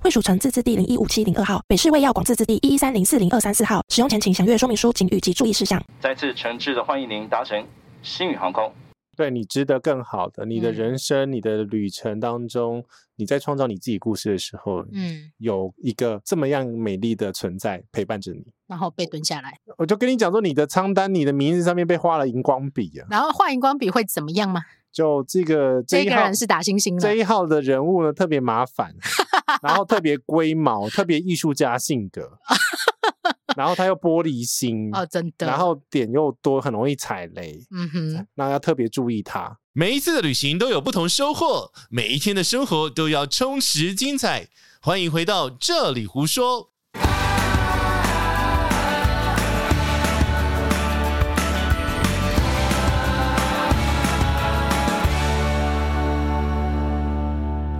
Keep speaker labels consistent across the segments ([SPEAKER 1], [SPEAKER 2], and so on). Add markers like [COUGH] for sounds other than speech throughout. [SPEAKER 1] 惠蜀城自治地零一五七零二号，北市卫药广自治地一一三零四零二三四号。使用前请详阅说明书请及注意事项。
[SPEAKER 2] 再次诚挚的欢迎您搭乘星宇航空。
[SPEAKER 3] 对你值得更好的，你的
[SPEAKER 4] 嗯
[SPEAKER 3] 人生、你的旅程当中，你在创造你自己故事的时候，
[SPEAKER 4] 嗯，
[SPEAKER 3] 有一个这么样美丽的存在陪伴着你。
[SPEAKER 4] 然后被蹲下来，
[SPEAKER 3] 我就跟你讲说，你的仓单、你的名字上面被画了荧光笔啊，
[SPEAKER 4] 然后画荧光笔会怎么样吗？
[SPEAKER 3] 就这个
[SPEAKER 4] 这
[SPEAKER 3] 一
[SPEAKER 4] 个
[SPEAKER 3] 号
[SPEAKER 4] 人是打星星
[SPEAKER 3] 这
[SPEAKER 4] 的，
[SPEAKER 3] 一号的人物呢，特别麻
[SPEAKER 4] [LAUGHS]
[SPEAKER 3] 烦，然后特别龟毛，特别艺术家性
[SPEAKER 4] [LAUGHS]
[SPEAKER 3] 格，然后他又玻璃心，
[SPEAKER 4] 哦，真的。
[SPEAKER 3] 然，后点又多，很容易踩雷，
[SPEAKER 4] 嗯
[SPEAKER 3] [LAUGHS]
[SPEAKER 4] 哼，
[SPEAKER 3] 那要特别注意他。
[SPEAKER 5] 每一次的旅行都有不同收获，每一天的生活都要充实精彩。欢迎回到这里胡说。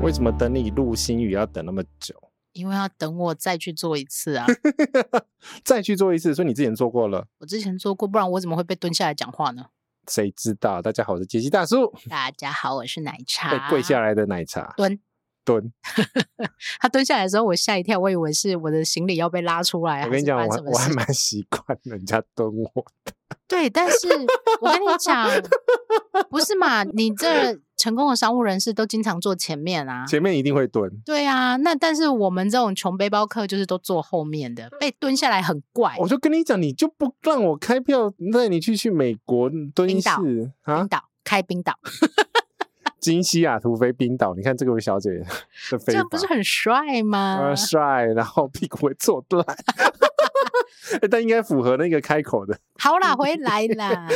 [SPEAKER 3] 为什么等你录新语要等那么久？ [LAUGHS]
[SPEAKER 4] 因为要等我再去做一次啊，
[SPEAKER 3] 再去做一次，所以你之前做过了，
[SPEAKER 4] 我之前做过，不然我怎么会被蹲下来讲话呢？
[SPEAKER 3] 谁知道？大家好，我是杰西大叔，
[SPEAKER 4] 大家好，我是奶
[SPEAKER 3] 被
[SPEAKER 4] 茶。
[SPEAKER 3] 跪下来的奶茶
[SPEAKER 4] 蹲。
[SPEAKER 3] 蹲。
[SPEAKER 4] 他蹲下来的时候，我吓一跳，我以为是我的行李要被拉出来。
[SPEAKER 3] 我跟你讲，
[SPEAKER 4] 还
[SPEAKER 3] 我
[SPEAKER 4] 是发
[SPEAKER 3] 还
[SPEAKER 4] 生什么
[SPEAKER 3] 我还
[SPEAKER 4] 事
[SPEAKER 3] 蛮习惯人家蹲我，
[SPEAKER 4] 对，但是我跟你讲，不是嘛？你这成功的商务人士都经常坐前面啊。
[SPEAKER 3] 前面一定会蹲。
[SPEAKER 4] 对啊，那但是我们这种穷背包客就是都坐后面的，被蹲下来很怪。
[SPEAKER 3] 我就跟你讲，你就不让我开票，带你去去美国蹲
[SPEAKER 4] 冰岛
[SPEAKER 3] 式
[SPEAKER 4] 冰
[SPEAKER 3] 啊，
[SPEAKER 4] 岛开
[SPEAKER 3] [LAUGHS]
[SPEAKER 4] 冰岛，
[SPEAKER 3] 金西雅图飞冰岛。你看这个位小姐的
[SPEAKER 4] 这
[SPEAKER 3] 飞
[SPEAKER 4] 样不
[SPEAKER 3] 法
[SPEAKER 4] 是很帅吗
[SPEAKER 3] 呃？帅，然后屁股会坐断。 [LAUGHS] 欸但应该符合那个开口的，
[SPEAKER 4] 好啦，回来啦。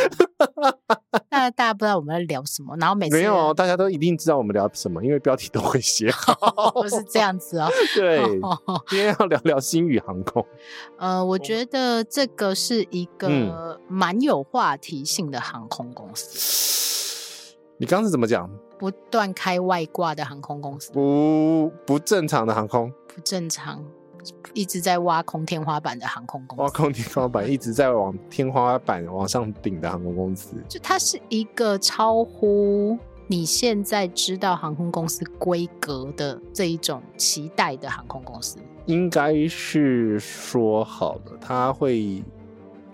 [SPEAKER 4] 那大家不知道我们在聊什么，然后每次
[SPEAKER 3] 没有哦，大家都一定知道我们聊什么，因为标题都会
[SPEAKER 4] [LAUGHS]
[SPEAKER 3] 写好。
[SPEAKER 4] 都是这样子哦。
[SPEAKER 3] [LAUGHS] 对，
[SPEAKER 4] 哦
[SPEAKER 3] 今天要聊聊星宇航空。
[SPEAKER 4] 呃，
[SPEAKER 3] 哦
[SPEAKER 4] 我觉得这个是一
[SPEAKER 3] 嗯
[SPEAKER 4] 个蛮有话题性的航空公司，
[SPEAKER 3] 你刚刚是怎么讲？
[SPEAKER 4] 不断开外挂的航空公司
[SPEAKER 3] 不不正常的航空，
[SPEAKER 4] 不正常，一直在挖空天花板的航空公
[SPEAKER 3] 挖
[SPEAKER 4] 司。
[SPEAKER 3] 空天花板，一直在往天花板往上顶的航空公司。
[SPEAKER 4] 就它是一个超乎你现在知道航空公司规格的这一种期待的航空公司。
[SPEAKER 3] 应该是说好了，他会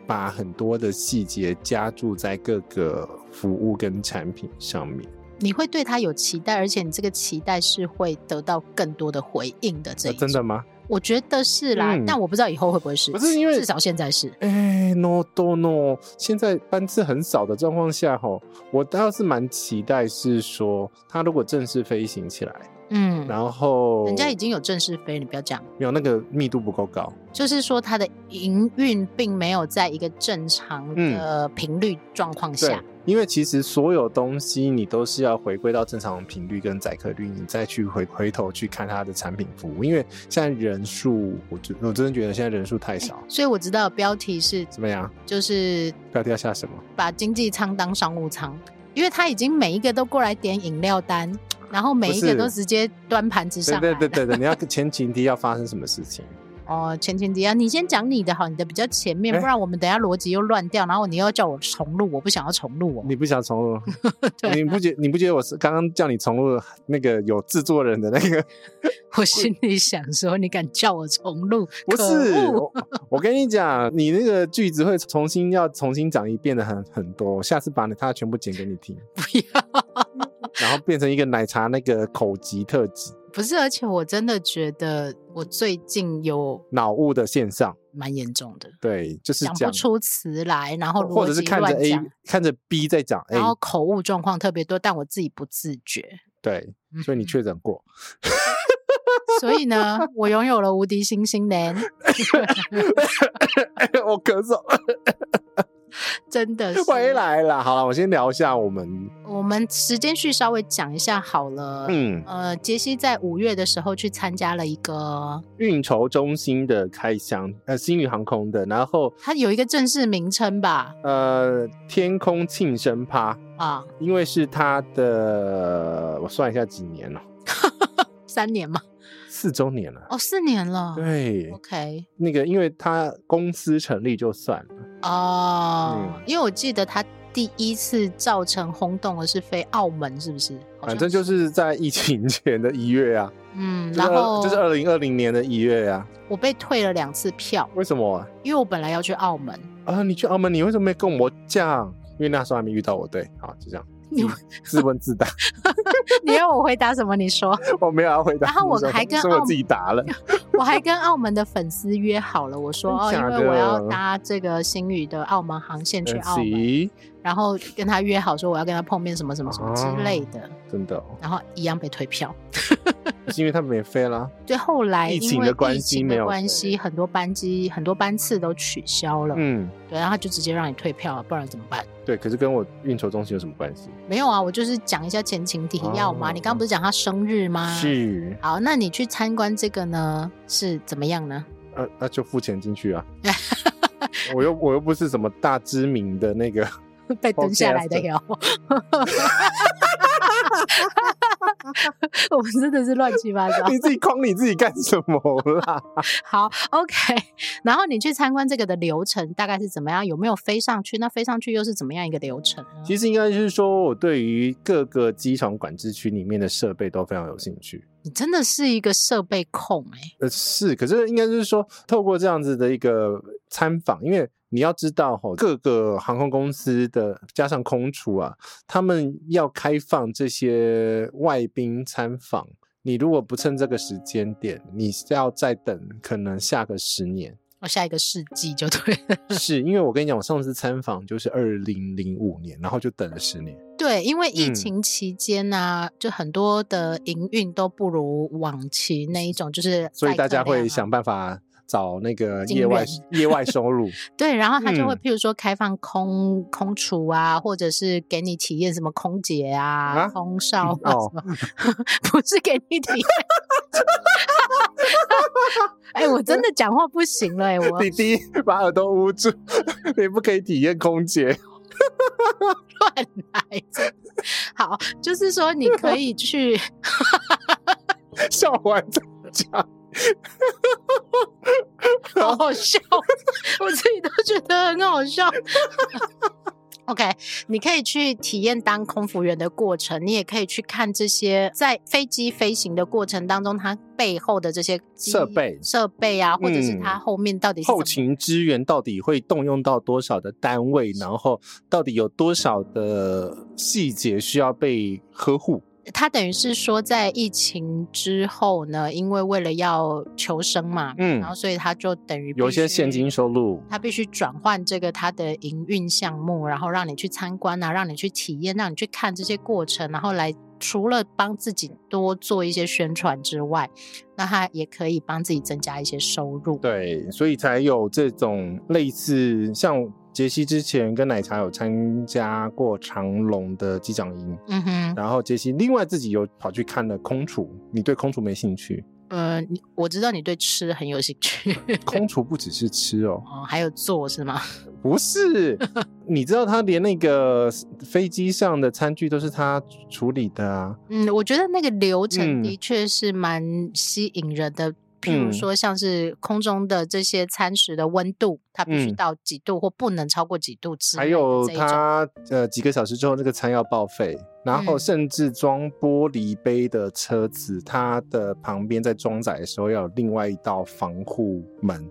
[SPEAKER 3] 把很多的细节加注在各个服务跟产品上面。
[SPEAKER 4] 你会对它有期待，而且你这个期待是会得到更多的回应的这
[SPEAKER 3] 呃
[SPEAKER 4] 一、
[SPEAKER 3] 真的，吗？
[SPEAKER 4] 我觉得是啦，
[SPEAKER 3] 嗯
[SPEAKER 4] 但我不知道以后会不会是，
[SPEAKER 3] 不是因为
[SPEAKER 4] 至少现在是。
[SPEAKER 3] 哎，no do no，现在班次很少的状况下，吼，我倒是蛮期待是说，他如果正式飞行起来，
[SPEAKER 4] 嗯，
[SPEAKER 3] 然后
[SPEAKER 4] 人家已经有正式飞，你不要讲，
[SPEAKER 3] 没有那个密度不够高，
[SPEAKER 4] 就是说它的营运并没有在一个正常的频率状况
[SPEAKER 3] 嗯对
[SPEAKER 4] 下。，
[SPEAKER 3] 因为其实所有东西你都是要回归到正常的频率跟载客率，你再去回回头去看它的产品服务。因为现在人数，我真我真的觉得现在人数太少。
[SPEAKER 4] 所以我知道标题是
[SPEAKER 3] 怎么样？
[SPEAKER 4] 就是
[SPEAKER 3] 标题要下什么？
[SPEAKER 4] 把经济舱当商务舱，因为他已经每一个都过来点饮料单，然后每一
[SPEAKER 3] 不
[SPEAKER 4] 个
[SPEAKER 3] 是
[SPEAKER 4] 都直接端盘子上
[SPEAKER 3] 对
[SPEAKER 4] 来。
[SPEAKER 3] 对对对对，你要前情提要发生什么事情？
[SPEAKER 4] 哦，前前提啊，你先讲你的好，你的比较前面，
[SPEAKER 3] 哎
[SPEAKER 4] 不然我们等一下逻辑又乱掉，然后你又叫我重录，我不想要重录哦。
[SPEAKER 3] 你不想重录？
[SPEAKER 4] [LAUGHS] 对啊
[SPEAKER 3] 你不觉你不觉得我是刚刚叫你重录那个有制作人的那个？
[SPEAKER 4] 我心里想说，你敢叫我重录？
[SPEAKER 3] 不
[SPEAKER 4] 可
[SPEAKER 3] 是
[SPEAKER 4] 恶，
[SPEAKER 3] 我我跟你讲，你那个句子会重新要重新讲一遍的很很多，下次把你它全部剪给你听。
[SPEAKER 4] 不要，
[SPEAKER 3] [LAUGHS] 然后变成一个奶茶那个口级特辑
[SPEAKER 4] 不是，而且我真的觉得我最近有
[SPEAKER 3] 脑雾的线上，
[SPEAKER 4] 蛮严重的，
[SPEAKER 3] 对，就是
[SPEAKER 4] 讲
[SPEAKER 3] 讲
[SPEAKER 4] 不，出词来，然后
[SPEAKER 3] 或
[SPEAKER 4] 逻
[SPEAKER 3] 者是
[SPEAKER 4] 辑
[SPEAKER 3] 看着
[SPEAKER 4] 乱
[SPEAKER 3] A
[SPEAKER 4] 讲，
[SPEAKER 3] 看着 B 在讲 A，
[SPEAKER 4] 然后口误状况特别多，但我自己不自觉。
[SPEAKER 3] 对，所以你
[SPEAKER 4] 嗯
[SPEAKER 3] 确诊过，
[SPEAKER 4] 所以呢，我拥有了无敌星星人。
[SPEAKER 3] 哎我咳嗽，
[SPEAKER 4] 真的是
[SPEAKER 3] 回。来了。好了，我先聊一下我们，
[SPEAKER 4] 我们时间序稍微讲一下好了。
[SPEAKER 3] 嗯，
[SPEAKER 4] 呃，杰西在五月的时候去参加了一个，
[SPEAKER 3] 运筹中心的开箱，呃，星宇航空的，然后
[SPEAKER 4] 它有一个正式名称吧？
[SPEAKER 3] 呃，天空庆生趴，
[SPEAKER 4] 啊，
[SPEAKER 3] 因为是他的，我算一下几年了，
[SPEAKER 4] 三年嘛，
[SPEAKER 3] 四周年了。
[SPEAKER 4] 哦，四年了。
[SPEAKER 3] 对，
[SPEAKER 4] OK，
[SPEAKER 3] 那个，因为他公司成立就算了，
[SPEAKER 4] 哦，
[SPEAKER 3] 嗯
[SPEAKER 4] 因为我记得他第一次造成轰动的是飞澳门，是不是？好像
[SPEAKER 3] 反正就是在疫情 [LAUGHS] 前的一月啊，
[SPEAKER 4] 嗯，
[SPEAKER 3] 就是
[SPEAKER 4] 然后
[SPEAKER 3] 二就是二零二零年的一月啊。
[SPEAKER 4] 我被退了两次票，
[SPEAKER 3] 为什么
[SPEAKER 4] 因为我本来要去澳门， [LAUGHS]
[SPEAKER 3] 啊？你去澳门，你为什么没跟我讲？因为那时候还没遇到我，对，好，就这样。
[SPEAKER 4] 你
[SPEAKER 3] 自自问自答， [LAUGHS]
[SPEAKER 4] 你要我回答什么？你说，
[SPEAKER 3] 我没有要回答你
[SPEAKER 4] 然
[SPEAKER 3] 什
[SPEAKER 4] 后
[SPEAKER 3] 么。
[SPEAKER 4] 我还跟
[SPEAKER 3] 是我
[SPEAKER 4] 澳
[SPEAKER 3] 自己答了。
[SPEAKER 4] 我还跟澳门的粉丝约好了，我说哦，
[SPEAKER 3] 真
[SPEAKER 4] 因
[SPEAKER 3] 假
[SPEAKER 4] 为我要
[SPEAKER 3] 的
[SPEAKER 4] 搭这个星宇的澳门航线
[SPEAKER 3] 嗯
[SPEAKER 4] 去澳门，
[SPEAKER 3] 行，
[SPEAKER 4] 然后跟他约好说我要跟他碰面，什么什么什么之
[SPEAKER 3] 哦
[SPEAKER 4] 类的，
[SPEAKER 3] 真的、哦，
[SPEAKER 4] 然后一样被退票。
[SPEAKER 3] 是因为他免飞
[SPEAKER 4] [LAUGHS]
[SPEAKER 3] 啦。
[SPEAKER 4] 对，后来
[SPEAKER 3] 疫
[SPEAKER 4] 因
[SPEAKER 3] 情
[SPEAKER 4] 为
[SPEAKER 3] 的关
[SPEAKER 4] 疫
[SPEAKER 3] 系
[SPEAKER 4] 情
[SPEAKER 3] 没
[SPEAKER 4] 的
[SPEAKER 3] 有
[SPEAKER 4] 关
[SPEAKER 3] 飞
[SPEAKER 4] 系，很多班机、很多班次都取消了。
[SPEAKER 3] 嗯，
[SPEAKER 4] 对，然后他就直接让你退票了，不然怎么办？
[SPEAKER 3] 对。可是跟我运筹中心有什么关系？
[SPEAKER 4] 没有啊，我就是讲一下前情提要嘛。
[SPEAKER 3] 哦
[SPEAKER 4] 你刚刚不是讲他生日吗？。
[SPEAKER 3] 是，
[SPEAKER 4] 好，那你去参观这个呢，是怎么样呢？ [LAUGHS]
[SPEAKER 3] 呃，那就付钱进去啊。我又我又不是什么大知名的那个，
[SPEAKER 4] [LAUGHS] 被蹲下来的
[SPEAKER 3] Podcast。
[SPEAKER 4] 哟。 [LAUGHS] 我们真的是乱七八糟
[SPEAKER 3] 你自己框你自己干什么啦？ [LAUGHS]
[SPEAKER 4] 好，OK。然后你去参观这个的流程大概是怎么样？有没有飞上去？那飞上去又是怎么样一个流程呢？
[SPEAKER 3] 其实应该是说，我对于各个机场管制区里面的设备都非常有兴趣。
[SPEAKER 4] 你真的是一个设备控哎、
[SPEAKER 3] 呃，是，可是应该就是说，透过这样子的一个参访，因为你要知道吼，各个航空公司的加上空厨啊，他们要开放这些外宾参访，你如果不趁这个时间点，你是要再等可能下个十年。
[SPEAKER 4] 我哦下一个世纪就对了。 [LAUGHS]
[SPEAKER 3] 是因为我跟你讲，我上次参访就是二零零五年，然后就等了十年。
[SPEAKER 4] 对，因为疫
[SPEAKER 3] 嗯
[SPEAKER 4] 情期间呢、就很多的营运都不如往期那一种，就是
[SPEAKER 3] 所以
[SPEAKER 4] 载
[SPEAKER 3] 大
[SPEAKER 4] 客
[SPEAKER 3] 家
[SPEAKER 4] 量
[SPEAKER 3] 会
[SPEAKER 4] 啊
[SPEAKER 3] 想办法找那个
[SPEAKER 4] 经
[SPEAKER 3] 业外
[SPEAKER 4] 人
[SPEAKER 3] 业外收入。
[SPEAKER 4] 对，然后他就会
[SPEAKER 3] 嗯
[SPEAKER 4] 譬如说开放空空厨啊，或者是给你体验什么空姐啊、
[SPEAKER 3] 啊
[SPEAKER 4] [LAUGHS] 空少啊
[SPEAKER 3] 哦
[SPEAKER 4] 什么， [LAUGHS] 不是给你体验。哎、我真的讲话不行了哎、 [LAUGHS] 我
[SPEAKER 3] 弟弟把耳朵捂住， [LAUGHS] 你不可以体验空姐。
[SPEAKER 4] 乱 [LAUGHS] 来着。好，就是说你可以去，
[SPEAKER 3] 笑完再讲。
[SPEAKER 4] [LAUGHS] 好好笑，我自己都觉得很好笑。OK，你可以去体验当空服员的过程，你也可以去看这些在飞机飞行的过程当中，它背后的这些机
[SPEAKER 3] 设备
[SPEAKER 4] 设备啊，或者是
[SPEAKER 3] 嗯
[SPEAKER 4] 它后面到底是怎
[SPEAKER 3] 后
[SPEAKER 4] 么
[SPEAKER 3] 勤支援到底会动用到多少的单位，然后到底有多少的细节需要被呵护？
[SPEAKER 4] 它等于是说，在疫情之后呢，因为为了要求生嘛，
[SPEAKER 3] 嗯
[SPEAKER 4] 然后所以它就等于
[SPEAKER 3] 有一
[SPEAKER 4] 必
[SPEAKER 3] 些
[SPEAKER 4] 须
[SPEAKER 3] 现金收入
[SPEAKER 4] 它必须转换这个它的营运项目，然后让你去参观啊，让你去体验，让你去看这些过程，然后来除了帮自己多做一些宣传之外，那它也可以帮自己增加一些收入。
[SPEAKER 3] 对，所以才有这种类似像杰西之前跟奶茶有参加过长隆的机长营，
[SPEAKER 4] 嗯哼，
[SPEAKER 3] 然后杰西另外自己有跑去看了空厨，你对空厨没兴趣？
[SPEAKER 4] 呃，你我知道你对吃很有兴趣 [LAUGHS]
[SPEAKER 3] 空厨不只是吃哦，
[SPEAKER 4] 哦，还有做是吗？
[SPEAKER 3] 不是，你知道他连那个飞机上的餐具都是他处理的啊。
[SPEAKER 4] 嗯，我觉得那个流程
[SPEAKER 3] 嗯
[SPEAKER 4] 的确是蛮吸引人的。譬如
[SPEAKER 3] 嗯
[SPEAKER 4] 说，像是空中的这些餐食的温度，它必须
[SPEAKER 3] 嗯
[SPEAKER 4] 到几度或不能超过几度之类
[SPEAKER 3] 还
[SPEAKER 4] 的
[SPEAKER 3] 有
[SPEAKER 4] 这一种
[SPEAKER 3] 他呃几个小时之后，这个餐要报废，然后
[SPEAKER 4] 嗯
[SPEAKER 3] 甚至装玻璃杯的车子，它的旁边在装载的时候要有另外一道防护门，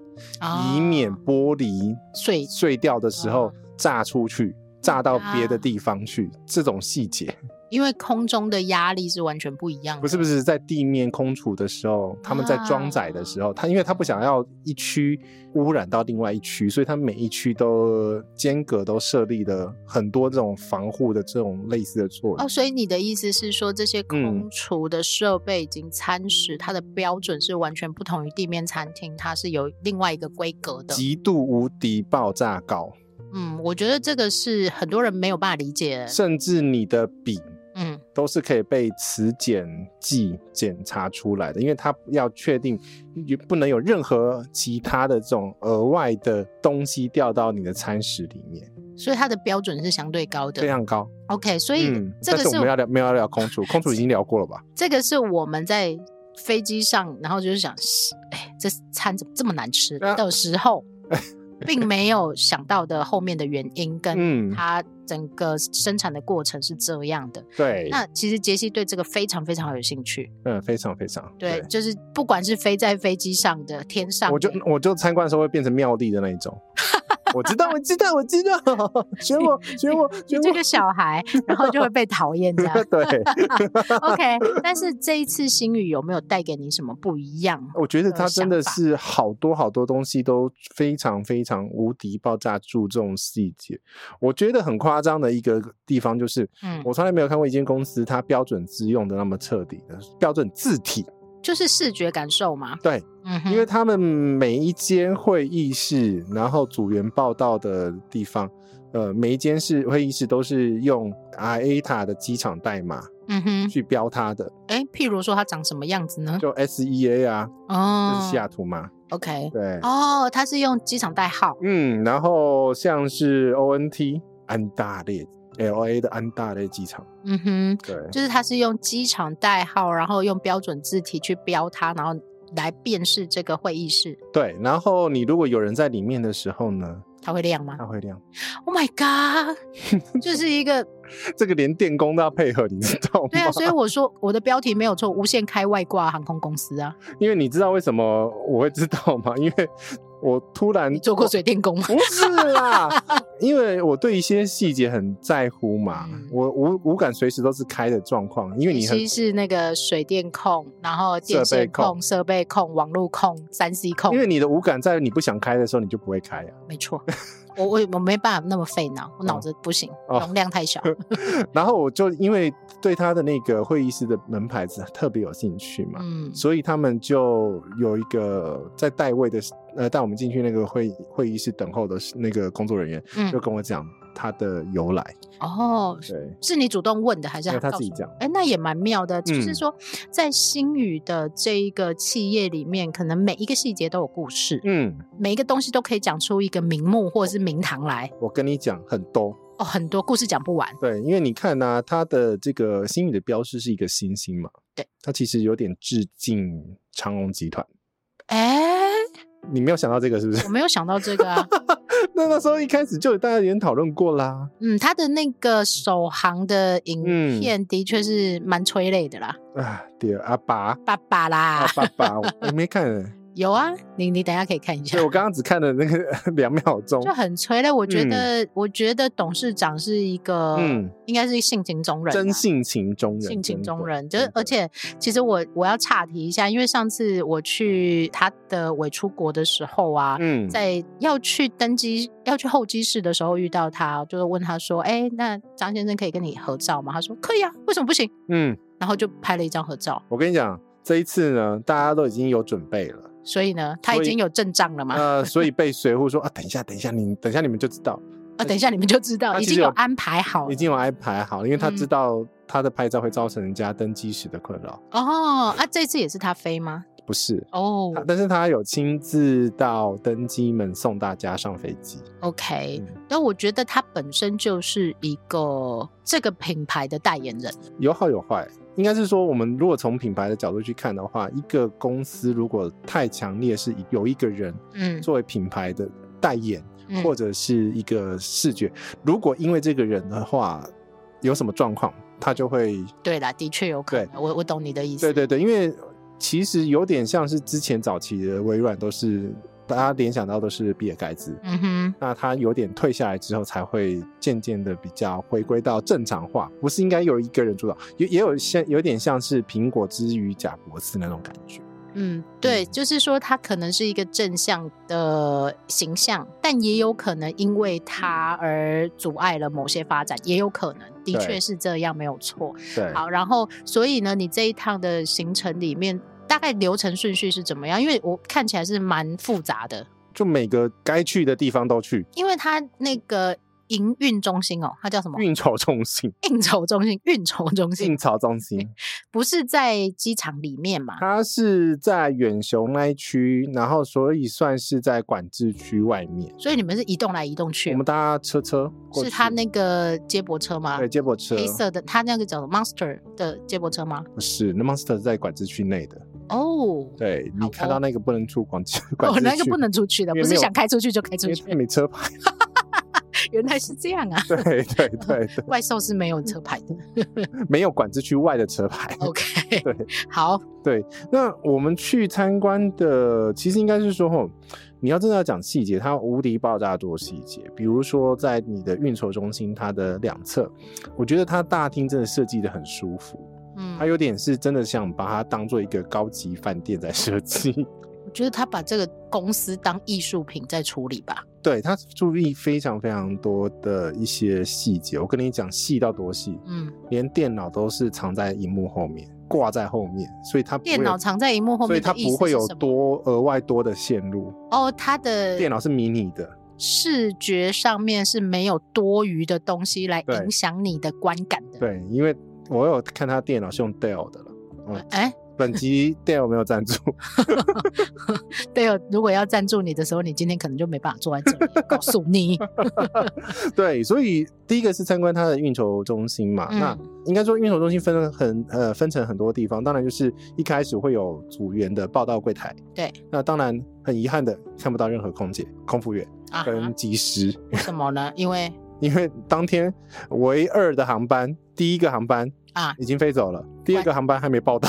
[SPEAKER 3] 以免
[SPEAKER 4] 啊
[SPEAKER 3] 玻璃
[SPEAKER 4] 碎
[SPEAKER 3] 碎掉的时候
[SPEAKER 4] 啊
[SPEAKER 3] 炸出去，炸到别的地方去。这种细节
[SPEAKER 4] 因为空中的压力是完全不一样的。
[SPEAKER 3] 不是不是在地面空储的时候，他们在装载的时候，
[SPEAKER 4] 啊
[SPEAKER 3] 他因为他不想要一区污染到另外一区，所以他每一区都间隔都设立了很多这种防护的这种类似的作用。
[SPEAKER 4] 哦，所以你的意思是说，这些
[SPEAKER 3] 嗯
[SPEAKER 4] 空厨的设备以及餐食，它的标准是完全不同于地面餐厅，它是有另外一个规格的。
[SPEAKER 3] 极度无敌爆炸高，
[SPEAKER 4] 嗯，我觉得这个是很多人没有办法理解的。
[SPEAKER 3] 甚至你的笔
[SPEAKER 4] 嗯，
[SPEAKER 3] 都是可以被磁检剂检查出来的，因为它要确定你不能有任何其他的这种额外的东西掉到你的餐食里面，
[SPEAKER 4] 所以它的标准是相对高
[SPEAKER 3] 非
[SPEAKER 4] 的。
[SPEAKER 3] 常高。
[SPEAKER 4] OK，所以这
[SPEAKER 3] 啊嗯但
[SPEAKER 4] 个
[SPEAKER 3] 是
[SPEAKER 4] 是
[SPEAKER 3] 我们要聊，没有要聊空厨，空厨已经聊过了吧？
[SPEAKER 4] 这个是我们在飞机上，然后就是想，嘶哎，这餐怎么这么难吃
[SPEAKER 3] 啊
[SPEAKER 4] 的时候，
[SPEAKER 3] [LAUGHS]
[SPEAKER 4] 并没有想到的后面的原因，跟
[SPEAKER 3] 嗯
[SPEAKER 4] 它整个生产的过程是这样的。
[SPEAKER 3] 对，
[SPEAKER 4] 那其实杰西对这个非常非常有兴趣，
[SPEAKER 3] 嗯，非常非常
[SPEAKER 4] 对，就是不管是飞在飞机上的、天上的，
[SPEAKER 3] 我就我就参观的时候会变成妙丽的那一种。我知道，我知道，我知道，学我，学我，学
[SPEAKER 4] 你
[SPEAKER 3] 我。
[SPEAKER 4] 这个小
[SPEAKER 3] [LAUGHS]
[SPEAKER 4] 孩，然后就会被讨厌这样。
[SPEAKER 3] 对，啊
[SPEAKER 4] OK，但是这一次星宇有没有带给你什么不一样？
[SPEAKER 3] 我觉得
[SPEAKER 4] 的
[SPEAKER 3] 他真的
[SPEAKER 4] 想法
[SPEAKER 3] 是好多好多东西都非常非常无敌爆炸注重细节。我觉得很夸张的一个地方就是，
[SPEAKER 4] 嗯，
[SPEAKER 3] 我从来没有看过一间公司它标准字用的那么彻底的标准字体。
[SPEAKER 4] 就是视觉感受嘛。
[SPEAKER 3] 对，
[SPEAKER 4] 嗯哼，
[SPEAKER 3] 因为他们每一间会议室，然后组员报道的地方，呃，每一间是会议室都是用 IATA 的机场代码
[SPEAKER 4] 嗯哼，
[SPEAKER 3] 去标它的，
[SPEAKER 4] 哎，譬如说它长什么样子呢？
[SPEAKER 3] 就 SEA 啊，
[SPEAKER 4] 哦，
[SPEAKER 3] 就是西雅图嘛，
[SPEAKER 4] OK，
[SPEAKER 3] 对，
[SPEAKER 4] 哦，它是用机场代号，
[SPEAKER 3] 嗯，然后像是 ONT 安大略 LA 的安大略机场，
[SPEAKER 4] 嗯哼，
[SPEAKER 3] 对，
[SPEAKER 4] 就是它是用机场代号，然后用标准字体去标它，然后来辨识这个会议室，
[SPEAKER 3] 对，然后你如果有人在里面的时候呢，
[SPEAKER 4] 它会亮吗
[SPEAKER 3] 它会亮，
[SPEAKER 4] ？Oh my
[SPEAKER 3] [LAUGHS]
[SPEAKER 4] god，就是一个
[SPEAKER 3] 这个连电工都要配合，你知道吗？
[SPEAKER 4] 对啊，所以我说我的标题没有错，无限开外挂航空公司啊，
[SPEAKER 3] 因为你知道为什么我会知道吗？因为我突然
[SPEAKER 4] 你做过水电工吗？
[SPEAKER 3] [LAUGHS] 不是
[SPEAKER 4] [LAUGHS]
[SPEAKER 3] 啦，因为我对一些细节很在乎嘛，
[SPEAKER 4] 嗯
[SPEAKER 3] 我无无感随时都是开的状况，因为你很
[SPEAKER 4] 其实是那个水电控，然后电
[SPEAKER 3] 设备
[SPEAKER 4] 线控、
[SPEAKER 3] 控
[SPEAKER 4] 设备控、网络控、三 C 控
[SPEAKER 3] 因，为你的无感在你不想开的时候，你就不会开呀、啊
[SPEAKER 4] 没错。 [LAUGHS] 我我我没办法那么费脑，我脑
[SPEAKER 3] 哦
[SPEAKER 4] 子不行，
[SPEAKER 3] 哦
[SPEAKER 4] 容量太小。嗯
[SPEAKER 3] 然后我就因为对他的那个会议室的门牌子特别有兴趣嘛，
[SPEAKER 4] 嗯，
[SPEAKER 3] 所以他们就有一个在代位的，呃，带我们进去那个会会议室等候的那个工作人员，
[SPEAKER 4] 嗯
[SPEAKER 3] 就跟我讲他的由来，
[SPEAKER 4] 哦，
[SPEAKER 3] 对，
[SPEAKER 4] 是你主动问的还是
[SPEAKER 3] 因为他
[SPEAKER 4] 告
[SPEAKER 3] 自己
[SPEAKER 4] 诉你？
[SPEAKER 3] 讲。
[SPEAKER 4] 哎，那也蛮妙的，就是
[SPEAKER 3] 嗯
[SPEAKER 4] 说在星宇的这一个企业里面，可能每一个细节都有故事，
[SPEAKER 3] 嗯，
[SPEAKER 4] 每一个东西都可以讲出一个名目或者是名堂来。
[SPEAKER 3] 我跟你讲很多，
[SPEAKER 4] 哦，很多故事讲不完。
[SPEAKER 3] 对，因为你看呐、它的这个星宇的标志是一个星星嘛，
[SPEAKER 4] 对，
[SPEAKER 3] 它其实有点致敬长荣集团。
[SPEAKER 4] 哎，
[SPEAKER 3] 你没有想到这个是不是
[SPEAKER 4] 我？没有想到这个啊。
[SPEAKER 3] [LAUGHS] 那那时候一开始就有大家有点讨论过啦。
[SPEAKER 4] 嗯，他的那个首航的影
[SPEAKER 3] 嗯
[SPEAKER 4] 片的确是蛮催泪的啦，
[SPEAKER 3] 啊，对，阿爸，
[SPEAKER 4] 爸爸啦
[SPEAKER 3] 阿，爸爸，
[SPEAKER 4] [LAUGHS]
[SPEAKER 3] 我我没看欸，
[SPEAKER 4] 有啊，你你等一下可以看一下
[SPEAKER 3] 对，我刚刚只看了那个 [LAUGHS] 两秒钟。
[SPEAKER 4] 就很催泪。我觉得，我觉得董事长是一个，
[SPEAKER 3] 嗯，
[SPEAKER 4] 应该是性情中人啊，
[SPEAKER 3] 真性情中人，
[SPEAKER 4] 性情
[SPEAKER 3] 真
[SPEAKER 4] 中
[SPEAKER 3] 的
[SPEAKER 4] 人，就是
[SPEAKER 3] 真的
[SPEAKER 4] 而且其实我我要岔题一下，因为上次我去他的伪出国的时候啊，
[SPEAKER 3] 嗯，
[SPEAKER 4] 在要去登机要去候机室的时候遇到他，就是问他说：“哎、那张先生可以跟你合照吗？”他说：“可以啊，为什么不行
[SPEAKER 3] 嗯，？”
[SPEAKER 4] 然后就拍了一张合照。
[SPEAKER 3] 我跟你讲，这一次呢，大家都已经有准备了。
[SPEAKER 4] 所以呢，他已
[SPEAKER 3] 所以
[SPEAKER 4] 经有阵仗了嘛？
[SPEAKER 3] 呃，所以被随扈说啊，等一下，等一下，你等一下，你们就知道，
[SPEAKER 4] 啊，等一下你们就知道，
[SPEAKER 3] 他
[SPEAKER 4] 已
[SPEAKER 3] 其
[SPEAKER 4] 经
[SPEAKER 3] 实
[SPEAKER 4] 有
[SPEAKER 3] 有
[SPEAKER 4] 安排好
[SPEAKER 3] 已
[SPEAKER 4] 了。
[SPEAKER 3] 经有安排好，因为他知
[SPEAKER 4] 嗯
[SPEAKER 3] 道他的拍照会造成人家登机时的困扰，
[SPEAKER 4] 哦，啊，这次也是他飞吗？
[SPEAKER 3] 不是。
[SPEAKER 4] 哦
[SPEAKER 3] 他但是他有亲自到登机门送大家上飞机，
[SPEAKER 4] ，OK，
[SPEAKER 3] 嗯
[SPEAKER 4] 但我觉得他本身就是一个这个品牌的代言人。
[SPEAKER 3] 有好有坏。应该是说，我们如果从品牌的角度去看的话，一个公司如果太强烈是以有一个人
[SPEAKER 4] 嗯，
[SPEAKER 3] 作为品牌的代言，
[SPEAKER 4] 嗯
[SPEAKER 3] 或者是一个视觉，如果因为这个人的话有什么状况，他就会
[SPEAKER 4] 对啦，的确有可能。我我懂你的意思。
[SPEAKER 3] 对对对，因为其实有点像是之前早期的微软，都是大家联想到都是比尔盖茨。
[SPEAKER 4] 嗯哼，
[SPEAKER 3] 那他有点退下来之后，才会渐渐的比较回归到正常化，不是应该有一个人主导，也也有像有点像是苹果之于贾伯斯那种感觉。
[SPEAKER 4] 嗯，对，
[SPEAKER 3] 嗯
[SPEAKER 4] 就是说他可能是一个正向的形象，但也有可能因为他而阻碍了某些发展，也有可能，
[SPEAKER 3] 对
[SPEAKER 4] 的确是这样，没有错。
[SPEAKER 3] 对，
[SPEAKER 4] 好，然后所以呢，你这一趟的行程里面大概流程顺序是怎么样？因为我看起来是蛮复杂的。
[SPEAKER 3] 就每个该去的地方都去，
[SPEAKER 4] 因为它那个营运中心哦，它叫什么？
[SPEAKER 3] 运嗯筹中心、
[SPEAKER 4] 应酬中心、运筹中
[SPEAKER 3] 运
[SPEAKER 4] 心，
[SPEAKER 3] 筹中心，
[SPEAKER 4] 不是在机场里面嘛？
[SPEAKER 3] 它是在远雄那一区，然后所以算是在管制区外面。
[SPEAKER 4] 所以你们是移动来移动去
[SPEAKER 3] 我
[SPEAKER 4] 哦、
[SPEAKER 3] 们搭车车过去，
[SPEAKER 4] 是它那个接驳车吗？
[SPEAKER 3] 对接驳车
[SPEAKER 4] 黑色的，它那个叫什么 Monster 的接驳车吗？
[SPEAKER 3] 不是那 Monster 是在管制区内的，
[SPEAKER 4] 哦，
[SPEAKER 3] 对
[SPEAKER 4] 好
[SPEAKER 3] 你
[SPEAKER 4] 哦
[SPEAKER 3] 看到那个不能出管制管
[SPEAKER 4] 哦
[SPEAKER 3] 制，区，
[SPEAKER 4] 那个不能出去的，
[SPEAKER 3] 因为
[SPEAKER 4] 不是
[SPEAKER 3] 没有
[SPEAKER 4] 想开出去就开
[SPEAKER 3] 因
[SPEAKER 4] 出
[SPEAKER 3] 为
[SPEAKER 4] 去
[SPEAKER 3] 它。没车
[SPEAKER 4] [LAUGHS]
[SPEAKER 3] 牌。
[SPEAKER 4] 原来是这样啊，
[SPEAKER 3] 对对对对，
[SPEAKER 4] 怪兽是没有车牌
[SPEAKER 3] [LAUGHS]
[SPEAKER 4] 的。
[SPEAKER 3] 没有管制区外的车牌。
[SPEAKER 4] 哦 OK，
[SPEAKER 3] 对，
[SPEAKER 4] [LAUGHS] 好，
[SPEAKER 3] 那我们去参观的，其实应该是说，吼，你要真的要讲细节，它有无敌爆炸多细节。比如说，在你的运筹中心，它的两侧，我觉得它大厅真的设计的很舒服，
[SPEAKER 4] 嗯
[SPEAKER 3] 它，有点是真的想把它当做一个高级饭店在设计。
[SPEAKER 4] 我觉得他把这个公司当艺术品在处理吧。
[SPEAKER 3] 对，它注意非常非常多的一些细节。我跟你讲，细到多细，
[SPEAKER 4] 嗯，
[SPEAKER 3] 连电脑都是藏在荧幕后面，挂在后面，所以它不会有
[SPEAKER 4] 电脑藏在荧幕后
[SPEAKER 3] 所以
[SPEAKER 4] 面
[SPEAKER 3] 它
[SPEAKER 4] 的意
[SPEAKER 3] 不
[SPEAKER 4] 思
[SPEAKER 3] 会
[SPEAKER 4] 是
[SPEAKER 3] 有
[SPEAKER 4] 什么
[SPEAKER 3] 多额外多的线路。
[SPEAKER 4] 哦，它的
[SPEAKER 3] 电脑是迷你的，
[SPEAKER 4] 视觉上面是没有多余的东西来
[SPEAKER 3] 对
[SPEAKER 4] 影响你的观感的。
[SPEAKER 3] 对，因为我有看他电脑是用 Dell 的了。嗯
[SPEAKER 4] 哎，
[SPEAKER 3] 本
[SPEAKER 4] [LAUGHS]
[SPEAKER 3] 集 Dell 没有赞助，
[SPEAKER 4] 对哦，如果要赞助你的时候，你今天可能就没办法坐在这里。告诉
[SPEAKER 3] [LAUGHS]
[SPEAKER 4] 你，
[SPEAKER 3] 对，所以第一个是参观它的运筹中心嘛。
[SPEAKER 4] 嗯
[SPEAKER 3] 那应该说运筹中心分了很呃分成很多地方，当然就是一开始会有组员的报到柜台，
[SPEAKER 4] 对，
[SPEAKER 3] 那当然很遗憾的看不到任何空姐、空服员
[SPEAKER 4] 啊哈，
[SPEAKER 3] 跟机师，
[SPEAKER 4] 为什么呢？因为
[SPEAKER 3] 因为当天唯二的航班，第一个航班
[SPEAKER 4] 啊
[SPEAKER 3] 已经飞走了，第二个航班还没报
[SPEAKER 4] [LAUGHS]
[SPEAKER 3] 到，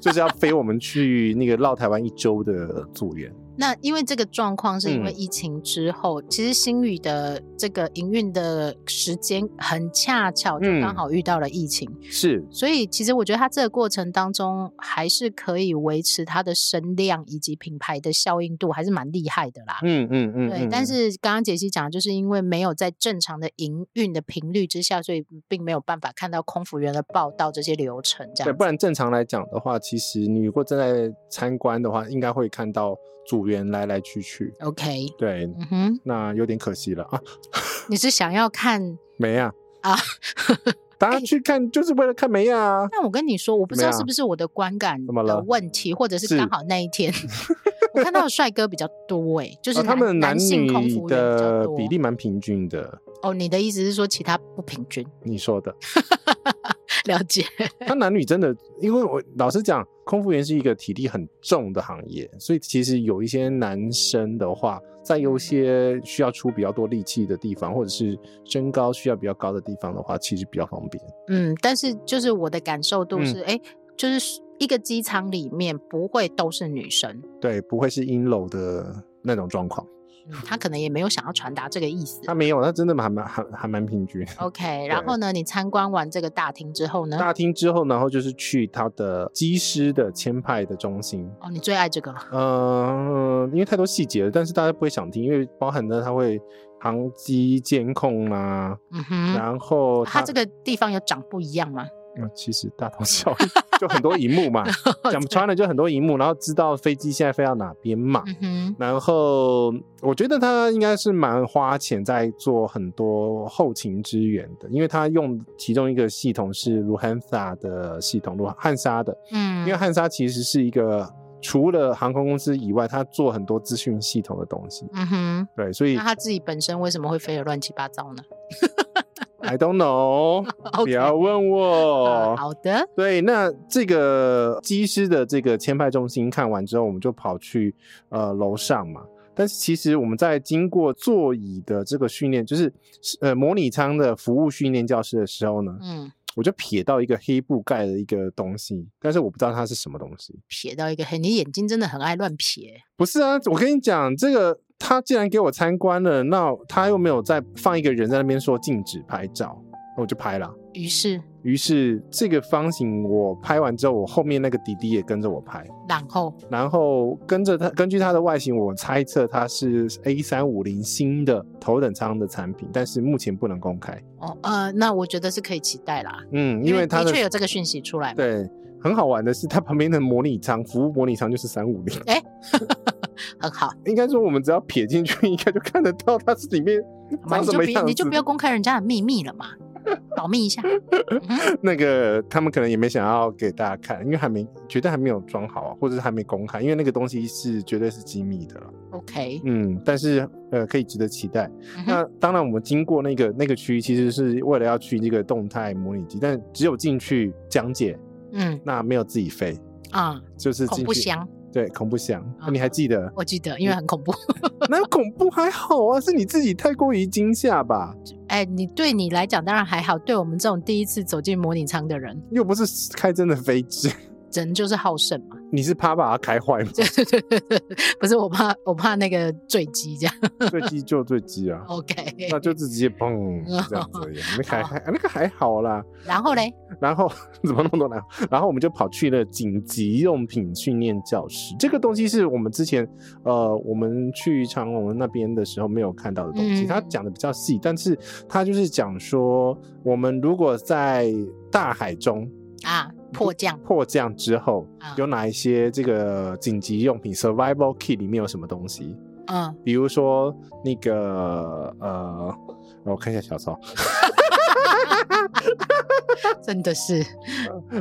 [SPEAKER 3] 就是要飞我们去那个绕台湾一周的组员。
[SPEAKER 4] 那因为这个状况是因为
[SPEAKER 3] 嗯
[SPEAKER 4] 疫情之后，其实新宇的这个营运的时间很恰巧，就
[SPEAKER 3] 嗯
[SPEAKER 4] 刚好遇到了疫情，
[SPEAKER 3] 是，
[SPEAKER 4] 所以其实我觉得它这个过程当中还是可以维持它的声量以及品牌的效应度，还是蛮厉害的啦。
[SPEAKER 3] 嗯嗯嗯，
[SPEAKER 4] 对，
[SPEAKER 3] 嗯
[SPEAKER 4] 但是刚刚杰西讲，就是因为没有在正常的营运的频率之下，所以并没有办法看到空服员的报道这些流程，这
[SPEAKER 3] 对，
[SPEAKER 4] 样
[SPEAKER 3] 不然正常来讲的话，其实你如果正在参观的话，应该会看到组员来来去去。
[SPEAKER 4] 子 OK，
[SPEAKER 3] 对，
[SPEAKER 4] 嗯哼，
[SPEAKER 3] 那有点可惜了啊，
[SPEAKER 4] 你是想要看？
[SPEAKER 3] 梅亚
[SPEAKER 4] 啊，
[SPEAKER 3] 大
[SPEAKER 4] [LAUGHS]
[SPEAKER 3] 家去看就是为了看梅亚啊。
[SPEAKER 4] 但我跟你说，我不知
[SPEAKER 3] 怎么
[SPEAKER 4] 道
[SPEAKER 3] 样
[SPEAKER 4] 是不是我的观感
[SPEAKER 3] 啊怎么
[SPEAKER 4] 的
[SPEAKER 3] 了
[SPEAKER 4] 问题，或者是
[SPEAKER 3] 是
[SPEAKER 4] 刚好那
[SPEAKER 3] [LAUGHS]
[SPEAKER 4] 一天我看到的帅哥比较多、欸，就是
[SPEAKER 3] 啊他们
[SPEAKER 4] 男性空
[SPEAKER 3] 女
[SPEAKER 4] 服员比较
[SPEAKER 3] 的
[SPEAKER 4] 多
[SPEAKER 3] 比例蛮平均的，
[SPEAKER 4] 哦。你的意思是说其他不平均？ [LAUGHS]
[SPEAKER 3] 你说的。
[SPEAKER 4] 了解，
[SPEAKER 3] 他男女真的， [LAUGHS] 因为我老实讲，空服员是一个体力很重的行业，所以其实有一些男生的话，在有些需要出比较多力气的地方，或者是身高需要比较高的地方的话，其实比较方便。
[SPEAKER 4] 嗯，但是就是我的感受度
[SPEAKER 3] 嗯
[SPEAKER 4] 是，哎、就是一个机场里面不会都是女生。
[SPEAKER 3] 对，不会是阴柔的那种状况。
[SPEAKER 4] 嗯他可能也没有想要传达这个意思。
[SPEAKER 3] 他没有，他真的还蛮还还蛮平 [LAUGHS] 均。
[SPEAKER 4] OK，然
[SPEAKER 3] 对
[SPEAKER 4] 后呢，你参观完这个大厅之后呢？
[SPEAKER 3] 大厅之后，然后就是去他的机师的签派的中心，
[SPEAKER 4] 哦，你最爱这个了
[SPEAKER 3] 嗯，因为太多细节了，但是大家不会想听，因为包含了他会航机监控啦、啊
[SPEAKER 4] 嗯哼，
[SPEAKER 3] 然后
[SPEAKER 4] 它
[SPEAKER 3] 它
[SPEAKER 4] 这个地方有长不一样吗？
[SPEAKER 3] 嗯其实大同小异，就很多荧
[SPEAKER 4] [LAUGHS]
[SPEAKER 3] 幕嘛，讲穿了就很多荧幕，然后知道飞机现在飞到哪边嘛。
[SPEAKER 4] 嗯哼，
[SPEAKER 3] 然后我觉得他应该是蛮花钱在做很多后勤支援的，因为他用其中一个系统是卢汉萨的系统，卢汉莎的，因为
[SPEAKER 4] 嗯，
[SPEAKER 3] 汉莎其实是一个除了航空公司以外，他做很多资讯系统的东西，
[SPEAKER 4] 嗯哼，
[SPEAKER 3] 对，所以
[SPEAKER 4] 那他自己本身为什么会飞得乱七八糟呢
[SPEAKER 3] I don't know，
[SPEAKER 4] [LAUGHS]
[SPEAKER 3] 不
[SPEAKER 4] 哦？OK，
[SPEAKER 3] 要哦问
[SPEAKER 4] 呃
[SPEAKER 3] 我。
[SPEAKER 4] 好的，
[SPEAKER 3] 对，那这个机师的这个签派中心看完之后，我们就跑去呃楼上嘛。但是其实我们在经过座椅的这个训练，就是呃模拟舱的服务训练教室的时候呢，
[SPEAKER 4] 嗯，
[SPEAKER 3] 我就瞥到一个黑布盖的一个东西，但是我不知道它是什么东西。
[SPEAKER 4] 撇到一个黑，你眼睛真的很爱乱撇。
[SPEAKER 3] 不是啊，我跟你讲，这个他既然给我参观了，那他又没有再放一个人在那边说禁止拍照，那我就拍了。
[SPEAKER 4] 于是，
[SPEAKER 3] 于是这个方形我拍完之后，我后面那个弟弟也跟着我拍。
[SPEAKER 4] 然后，
[SPEAKER 3] 然后跟着它，根据它的外形，我猜测它是 A 三五零新的头等舱的产品，但是目前不能公开。
[SPEAKER 4] 哦，呃，那我觉得是可以期待啦，
[SPEAKER 3] 嗯，因为它
[SPEAKER 4] 的
[SPEAKER 3] 的
[SPEAKER 4] 确有这个讯息出来嘛。
[SPEAKER 3] 对很好玩的是，它旁边的模拟舱服务模拟舱就是三五零，
[SPEAKER 4] 哎 [LAUGHS] 很好，
[SPEAKER 3] 应该说我们只要瞥进去，应该就看得到它是里面
[SPEAKER 4] 好
[SPEAKER 3] 长
[SPEAKER 4] 吗？你
[SPEAKER 3] 什
[SPEAKER 4] 就
[SPEAKER 3] 么
[SPEAKER 4] 别
[SPEAKER 3] 样子。
[SPEAKER 4] 你就不要公开人家的秘密了嘛，保密一下。
[SPEAKER 3] [LAUGHS]
[SPEAKER 4] 嗯
[SPEAKER 3] 那个他们可能也没想要给大家看，因为还没觉得还没有装好啊，或者是还没公开，因为那个东西是绝对是机密的了。
[SPEAKER 4] OK，
[SPEAKER 3] 嗯，但是呃，可以值得期待。
[SPEAKER 4] 嗯哼
[SPEAKER 3] 那当然，我们经过那个那个区域，其实是为了要去这个动态模拟机，但只有进去讲解，
[SPEAKER 4] 嗯
[SPEAKER 3] 那没有自己飞，
[SPEAKER 4] 啊，
[SPEAKER 3] 就是进
[SPEAKER 4] 恐
[SPEAKER 3] 去
[SPEAKER 4] 怖箱，
[SPEAKER 3] 对恐怖箱，
[SPEAKER 4] 啊
[SPEAKER 3] 你还记得？
[SPEAKER 4] 我记
[SPEAKER 3] 嗯
[SPEAKER 4] 得，因为很恐怖。
[SPEAKER 3] 那恐怖还好啊，是你自己太过于惊吓吧？
[SPEAKER 4] 哎，你对你来讲当然还好，对我们这种第一次走进模拟舱的人，
[SPEAKER 3] 又不是开真的飞机，
[SPEAKER 4] 人就是好胜
[SPEAKER 3] [LAUGHS]
[SPEAKER 4] 嘛。 [LAUGHS]
[SPEAKER 3] 你是怕把它开坏吗？
[SPEAKER 4] 对对对对对，不是我怕，我怕那个坠机这样。
[SPEAKER 3] 坠机就坠机
[SPEAKER 4] 哦
[SPEAKER 3] 啊。
[SPEAKER 4] OK，
[SPEAKER 3] 那就直接砰
[SPEAKER 4] 嗯
[SPEAKER 3] 这样子而已，那个还
[SPEAKER 4] 哦
[SPEAKER 3] 还那个还好啦。
[SPEAKER 4] 然后嘞，
[SPEAKER 3] 然后 [LAUGHS] 怎么那么多难？然后我们就跑去了紧急用品训练教室，这个东西是我们之前呃我们去长隆那边的时候没有看到的东西。
[SPEAKER 4] 嗯
[SPEAKER 3] 它讲的比较细，但是它就是讲说，我们如果在大海中
[SPEAKER 4] 啊，迫降
[SPEAKER 3] 迫降之后
[SPEAKER 4] 啊，
[SPEAKER 3] 有哪一些这个紧急用品 （survival kit） 里面有什么东西？
[SPEAKER 4] 嗯，
[SPEAKER 3] 比如说那个呃，我看一下小抄。
[SPEAKER 4] 真的是，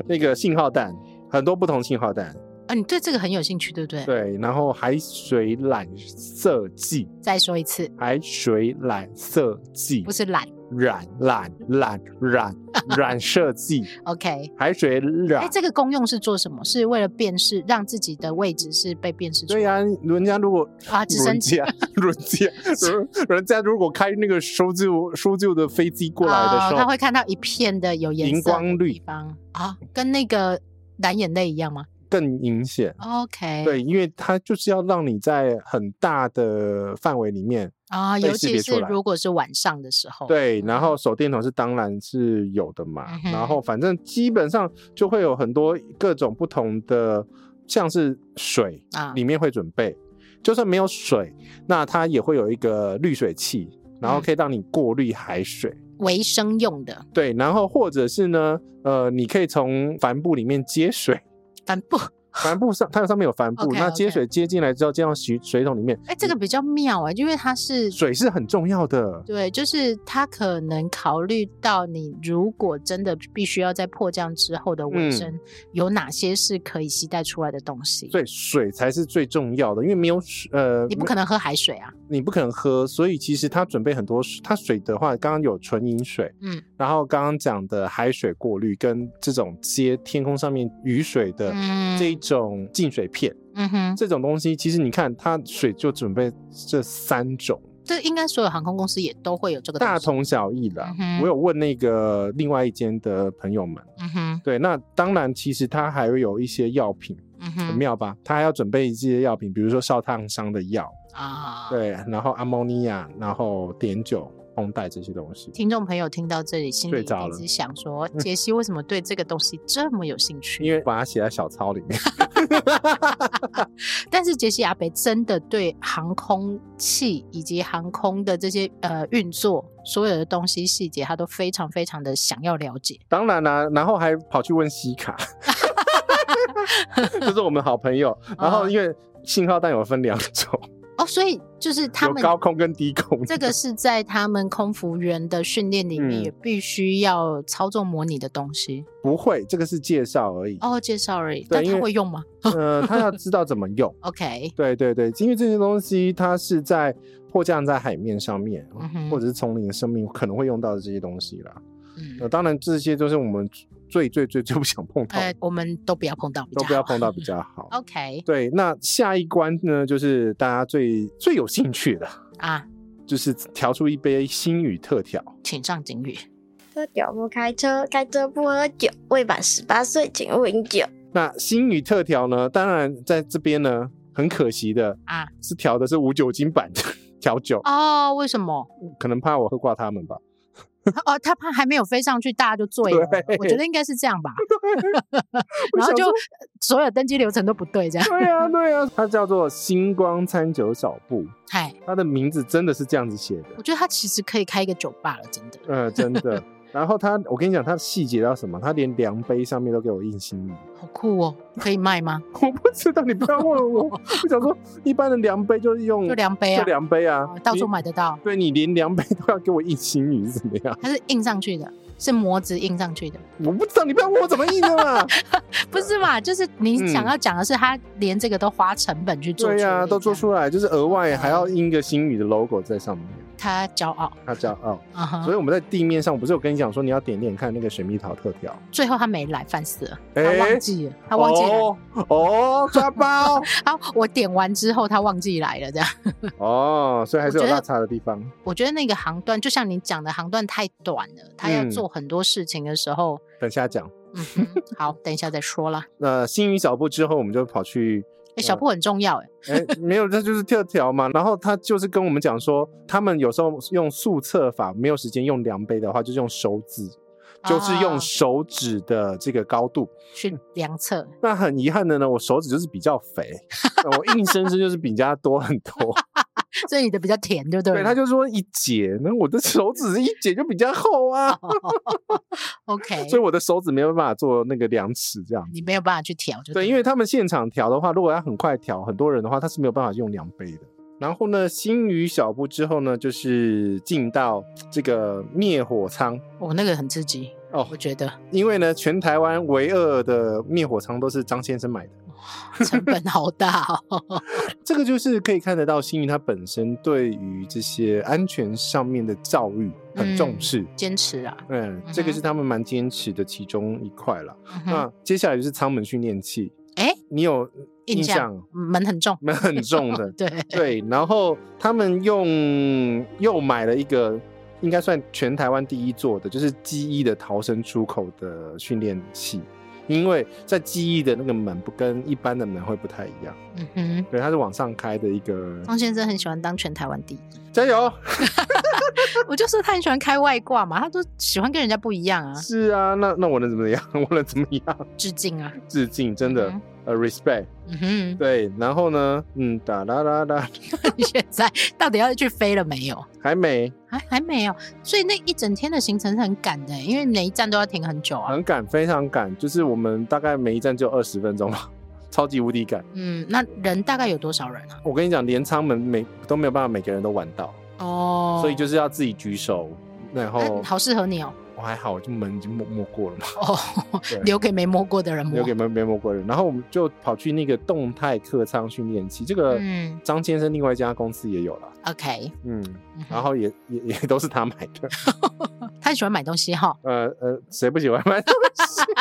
[SPEAKER 3] 那个信号弹，很多不同信号弹，
[SPEAKER 4] 啊，你对这个很有兴趣，对不 [LAUGHS] 对？
[SPEAKER 3] 对，然后海水染色剂，
[SPEAKER 4] 再说一次，
[SPEAKER 3] 海水染色剂
[SPEAKER 4] 不是懒。
[SPEAKER 3] 染染染染
[SPEAKER 4] [LAUGHS]
[SPEAKER 3] 染色剂，
[SPEAKER 4] OK，
[SPEAKER 3] 海水染。
[SPEAKER 4] 哎，这个功用是做什么？是为了辨识，让自己的位置是被辨识出
[SPEAKER 3] 对呀、人家如果
[SPEAKER 4] 啊，直升
[SPEAKER 3] 人
[SPEAKER 4] 机
[SPEAKER 3] 家
[SPEAKER 4] [LAUGHS]
[SPEAKER 3] 人家人人家如果开那个搜救搜救的飞机过来的时
[SPEAKER 4] 哦他
[SPEAKER 3] 候，
[SPEAKER 4] 会看到一片的有颜
[SPEAKER 3] 荧
[SPEAKER 4] 色
[SPEAKER 3] 光
[SPEAKER 4] 的
[SPEAKER 3] 绿
[SPEAKER 4] 地方啊，跟那个蓝眼泪一样吗
[SPEAKER 3] 更明显。
[SPEAKER 4] ？OK，
[SPEAKER 3] 对，因为它就是要让你在很大的范围里面
[SPEAKER 4] 啊，
[SPEAKER 3] 被
[SPEAKER 4] 尤
[SPEAKER 3] 识
[SPEAKER 4] 其
[SPEAKER 3] 别出
[SPEAKER 4] 是
[SPEAKER 3] 来
[SPEAKER 4] 如果是晚上的时候，
[SPEAKER 3] 对，然后手电筒是当然是有的嘛，
[SPEAKER 4] 嗯
[SPEAKER 3] 然
[SPEAKER 4] 哼
[SPEAKER 3] 后反正基本上就会有很多各种不同的，像是水
[SPEAKER 4] 啊
[SPEAKER 3] 里面会准备，就算没有水，那它也会有一个滤水器，然后
[SPEAKER 4] 嗯
[SPEAKER 3] 可以让你过滤海水。
[SPEAKER 4] 维生用的
[SPEAKER 3] 对，然后或者是呢，呃，你可以从帆布里面接水，
[SPEAKER 4] 帆布，
[SPEAKER 3] 帆布上它上面有帆布那接
[SPEAKER 4] OK，OK
[SPEAKER 3] 水接进来之后，接到水水桶里面，
[SPEAKER 4] 哎，这个比较妙啊，因为它是
[SPEAKER 3] 水是很重要的。
[SPEAKER 4] 对，就是它可能考虑到你如果真的必须要在迫降之后的
[SPEAKER 3] 嗯
[SPEAKER 4] 卫生、有哪些是可以携带出来的东西，
[SPEAKER 3] 所以水才是最重要的，因为没有水，呃，
[SPEAKER 4] 你不可能喝海水啊，
[SPEAKER 3] 你不可能喝，所以其实它准备很多水。它水的话，刚刚有纯饮水，
[SPEAKER 4] 嗯，
[SPEAKER 3] 然后刚刚讲的海水过滤跟这种接天空上面雨水的
[SPEAKER 4] 嗯
[SPEAKER 3] 这一种净水片，
[SPEAKER 4] 嗯哼，
[SPEAKER 3] 这种东西，其实你看它水就准备这三种，
[SPEAKER 4] 这应该所有航空公司也都会有这个东
[SPEAKER 3] 大
[SPEAKER 4] 西，
[SPEAKER 3] 同小异啦。
[SPEAKER 4] 嗯哼
[SPEAKER 3] 我有问那个另外一间的朋友们，
[SPEAKER 4] 嗯哼，
[SPEAKER 3] 对，那当然其实它还会有一些药品，
[SPEAKER 4] 嗯
[SPEAKER 3] 很
[SPEAKER 4] 哼，
[SPEAKER 3] 妙吧？它还要准备一些药品，比如说烧烫伤的药，
[SPEAKER 4] 啊，
[SPEAKER 3] 对，然后阿莫尼亚，然后碘酒、红带这些东西。
[SPEAKER 4] 听众朋友听到这里，心里
[SPEAKER 3] 睡
[SPEAKER 4] 一
[SPEAKER 3] 着
[SPEAKER 4] 定
[SPEAKER 3] 了嗯
[SPEAKER 4] 是想说，杰西为什么对这个东西这么有兴趣？
[SPEAKER 3] 因为把它写在小抄里面。 [LAUGHS]
[SPEAKER 4] 但是杰西阿北真的对航空器以及航空的这些呃运作所有的东西细节，他都非常非常的想要了解。
[SPEAKER 3] 当然啦、然后还跑去问西
[SPEAKER 4] [LAUGHS]
[SPEAKER 3] 卡，就是我们好朋友。然后因为信号弹有分两种，
[SPEAKER 4] 哦，所以就是 [LAUGHS] 他
[SPEAKER 3] 有
[SPEAKER 4] 们
[SPEAKER 3] 高空跟低空。
[SPEAKER 4] 这个是在他们空服员的训练里面
[SPEAKER 3] 嗯
[SPEAKER 4] 也必须要操纵模拟的东西。
[SPEAKER 3] 不会，这个是介绍而已。
[SPEAKER 4] 哦，介绍而已，但
[SPEAKER 3] 因
[SPEAKER 4] 他
[SPEAKER 3] 为
[SPEAKER 4] 会用吗
[SPEAKER 3] 呃，他要知道怎么用。
[SPEAKER 4] ？OK，
[SPEAKER 3] 对对对，因为这些东西它是在迫降在海面上面，
[SPEAKER 4] 嗯哼
[SPEAKER 3] 或者是丛林生命可能会用到的这些东西啦。呃，
[SPEAKER 4] 嗯，
[SPEAKER 3] 当然这些都是我们最最最最不想碰到的，
[SPEAKER 4] 呃，我们都不要碰到比较
[SPEAKER 3] 都
[SPEAKER 4] 好，
[SPEAKER 3] 不要碰到比较好。
[SPEAKER 4] OK
[SPEAKER 3] 对，那下一关呢，就是大家最最有兴趣的，
[SPEAKER 4] 啊，
[SPEAKER 3] 就是调出一杯星宇特调。
[SPEAKER 4] 请上警语。
[SPEAKER 6] 喝酒不开车，开车不喝酒。未满十八岁，请勿饮酒。
[SPEAKER 3] 那星宇特调呢，当然在这边呢，很可惜的
[SPEAKER 4] 啊，
[SPEAKER 3] 是调的是无酒精版的调酒，
[SPEAKER 4] 哦，为什么？
[SPEAKER 3] 可能怕我喝挂他们吧。
[SPEAKER 4] 哦，他怕还没有飞上去，大家就醉了。我觉
[SPEAKER 3] 对
[SPEAKER 4] 得应该是这样吧。 [LAUGHS] 然后就呃所有登机流程都不对，这样。
[SPEAKER 3] 对啊，对啊，它叫做星光餐酒小铺，
[SPEAKER 4] 嗨，
[SPEAKER 3] 它的名字真的是这样子写的，
[SPEAKER 4] 我觉得他其实可以开一个酒吧了，真的。 [LAUGHS]
[SPEAKER 3] 呃，真的。然后他，我跟你讲，他细节到什么？他连量杯上面都给我印星云，
[SPEAKER 4] 好酷哦，可以卖吗？
[SPEAKER 3] [LAUGHS] 我不知道，你不要问我。我想说，一般的量杯就是用
[SPEAKER 4] 就量杯
[SPEAKER 3] 就
[SPEAKER 4] 啊，
[SPEAKER 3] 量杯啊
[SPEAKER 4] 哦，到处
[SPEAKER 3] 你
[SPEAKER 4] 买得到，
[SPEAKER 3] 对你连量杯都要给我印星云是怎么样？
[SPEAKER 4] 它是印上去的，是模子印上去的，
[SPEAKER 3] 我不知道，你不要问我怎么印的嘛。
[SPEAKER 4] 不是嘛？就是你想
[SPEAKER 3] 嗯
[SPEAKER 4] 要讲的是，他连这个都花成本去 [LAUGHS] 做出
[SPEAKER 3] 对
[SPEAKER 4] 来，
[SPEAKER 3] 呀、都做
[SPEAKER 4] 来，
[SPEAKER 3] 出来，就是额外还要印一个星宇的 logo 在上面，
[SPEAKER 4] 他骄傲
[SPEAKER 3] 他骄傲。
[SPEAKER 4] 啊哈
[SPEAKER 3] 所。以我们在地面上，我不是有跟你讲说你要点点看那个水蜜桃特调，
[SPEAKER 4] 最后他没来，烦死了，他
[SPEAKER 3] 哎
[SPEAKER 4] 忘记了，他忘记了。
[SPEAKER 3] 哦哦，抓
[SPEAKER 4] [LAUGHS]
[SPEAKER 3] 包
[SPEAKER 4] 好，我点完之后他忘记来了，这样。
[SPEAKER 3] 哦，所以还是有
[SPEAKER 4] 我觉得
[SPEAKER 3] 落差的地方。
[SPEAKER 4] 我觉得那个航段，就像你讲的，航段太短了，他要
[SPEAKER 3] 嗯
[SPEAKER 4] 做很多事情的时候，
[SPEAKER 3] 等下讲。
[SPEAKER 4] 嗯
[SPEAKER 3] [LAUGHS]
[SPEAKER 4] 哼好，等一下再说啦。
[SPEAKER 3] 那星宇小布之后，我们就跑去
[SPEAKER 4] 哎，小布很重要，哎，
[SPEAKER 3] 哎，没有，这就是特调嘛。然后他就是跟我们讲说，他们有时候用速测法，没有时间用量杯的话，就是用手指，就是
[SPEAKER 4] 啊
[SPEAKER 3] 用手指的这个高度。
[SPEAKER 4] 去量测，
[SPEAKER 3] 那很遗憾的呢，我手指就是比较肥，我硬生生就是比人家多很多。
[SPEAKER 4] 所以你的比较甜，对不对？
[SPEAKER 3] 对，他就说一节，那我的手指一节就比较厚啊，[LAUGHS]
[SPEAKER 4] OK，
[SPEAKER 3] 所以我的手指没有办法做那个量尺这样。
[SPEAKER 4] 你没有办法去调，就
[SPEAKER 3] 对，因
[SPEAKER 4] 了
[SPEAKER 3] 为他们现场调的话，如果要很快调，很多人的话，他是没有办法用量杯的。然后呢，星宇小布之后呢，就是进到这个灭火舱
[SPEAKER 4] 我那个很刺激
[SPEAKER 3] 哦
[SPEAKER 4] 我觉得
[SPEAKER 3] 因为呢，全台湾唯二的灭火舱都是张先生买的，
[SPEAKER 4] 成本好大哦。 [LAUGHS]
[SPEAKER 3] 这个就是可以看得到星宇他本身对于这些安全上面的教育很重视，
[SPEAKER 4] 坚持啊，
[SPEAKER 3] 嗯，
[SPEAKER 4] 嗯哼
[SPEAKER 3] 这个是他们蛮坚持的其中一块了。
[SPEAKER 4] 嗯哼
[SPEAKER 3] 那接下来就是舱门训练器，
[SPEAKER 4] 哎
[SPEAKER 3] 你有
[SPEAKER 4] 印
[SPEAKER 3] 印
[SPEAKER 4] 象
[SPEAKER 3] 象
[SPEAKER 4] 门很重，，
[SPEAKER 3] 蛮很重的
[SPEAKER 4] 对，
[SPEAKER 3] 对，然后他们用又买了一个，应该算全台湾第一座的，就是机翼的逃生出口的训练器。因为在机翼的那个门不跟一般的门会不太一样，
[SPEAKER 4] 嗯哼。
[SPEAKER 3] 对，它是往上开的一个。
[SPEAKER 4] 张先生很喜欢当全台湾第一，
[SPEAKER 3] 加油！
[SPEAKER 4] 我就说他很喜欢开外挂嘛，他都喜欢跟人家不一样啊，
[SPEAKER 3] [LAUGHS] 是啊，那那我能怎么样？ [LAUGHS] 我能怎么样？ [LAUGHS]
[SPEAKER 4] 致敬啊，
[SPEAKER 3] 致敬，真的
[SPEAKER 4] 嗯，
[SPEAKER 3] 呃，respect。
[SPEAKER 4] 嗯
[SPEAKER 3] 对，然后呢，嗯，哒啦啦啦，
[SPEAKER 4] 哼， [LAUGHS] 你现在到底要去飞了没有？
[SPEAKER 3] 还没，
[SPEAKER 4] 还还没有，所以那一整天的行程是很赶的，欸因为每一站都要停很久啊。
[SPEAKER 3] 很赶，非常赶，就是我们大概每一站就二十分钟吧，超级无敌赶。
[SPEAKER 4] 嗯，那人大概有多少人啊？
[SPEAKER 3] 我跟你讲，连舱门每都没有办法每个人都玩到，
[SPEAKER 4] 哦、
[SPEAKER 3] 所以就是是要自己举手。然
[SPEAKER 4] 哎
[SPEAKER 3] 后
[SPEAKER 4] 好适
[SPEAKER 3] [LAUGHS]
[SPEAKER 4] 合你哦，
[SPEAKER 3] 我还好，我就门已经摸摸过了
[SPEAKER 4] [LAUGHS]
[SPEAKER 3] 嘛，
[SPEAKER 4] 哦，
[SPEAKER 3] 对
[SPEAKER 4] 留给没摸过的人摸。
[SPEAKER 3] 留给没没摸过的人。然后我们就跑去那个动态客舱训练器，这个
[SPEAKER 4] 嗯
[SPEAKER 3] 张先生另外一家公司也有了，
[SPEAKER 4] OK，
[SPEAKER 3] 嗯，
[SPEAKER 4] 嗯哼
[SPEAKER 3] 然后也也也都是他买的，
[SPEAKER 4] 他很喜欢买东西哈。
[SPEAKER 3] 呃呃，谁不喜欢买东西？ [LAUGHS]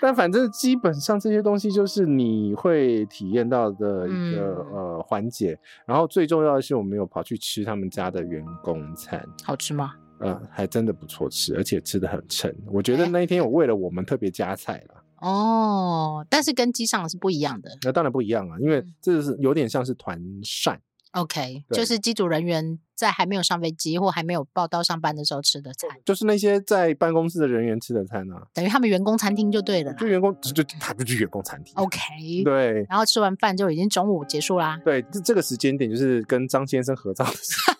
[SPEAKER 3] 但反正基本上这些东西就是你会体验到的一个、
[SPEAKER 4] 嗯
[SPEAKER 3] 呃环节。然后最重要的是，我们有跑去吃他们家的员工餐，
[SPEAKER 4] 好吃吗？
[SPEAKER 3] 呃，还真的不错吃，而且吃的很撑。我觉
[SPEAKER 4] [LAUGHS]
[SPEAKER 3] 得那一天我为了我们特别加菜了，
[SPEAKER 4] 哦，但是跟机上的是不一样的。
[SPEAKER 3] 那当然不一样啊，因为
[SPEAKER 4] 嗯
[SPEAKER 3] 这是有点像是团膳，
[SPEAKER 4] OK，
[SPEAKER 3] 对
[SPEAKER 4] 就是机组人员在还没有上飞机或还没有报到上班的时候吃的菜，
[SPEAKER 3] 就是那些在办公室的人员吃的餐啊，
[SPEAKER 4] 等于他们员工餐厅就对了啦
[SPEAKER 3] 就。员工就就他就去员工餐厅
[SPEAKER 4] OK，
[SPEAKER 3] 对。
[SPEAKER 4] 然后吃完饭就已经中午结束啦。
[SPEAKER 3] 对，这这个时间点就是跟张先生合照的时
[SPEAKER 4] [LAUGHS]
[SPEAKER 3] 候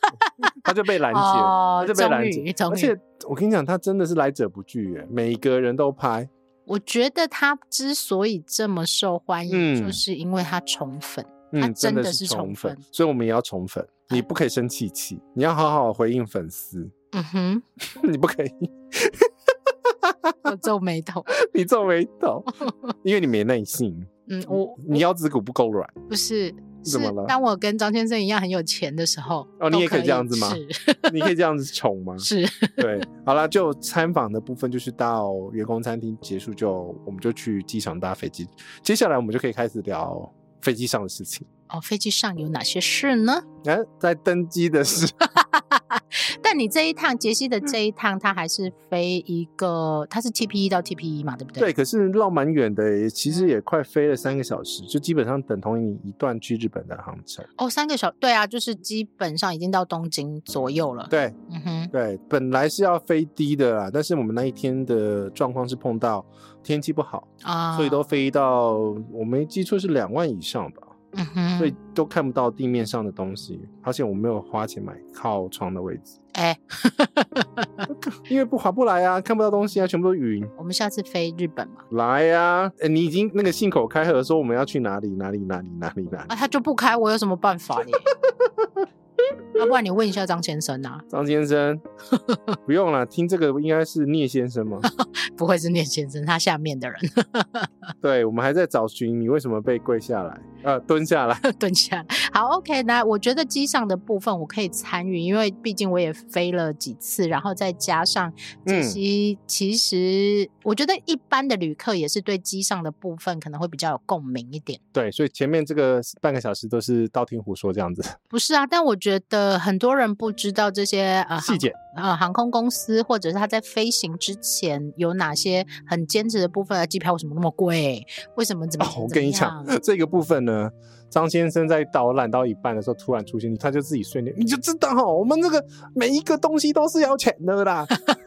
[SPEAKER 3] 他就被拦截了，
[SPEAKER 4] 哦
[SPEAKER 3] 他就被
[SPEAKER 4] 终
[SPEAKER 3] 拦
[SPEAKER 4] 于
[SPEAKER 3] 截。
[SPEAKER 4] 终
[SPEAKER 3] 而
[SPEAKER 4] 于
[SPEAKER 3] 且我跟你讲，他真的是来者不拒耶，每个人都拍。
[SPEAKER 4] 我觉得他之所以这么受欢迎，就
[SPEAKER 3] 嗯
[SPEAKER 4] 是因为他宠粉。他
[SPEAKER 3] 嗯，
[SPEAKER 4] 真的
[SPEAKER 3] 的
[SPEAKER 4] 是宠
[SPEAKER 3] 宠粉
[SPEAKER 4] 粉，
[SPEAKER 3] 所以我们也要宠粉。你不可以生气气，你要好好回应粉丝， [LAUGHS]
[SPEAKER 4] 嗯哼，
[SPEAKER 3] 你不可以
[SPEAKER 4] [LAUGHS] 我皱眉头。
[SPEAKER 3] 你皱眉
[SPEAKER 4] [LAUGHS]
[SPEAKER 3] 头，因为你没耐心，
[SPEAKER 4] 嗯， [LAUGHS] 我
[SPEAKER 3] 你腰子骨不够软。
[SPEAKER 4] 不是。
[SPEAKER 3] 怎么
[SPEAKER 4] 是
[SPEAKER 3] 了
[SPEAKER 4] 当我跟张先生一样很有钱的时候，
[SPEAKER 3] 哦你
[SPEAKER 4] 都
[SPEAKER 3] 也可以这样子吗你可以这样子宠吗？
[SPEAKER 4] [LAUGHS] 是是，
[SPEAKER 3] 对，好啦，就参访的部分就是到员工餐厅结束就，我们就去机场搭飞机。接下来我们就可以开始聊飞机上的事情。
[SPEAKER 4] 哦，飞机上有哪些事呢？
[SPEAKER 3] 哎、在登机的时候，
[SPEAKER 4] 但你这一趟杰西的这一趟，他还是飞一个，他是 TPE 到 TPE 嘛，对嗯
[SPEAKER 3] [LAUGHS]
[SPEAKER 4] 不
[SPEAKER 3] 对，
[SPEAKER 4] 对？对，
[SPEAKER 3] 可是绕蛮远的耶，其实也快飞了三个小时，就基本上等同于你一段去日本的航程。
[SPEAKER 4] 哦，三个小，对啊，就是基本上已经到东京左右了。，
[SPEAKER 3] 对
[SPEAKER 4] 嗯哼，
[SPEAKER 3] 对，本来是要飞低的啦，但是我们那一天的状况是碰到天气不好，
[SPEAKER 4] 啊，
[SPEAKER 3] 所以都，飞到我没记错是两万以上吧。
[SPEAKER 4] 嗯哼，
[SPEAKER 3] 所以都看不到地面上的东西，而且我没有花钱买靠窗的位置。
[SPEAKER 4] 哎，
[SPEAKER 3] 因为不划不来啊，看不到东西啊，全部都云。
[SPEAKER 4] 我们下次飞日本嘛，
[SPEAKER 3] 来呀、啊诶你已经那个信口开河说我们要去哪里哪里哪里哪里哪里
[SPEAKER 4] 啊，。他就不开，我有什么办法耶？ [LAUGHS] 要不然你问一下张先生啊，
[SPEAKER 3] 张先生， [LAUGHS] 不用啦，听这个应该是聂先生
[SPEAKER 4] [LAUGHS]
[SPEAKER 3] 吗？
[SPEAKER 4] 不会是聂先生他下面的人 [LAUGHS]
[SPEAKER 3] 对，我们还在找寻你为什么被跪下来，呃，蹲下来。 [LAUGHS]
[SPEAKER 4] 蹲下来。好，OK，那我觉得机上的部分我可以参与，因为毕竟我也飞了几次，然后再加上这
[SPEAKER 3] 嗯
[SPEAKER 4] 些，其实我觉得一般的旅客也是对机上的部分可能会比较有共鸣一点。
[SPEAKER 3] 对，所以前面这个半个小时都是道听胡说这样子，
[SPEAKER 4] 不是啊，但我觉得很多人不知道这些呃
[SPEAKER 3] 细节。
[SPEAKER 4] 航呃航空公司或者是他在飞行之前有哪些很坚持的部分，呃机票为什么那么贵？为什么怎么
[SPEAKER 3] 哦
[SPEAKER 4] 怎么、，
[SPEAKER 3] 我跟你讲，这个部分呢，张先生在导览到一半的时候突然出现，他就自己碎念，你就知道哈，我们这个每一个东西都是要钱的啦。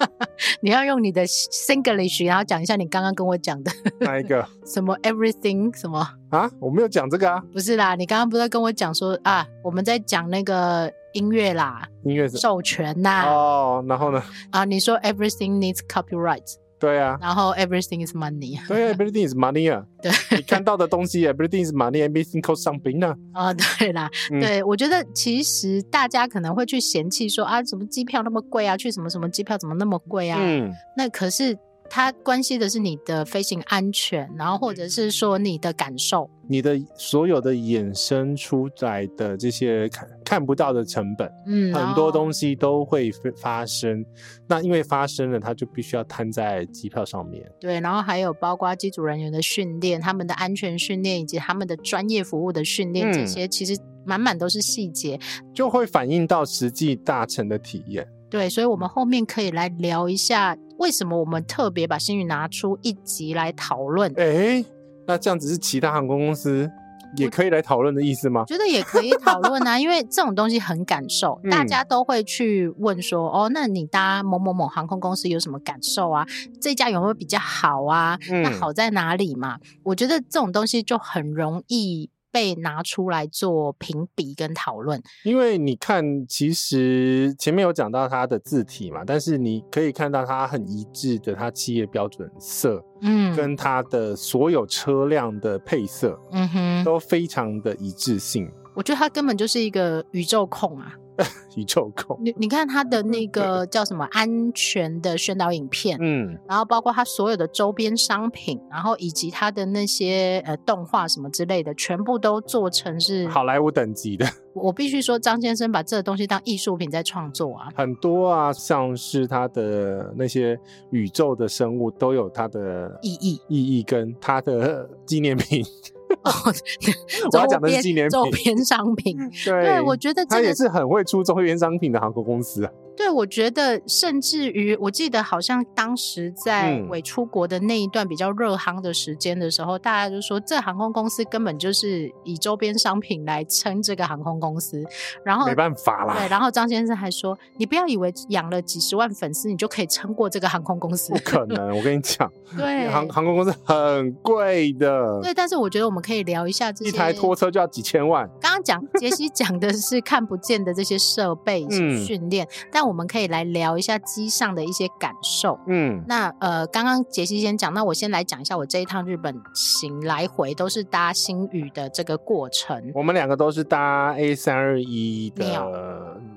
[SPEAKER 4] [LAUGHS] 你要用你的 Singlish，然后讲一下你刚刚跟我讲的
[SPEAKER 3] 哪一个
[SPEAKER 4] 什么 everything 什么？
[SPEAKER 3] 啊？我没有讲这个啊，
[SPEAKER 4] 不是啦，你刚刚不是跟我讲说啊，我们在讲那个音乐啦、
[SPEAKER 3] 音乐是
[SPEAKER 4] 授权呐
[SPEAKER 3] 哦，然后呢？
[SPEAKER 4] 啊，你说 everything needs copyright，
[SPEAKER 3] 对啊，
[SPEAKER 4] 然后 everything is money
[SPEAKER 3] 对啊，everything is money 啊，
[SPEAKER 4] 对
[SPEAKER 3] 你看到的东西，everything is money，everything costs something 啊。
[SPEAKER 4] 啊，对啦，
[SPEAKER 3] 嗯
[SPEAKER 4] 对，我觉得其实大家可能会去嫌弃说啊，什么机票那么贵啊，去什么什么机票怎么那么贵啊？
[SPEAKER 3] 嗯，
[SPEAKER 4] 那可是它关系的是你的飞行安全，然后或者
[SPEAKER 3] 嗯
[SPEAKER 4] 是说你的感受。
[SPEAKER 3] 你的所有的衍生出来的这些看看不到的成本，
[SPEAKER 4] 嗯，
[SPEAKER 3] 很多东
[SPEAKER 4] 西。
[SPEAKER 3] 西都会发发生。那因为发生了，它就必须要摊在机票上面。
[SPEAKER 4] 对，然后还有包括机组人员的训练、他们的安全训练以及他们的专业服务的训练，这
[SPEAKER 3] 嗯
[SPEAKER 4] 些其实满满都是细节。
[SPEAKER 3] 就会反映到实际大乘的体验。
[SPEAKER 4] 对，所以我们后面可以来聊一下，为什么我们特别把星宇拿出一集来讨论。
[SPEAKER 3] 诶，那这样子是其他航空公司也可以来讨论的意思吗？
[SPEAKER 4] 觉得也可以讨论啊，因为这种东西很感受，大
[SPEAKER 3] 嗯
[SPEAKER 4] 家都会去问说，哦，那你搭某某某航空公司有什么感受啊？这家有没有比较好啊？那
[SPEAKER 3] 嗯
[SPEAKER 4] 好在哪里嘛？我觉得这种东西就很容易被拿出来做评比跟讨论。
[SPEAKER 3] 因为你看，其实前面有讲到它的字体嘛，但是你可以看到它很一致的，它企业标准色
[SPEAKER 4] 嗯，
[SPEAKER 3] 跟它的所有车辆的配色
[SPEAKER 4] 嗯哼，
[SPEAKER 3] 都非常的一致性。
[SPEAKER 4] 我觉得他根本就是一个宇宙控啊！
[SPEAKER 3] 宇宙控，
[SPEAKER 4] 你你看他的那个叫什么安全的宣导影片，
[SPEAKER 3] 嗯，
[SPEAKER 4] 然后包括它所有的周边商品，然后以及它的那些呃动画什么之类的，全部都做成是。
[SPEAKER 3] 好莱坞等级的
[SPEAKER 4] 我必须说，张先生把这个东西当艺术品在创作啊。
[SPEAKER 3] 很多啊，像是它的那些宇宙的生物都有它的
[SPEAKER 4] 意义
[SPEAKER 3] 意义跟它的纪念
[SPEAKER 4] [LAUGHS]
[SPEAKER 3] 品。
[SPEAKER 4] 哦，
[SPEAKER 3] [LAUGHS] 我
[SPEAKER 4] 周
[SPEAKER 3] 要讲的
[SPEAKER 4] 边
[SPEAKER 3] 是纪念
[SPEAKER 4] 周
[SPEAKER 3] 品
[SPEAKER 4] 边
[SPEAKER 3] [LAUGHS]
[SPEAKER 4] 商品，
[SPEAKER 3] 对
[SPEAKER 4] 对我觉得
[SPEAKER 3] 它
[SPEAKER 4] 这
[SPEAKER 3] 也
[SPEAKER 4] 个，
[SPEAKER 3] 是很会出周边商品的航空公司啊。
[SPEAKER 4] 对我觉得，甚至于我记得好像当时在
[SPEAKER 3] 嗯
[SPEAKER 4] 伪出国的那一段比较热夯的时间的时候，大家就说这航空公司根本就是以周边商品来撑这个航空公司，然后
[SPEAKER 3] 没办法啦，
[SPEAKER 4] 哦对，然后张先生还说：“你不要以为养了几十万粉丝，你就可以撑过这个航空公司
[SPEAKER 3] 不。可能。我跟你讲，
[SPEAKER 4] [LAUGHS] 对
[SPEAKER 3] 航航空公司很贵”的，
[SPEAKER 4] 对，但是我觉得我们可以聊一下这些。
[SPEAKER 3] 一台拖车就要几千万。
[SPEAKER 4] 刚刚讲杰西讲的是看不见的这些设
[SPEAKER 3] [LAUGHS]
[SPEAKER 4] 备以及
[SPEAKER 3] 嗯
[SPEAKER 4] 训练，但我们可以来聊一下机上的一些感受。
[SPEAKER 3] 嗯，
[SPEAKER 4] 那呃，刚刚杰西先讲，那我先来讲一下我这一趟日本行来回都是搭新宇的这个过程。
[SPEAKER 3] 我们两个都是搭 A 三二一的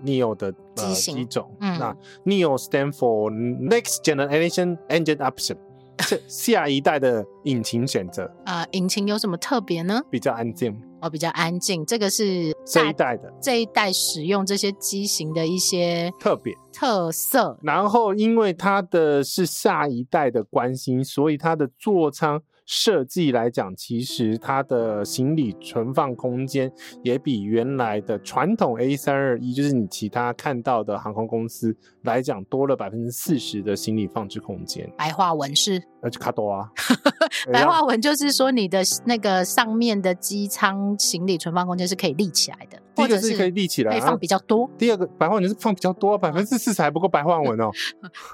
[SPEAKER 3] neo 的呃
[SPEAKER 4] 机型
[SPEAKER 3] 机种。
[SPEAKER 4] 嗯
[SPEAKER 3] 那 neo stand for next generation engine
[SPEAKER 4] [LAUGHS]
[SPEAKER 3] option，是下一代的引擎选择，
[SPEAKER 4] 呃，引擎有什么特别呢？
[SPEAKER 3] 比较安静。
[SPEAKER 4] 哦，比较安静，这个是
[SPEAKER 3] 这一
[SPEAKER 4] 大
[SPEAKER 3] 代的
[SPEAKER 4] 这一代使用这些机型的一些
[SPEAKER 3] 特别。
[SPEAKER 4] 特色，
[SPEAKER 3] 然后因为它的是下一代的关心，所以它的座舱设计来讲，其实它的行李存放空间也比原来的传统 A 三二一，就是你其他看到的航空公司来讲，多了百分之四十的行李放置空间，
[SPEAKER 4] 白话文是，
[SPEAKER 3] 而且卡多啊
[SPEAKER 4] [LAUGHS] 白话文，就是说你的那个上面的机舱行李存放空间是可以立起来的，
[SPEAKER 3] 第
[SPEAKER 4] 或
[SPEAKER 3] 一个
[SPEAKER 4] 者
[SPEAKER 3] 是可以立起来，啊
[SPEAKER 4] 可以放比较多。
[SPEAKER 3] 第二个白话文就是放比较多、啊，百分之四十还不够白话文哦。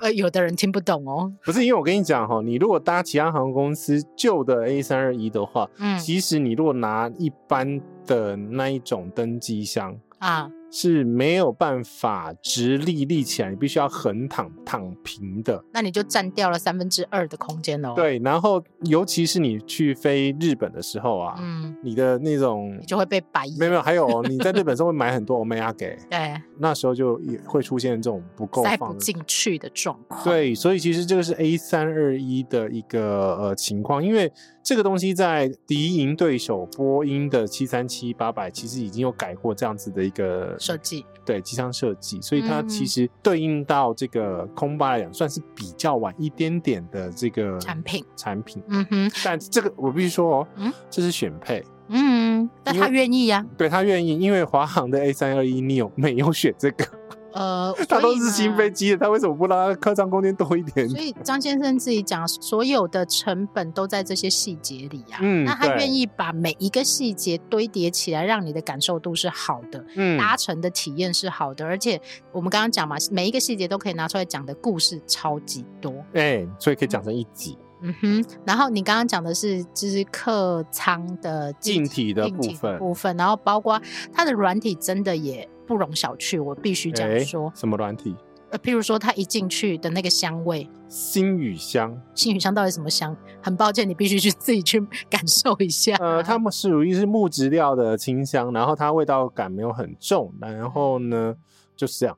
[SPEAKER 4] 呃，有的人听不懂
[SPEAKER 3] [LAUGHS]
[SPEAKER 4] 哦，
[SPEAKER 3] 不是因为我跟你讲哈，你如果搭其他航空公司旧的 A 三二一的话，
[SPEAKER 4] 嗯
[SPEAKER 3] 其实你如果拿一般的那一种登机箱，
[SPEAKER 4] 啊，
[SPEAKER 3] 是没有办法直立立起来，你必须要横躺躺平的。
[SPEAKER 4] 那你就占掉了三分之二的空间哦喽。，
[SPEAKER 3] 对，然后尤其是你去飞日本的时候啊，
[SPEAKER 4] 嗯，
[SPEAKER 3] 你的那种
[SPEAKER 4] 你就会被白眼。
[SPEAKER 3] 没有没有，还有哦你在日本时候会买很多 [LAUGHS] omega 给，
[SPEAKER 4] 对，
[SPEAKER 3] 那时候就也会出现这种不够
[SPEAKER 4] 塞不
[SPEAKER 3] 放的
[SPEAKER 4] 进去的状况。，
[SPEAKER 3] 对，所以其实这个是 A 三二一的一个呃情况，因为这个东西在敌营对手波音的七三七八百其实已经有改过这样子的一个
[SPEAKER 4] 设计
[SPEAKER 3] 对机舱设计，所以它
[SPEAKER 4] 嗯
[SPEAKER 3] 其实对应到这个空巴来讲，算是比较晚一点点的这个
[SPEAKER 4] 产品
[SPEAKER 3] 产品。
[SPEAKER 4] 嗯哼，
[SPEAKER 3] 但这个我必须说哦，
[SPEAKER 4] 嗯
[SPEAKER 3] 这是选配，
[SPEAKER 4] 嗯，但
[SPEAKER 3] 因为
[SPEAKER 4] 他愿意呀、
[SPEAKER 3] 对他愿意，因为华航的 A 三二一 neo 没有选这个， [LAUGHS]
[SPEAKER 4] 呃，
[SPEAKER 3] 它
[SPEAKER 4] 所
[SPEAKER 3] 都
[SPEAKER 4] 以
[SPEAKER 3] 是新
[SPEAKER 4] 嘛
[SPEAKER 3] 飞机的，它为什么不让它客舱空间多一点？
[SPEAKER 4] 所以张先生自己讲，所有的成本都在这些细节里呀、
[SPEAKER 3] 嗯
[SPEAKER 4] 那他
[SPEAKER 3] 对
[SPEAKER 4] 愿意把每一个细节堆叠起来，让你的感受度是好的，
[SPEAKER 3] 嗯
[SPEAKER 4] 达成的体验是好的，而且我们刚刚讲嘛，每一个细节都可以拿出来讲的故事超级多。
[SPEAKER 3] 哎、所以可以讲成一集。
[SPEAKER 4] 嗯哼，然后你刚刚讲的是就是客舱的
[SPEAKER 3] 硬体的
[SPEAKER 4] 硬体
[SPEAKER 3] 部分
[SPEAKER 4] 部分，然后包括它的软体真的也不容小觑，我必须这样
[SPEAKER 3] 哎
[SPEAKER 4] 说。
[SPEAKER 3] 什么软体？
[SPEAKER 4] 呃，譬如说它一进去的那个香味，
[SPEAKER 3] 星宇香，
[SPEAKER 4] 新宇香到底什么香？很抱歉，你必须去 [LAUGHS] 自己去感受一下。
[SPEAKER 3] 呃，它们是属于是木质料的清香，然后它味道感没有很重，然后呢就是这
[SPEAKER 4] [LAUGHS]
[SPEAKER 3] 样。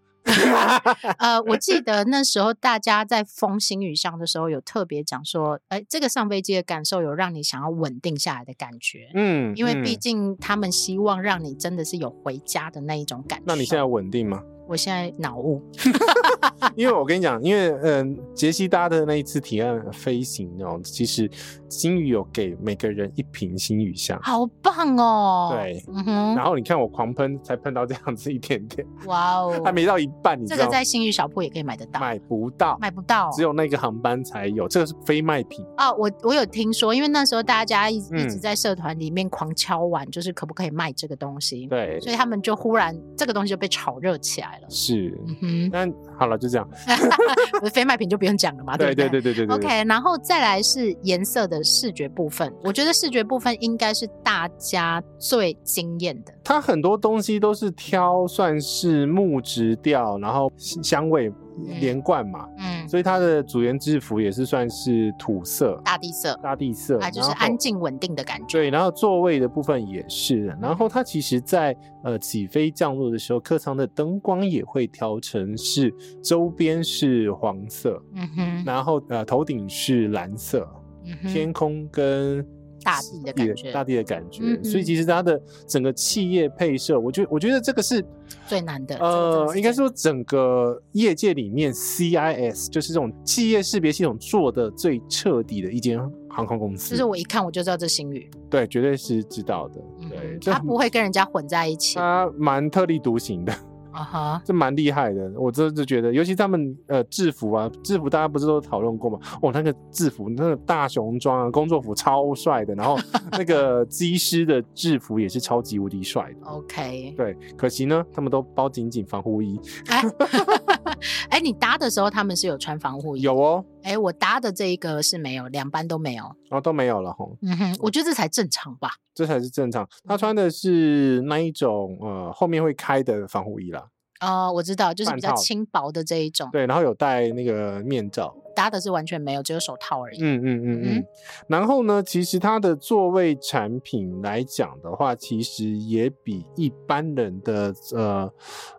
[SPEAKER 4] 呃，我记得那时候大家在封新宇香的时候，有特别讲说，哎、这个上飞机的感受有让你想要稳定下来的感觉，
[SPEAKER 3] 嗯，
[SPEAKER 4] 因为毕
[SPEAKER 3] 嗯
[SPEAKER 4] 竟他们希望让你真的是有回家的那一种感受。
[SPEAKER 3] 那你现在，稳定吗？
[SPEAKER 4] 我现在脑雾，
[SPEAKER 3] 因为我跟你
[SPEAKER 4] 啊
[SPEAKER 3] 讲，因为嗯、杰西搭的那一次体验飞行哦，其实星宇有给每个人一瓶星宇香，
[SPEAKER 4] 好棒哦！
[SPEAKER 3] 对，
[SPEAKER 4] 嗯哼，
[SPEAKER 3] 然后你看我狂喷才喷到这样子一点点，
[SPEAKER 4] 哇
[SPEAKER 3] 还
[SPEAKER 4] 哦，
[SPEAKER 3] 没到一半，你
[SPEAKER 4] 这
[SPEAKER 3] 知
[SPEAKER 4] 个
[SPEAKER 3] 道吗
[SPEAKER 4] 在新宇小铺也可以买得到，
[SPEAKER 3] 买不到，
[SPEAKER 4] 买不到哦，
[SPEAKER 3] 只有那个航班才有，这个是非卖品。
[SPEAKER 4] 哦，我我有听说，因为那时候大家一一直
[SPEAKER 3] 嗯
[SPEAKER 4] 在社团里面狂敲碗，就是可不可以卖这个东西，
[SPEAKER 3] 对，
[SPEAKER 4] 所以他们就忽然这个东西就被炒热起来了。
[SPEAKER 3] 是。
[SPEAKER 4] 嗯
[SPEAKER 3] 那好了，就这样。
[SPEAKER 4] 哼，非卖品就不用讲了嘛，
[SPEAKER 3] 对
[SPEAKER 4] 啊不对
[SPEAKER 3] 对对对对对。
[SPEAKER 4] OK，然后再来是颜色的视觉部分，我觉得视觉部分应该是大家最惊艳的。
[SPEAKER 3] 它很多东西都是挑算是木质调，然后香味连贯嘛，
[SPEAKER 4] 嗯，
[SPEAKER 3] 所以它的组员制服也是算是土色、
[SPEAKER 4] 大地色
[SPEAKER 3] 大地色，
[SPEAKER 4] 啊，就
[SPEAKER 3] 然
[SPEAKER 4] 是
[SPEAKER 3] 后
[SPEAKER 4] 安。静稳定的感觉。
[SPEAKER 3] 对，然后座位的部分也是，然后它其实在呃起飞降落的时候，客舱的灯光也会调成是周边是黄色，
[SPEAKER 4] 嗯哼，
[SPEAKER 3] 然后呃头顶是蓝色，
[SPEAKER 4] 嗯哼，
[SPEAKER 3] 天空跟
[SPEAKER 4] 大地的感
[SPEAKER 3] 也
[SPEAKER 4] 觉
[SPEAKER 3] 大地的感觉。
[SPEAKER 4] 嗯
[SPEAKER 3] 所以其实它的整个企业配设，我觉得我觉得这个是
[SPEAKER 4] 最难的这个真的
[SPEAKER 3] 呃，
[SPEAKER 4] 是
[SPEAKER 3] 应该
[SPEAKER 4] 最
[SPEAKER 3] 说整个业界里面 CIS 就是这种企业识别系统做的最彻底的一间航空公司，
[SPEAKER 4] 就是我一看我就知道这星宇，
[SPEAKER 3] 对，绝对是知道的。对，
[SPEAKER 4] 嗯哼，
[SPEAKER 3] 这
[SPEAKER 4] 它不会跟人家混在一起。啊
[SPEAKER 3] 它蛮特立独行的，
[SPEAKER 4] 哈，
[SPEAKER 3] 这蛮厉害的。我真的觉得，尤其他们呃制服啊，制服大家不是都讨论过吗？哦，那个制服，那个大熊装啊，工作服超帅的，然后那个机师的制服也是超级无敌帅的。
[SPEAKER 4] OK，
[SPEAKER 3] 对，可惜呢，他们都包紧紧防护衣， [LAUGHS]
[SPEAKER 4] 哎，哎，你搭的时候他们是有穿防护衣？
[SPEAKER 3] 有。哦，
[SPEAKER 4] 哎，我搭的这一个是没有，两班都没有。
[SPEAKER 3] 然后都没有了吼。
[SPEAKER 4] 嗯哼，我觉得这才正常吧。
[SPEAKER 3] 这才是正常。他穿的是那一种呃后面会开的防护衣啦，
[SPEAKER 4] 哦，我知道，就是
[SPEAKER 3] 半
[SPEAKER 4] 比较
[SPEAKER 3] 套
[SPEAKER 4] 轻薄的这一种，
[SPEAKER 3] 对，然后有戴那个面罩，
[SPEAKER 4] 搭的是完全没有，只有手套而已。
[SPEAKER 3] 嗯嗯嗯
[SPEAKER 4] 嗯
[SPEAKER 3] 嗯。然后呢，其实它的座位产品来讲的话，其实也比一般人的呃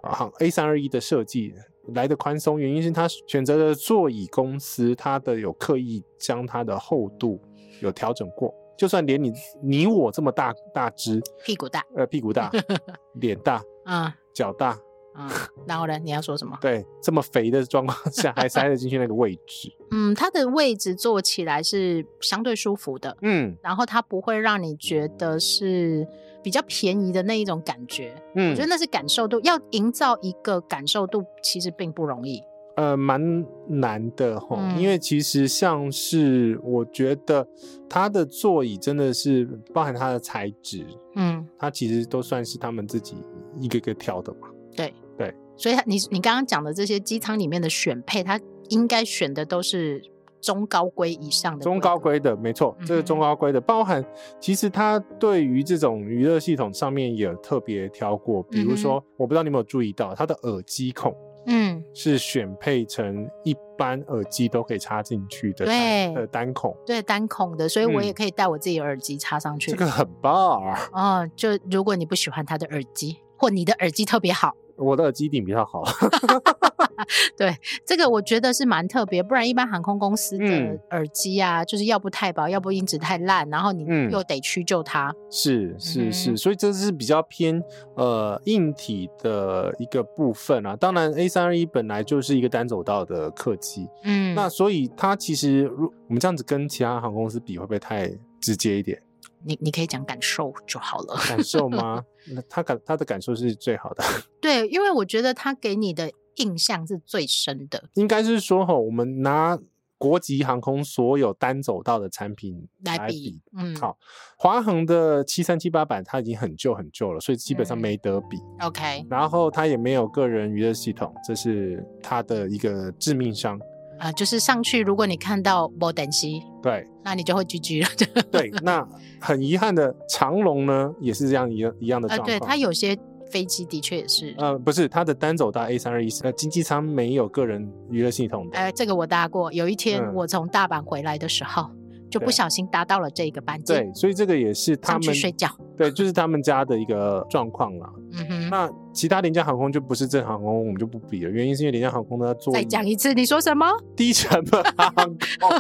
[SPEAKER 3] 航 A 三二一的设计。来的宽松，原因是它选择的座椅公司，它的有刻意将它的厚度有调整过，就算连你你我这么大大只，
[SPEAKER 4] 屁股大，
[SPEAKER 3] 呃，屁股 [LAUGHS] 大、脸大、
[SPEAKER 4] 嗯
[SPEAKER 3] 脚大， [LAUGHS]
[SPEAKER 4] 嗯，然后呢，你要说什么？
[SPEAKER 3] 对，这么肥的状况下还塞得进去那个位置，
[SPEAKER 4] 嗯，它的位置坐起来是相对舒服的，
[SPEAKER 3] 嗯
[SPEAKER 4] 然后它不会让你觉得是比较便宜的那一种感觉。我
[SPEAKER 3] 嗯
[SPEAKER 4] 觉得那是感受度，要营造一个感受度，其实并不容易。
[SPEAKER 3] 呃，蛮难的哈，
[SPEAKER 4] 嗯
[SPEAKER 3] 因为其实像是我觉得它的座椅真的是包含它的材质，
[SPEAKER 4] 嗯，
[SPEAKER 3] 它其实都算是他们自己一个一个挑的嘛，
[SPEAKER 4] 对
[SPEAKER 3] 对，
[SPEAKER 4] 所以它你你刚刚讲的这些机舱里面的选配，它应该选的都是中高规以上的
[SPEAKER 3] 中高
[SPEAKER 4] 规
[SPEAKER 3] 规的，没错，这个
[SPEAKER 4] 嗯哼
[SPEAKER 3] 中高规的包含，其实它对于这种娱乐系统上面也有特别挑过，比
[SPEAKER 4] 嗯
[SPEAKER 3] 如说，我不知道你有没有注意到，它的耳机孔
[SPEAKER 4] 格，嗯，
[SPEAKER 3] 是选配成一般耳机都可以插进去的
[SPEAKER 4] 对
[SPEAKER 3] 单的单孔，
[SPEAKER 4] 对，单孔的，所以我也
[SPEAKER 3] 嗯
[SPEAKER 4] 可以戴我自己的耳机插上去。
[SPEAKER 3] 这个很棒啊。
[SPEAKER 4] 哦，就如果你不喜欢他的耳机，或你的耳机特别好，
[SPEAKER 3] 我的耳机顶比较好，
[SPEAKER 4] 这个我觉得是蛮特别。不然一般航空公司的
[SPEAKER 3] 嗯
[SPEAKER 4] 耳机啊，就是要不太薄，要不音质太烂，然后你
[SPEAKER 3] 嗯
[SPEAKER 4] 又得屈就它。
[SPEAKER 3] 是是
[SPEAKER 4] 嗯哼
[SPEAKER 3] 是，所以这是比较偏呃硬体的一个部分啊。当然，A 三二一本来就是一个单走道的客机，
[SPEAKER 4] 嗯，
[SPEAKER 3] 那所以它其实如我们这样子跟其他航空公司比，会不会太直接一点？
[SPEAKER 4] 你你可以讲感受就好了。
[SPEAKER 3] 感受吗？那他感他的感受是最好的， [LAUGHS]
[SPEAKER 4] 对，因为我觉得他给你的印象是最深的。
[SPEAKER 3] 应该是说哈，我们拿国际航空所有单走道的产品
[SPEAKER 4] 来
[SPEAKER 3] 来
[SPEAKER 4] 比
[SPEAKER 3] 比，
[SPEAKER 4] 嗯
[SPEAKER 3] 好，华航的七三七八版它已经很旧很旧了，所以基本上
[SPEAKER 4] 嗯
[SPEAKER 3] 没得比。
[SPEAKER 4] OK，
[SPEAKER 3] 然后它也没有个人娱乐系统，这是它的一个致命伤。
[SPEAKER 4] 啊、就是上去，如果你看到波等西，
[SPEAKER 3] 对
[SPEAKER 4] 那你就会 GG 了。 [LAUGHS]
[SPEAKER 3] 对，那很遗憾的，长龙呢也是这样一样一样的
[SPEAKER 4] 啊，
[SPEAKER 3] 状况。
[SPEAKER 4] 对，它有些飞机的确也是，
[SPEAKER 3] 呃，不是，它的单走到 A 三二一，呃，经济舱没有个人娱乐系统的。
[SPEAKER 4] 哎、这个我搭过。有一天
[SPEAKER 3] 嗯
[SPEAKER 4] 我从大阪回来的时候，就不
[SPEAKER 3] 对
[SPEAKER 4] 小心搭到了这个班机，
[SPEAKER 3] 对，所以这个也是他
[SPEAKER 4] 上去
[SPEAKER 3] 们
[SPEAKER 4] 睡觉。
[SPEAKER 3] 对，就是他们家的一个状况啦。
[SPEAKER 4] 嗯哼，
[SPEAKER 3] 那其他廉价航空就不是正航空，我们就不比了。原因是因为廉价航空它做
[SPEAKER 4] 再讲一次，你说什么？ [LAUGHS]
[SPEAKER 3] 低成本航空， [LAUGHS]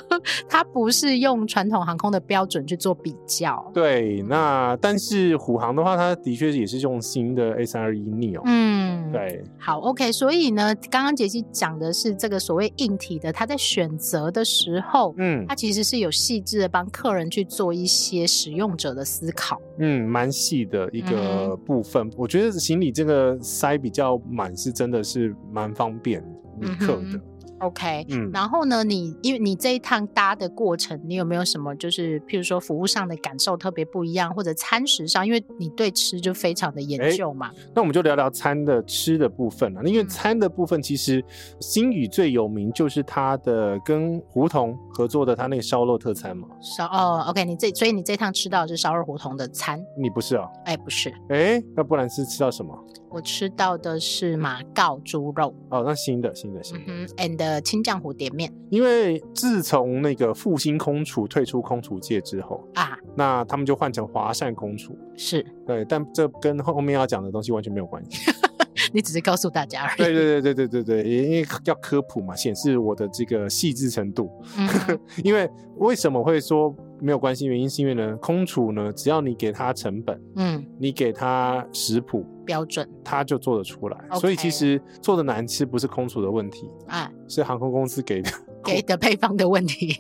[SPEAKER 4] 它不是用传统航空的标准去做比较。
[SPEAKER 3] 对。那但是虎航的话，它的确也是用新的 A 三二一 neo，、
[SPEAKER 4] 嗯，。
[SPEAKER 3] 对，
[SPEAKER 4] 好，OK，所以呢，刚刚杰西讲的是这个所谓硬体的，他在选择的时候，
[SPEAKER 3] 嗯
[SPEAKER 4] 他其实是有细致的帮客人去做一些使用者的思考。
[SPEAKER 3] 嗯，蛮细的一
[SPEAKER 4] 嗯
[SPEAKER 3] 个部分。我觉得行李这个塞比较满是真的是蛮方便旅客
[SPEAKER 4] 嗯
[SPEAKER 3] 的，
[SPEAKER 4] OK，
[SPEAKER 3] 嗯
[SPEAKER 4] 然后呢，你因为你这一趟搭的过程，你有没有什么就是譬如说服务上的感受特别不一样，或者餐食上，因为你对吃就非常的研
[SPEAKER 3] 哎
[SPEAKER 4] 究嘛，
[SPEAKER 3] 那我们就聊聊餐的吃的部分了，因为
[SPEAKER 4] 嗯
[SPEAKER 3] 餐的部分其实新宇最有名就是它的跟胡同合作的它那个烧肉特餐嘛。
[SPEAKER 4] 烧哦，OK，你这所以你这趟吃到的是烧肉胡同的餐，
[SPEAKER 3] 你不是啊？
[SPEAKER 4] 哎，不是，
[SPEAKER 3] 诶，那不然是吃到什么？
[SPEAKER 4] 我吃到的是马告猪肉，
[SPEAKER 3] 哦，那新的新的新
[SPEAKER 4] 嗯
[SPEAKER 3] 的，
[SPEAKER 4] 哼，and 青酱蝴蝶面
[SPEAKER 3] 因为自从那个复兴空厨退出空厨界之后，
[SPEAKER 4] 啊，
[SPEAKER 3] 那他们就换成华善空厨。
[SPEAKER 4] 是 [LAUGHS]
[SPEAKER 3] 对，但这跟后面要讲的东西完全没有关系。
[SPEAKER 4] 你只是告诉大家而已，
[SPEAKER 3] 对对对对对对对， [LAUGHS] 也因为要科普嘛，显示我的这个细致程度。
[SPEAKER 4] 嗯哼
[SPEAKER 3] 因为为什么会说没有关系？原因是因为呢，空厨呢，只要你给它成本，
[SPEAKER 4] 嗯，
[SPEAKER 3] 你给它食谱，
[SPEAKER 4] 标准
[SPEAKER 3] 它就做得出来。
[SPEAKER 4] OK
[SPEAKER 3] 所以其实做的难吃不是空厨的问题， [LAUGHS]
[SPEAKER 4] 啊，
[SPEAKER 3] 是航空公司给的 [LAUGHS]
[SPEAKER 4] 给的配方的问题，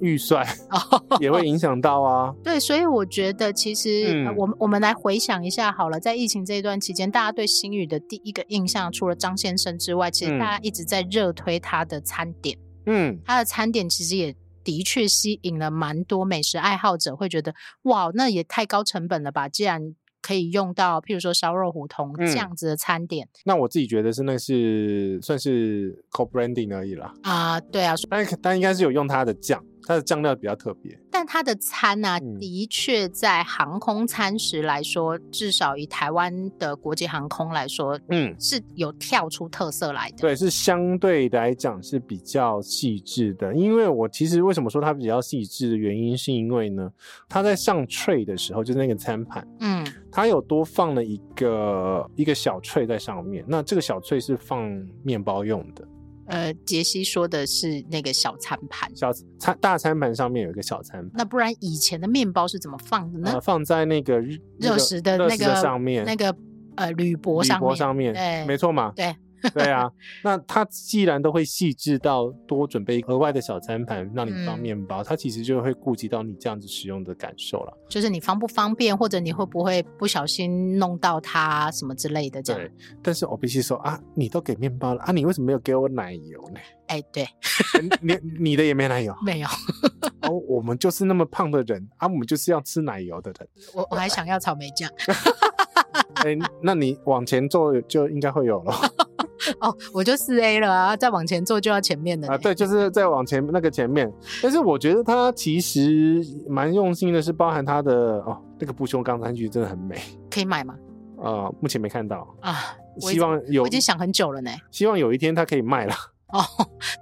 [SPEAKER 3] 预算
[SPEAKER 4] 哦。
[SPEAKER 3] 也会影响到啊。
[SPEAKER 4] [LAUGHS] 对，所以我觉得其实、呃
[SPEAKER 3] 嗯
[SPEAKER 4] 我们我们来回想一下好了，在疫情这一段期间，大家对新宇的第一个印象，除了张先生之外，其实
[SPEAKER 3] 嗯
[SPEAKER 4] 大家一直在热推他的餐点，
[SPEAKER 3] 嗯，
[SPEAKER 4] 他的餐点其实也。的确吸引了蛮多美食爱好者，会觉得哇，那也太高成本了吧！既然可以用到，譬如说烧肉胡同这
[SPEAKER 3] 嗯
[SPEAKER 4] 样子的餐点
[SPEAKER 3] 那我自己觉得是那是算是 co branding 而已啦，
[SPEAKER 4] 啊、对啊，
[SPEAKER 3] 但但应该是有用它的酱，它的酱料比较特别。
[SPEAKER 4] 但它的餐呢、
[SPEAKER 3] 嗯
[SPEAKER 4] 的确在航空餐食来说，至少以台湾的国际航空来说，
[SPEAKER 3] 嗯，
[SPEAKER 4] 是有跳出特色来的。
[SPEAKER 3] 对，是相对来讲是比较细致的，因为我其实为什么说它比较细致的原因，是因为呢，它在上 tray 的时候，就是那个餐盘，
[SPEAKER 4] 嗯
[SPEAKER 3] 它有多放了一个一个小 tray 在上面，那这个小 tray 是放面包用的，
[SPEAKER 4] 呃，杰西说的是那个小餐盘，
[SPEAKER 3] 小餐大餐盘上面有一个小餐盘，
[SPEAKER 4] 那不然以前的面包是怎么放的呢？
[SPEAKER 3] 呃，放在那个日那
[SPEAKER 4] 嗯热
[SPEAKER 3] 个
[SPEAKER 4] 食的
[SPEAKER 3] 热
[SPEAKER 4] 那
[SPEAKER 3] 食
[SPEAKER 4] 个
[SPEAKER 3] 上面，
[SPEAKER 4] 那个呃铝箔
[SPEAKER 3] 铝
[SPEAKER 4] 上
[SPEAKER 3] 箔
[SPEAKER 4] 面，
[SPEAKER 3] 上面，
[SPEAKER 4] 对
[SPEAKER 3] 没错嘛，
[SPEAKER 4] 对
[SPEAKER 3] 对啊，那它既然都会细致到多准备额外的小餐盘让你放
[SPEAKER 4] 嗯
[SPEAKER 3] 面包，它其实就会顾及到你这样子使用的感受了。
[SPEAKER 4] 就是你方不方便，或者你会不会不小心弄到它什么之类的这样
[SPEAKER 3] 对。，但是我必须说啊，你都给面包了啊，你为什么没有给我奶油呢？ [LAUGHS]
[SPEAKER 4] 哎，对，
[SPEAKER 3] 你你的也没奶油，
[SPEAKER 4] 没有，
[SPEAKER 3] 哦，我们就是那么胖的人啊，我们就是要吃奶油的人。
[SPEAKER 4] 我我还想要草莓酱。
[SPEAKER 3] 哎、那你往前坐就应该会有了。
[SPEAKER 4] 哦，我就四 A 了啊，再往前坐就要前面
[SPEAKER 3] [LAUGHS]
[SPEAKER 4] 的
[SPEAKER 3] 啊，
[SPEAKER 4] 呢
[SPEAKER 3] 对，就是再往前那个前面。但是我觉得他其实蛮用心的，是包含他的哦，那个不锈钢餐具真的很美
[SPEAKER 4] 可以买吗？
[SPEAKER 3] 啊、目前没看到，
[SPEAKER 4] 啊，我已
[SPEAKER 3] 希
[SPEAKER 4] 经
[SPEAKER 3] 望有
[SPEAKER 4] 我已经想很久了呢。
[SPEAKER 3] 希望有一天它可以卖了。 [LAUGHS]
[SPEAKER 4] 哦，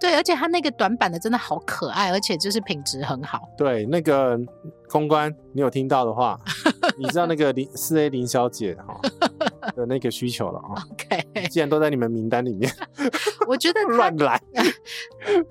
[SPEAKER 4] 对，而且它那个短版的真的好可爱，而且就是品质很好。
[SPEAKER 3] 对，那个公关，你有听到的话，你知道那个林四 A 林小姐哈、的那个需求了啊、
[SPEAKER 4] [LAUGHS] OK，
[SPEAKER 3] 既然都在你们名单里
[SPEAKER 4] [LAUGHS]
[SPEAKER 3] 面，
[SPEAKER 4] 我觉得它
[SPEAKER 3] 乱
[SPEAKER 4] [LAUGHS]
[SPEAKER 3] 来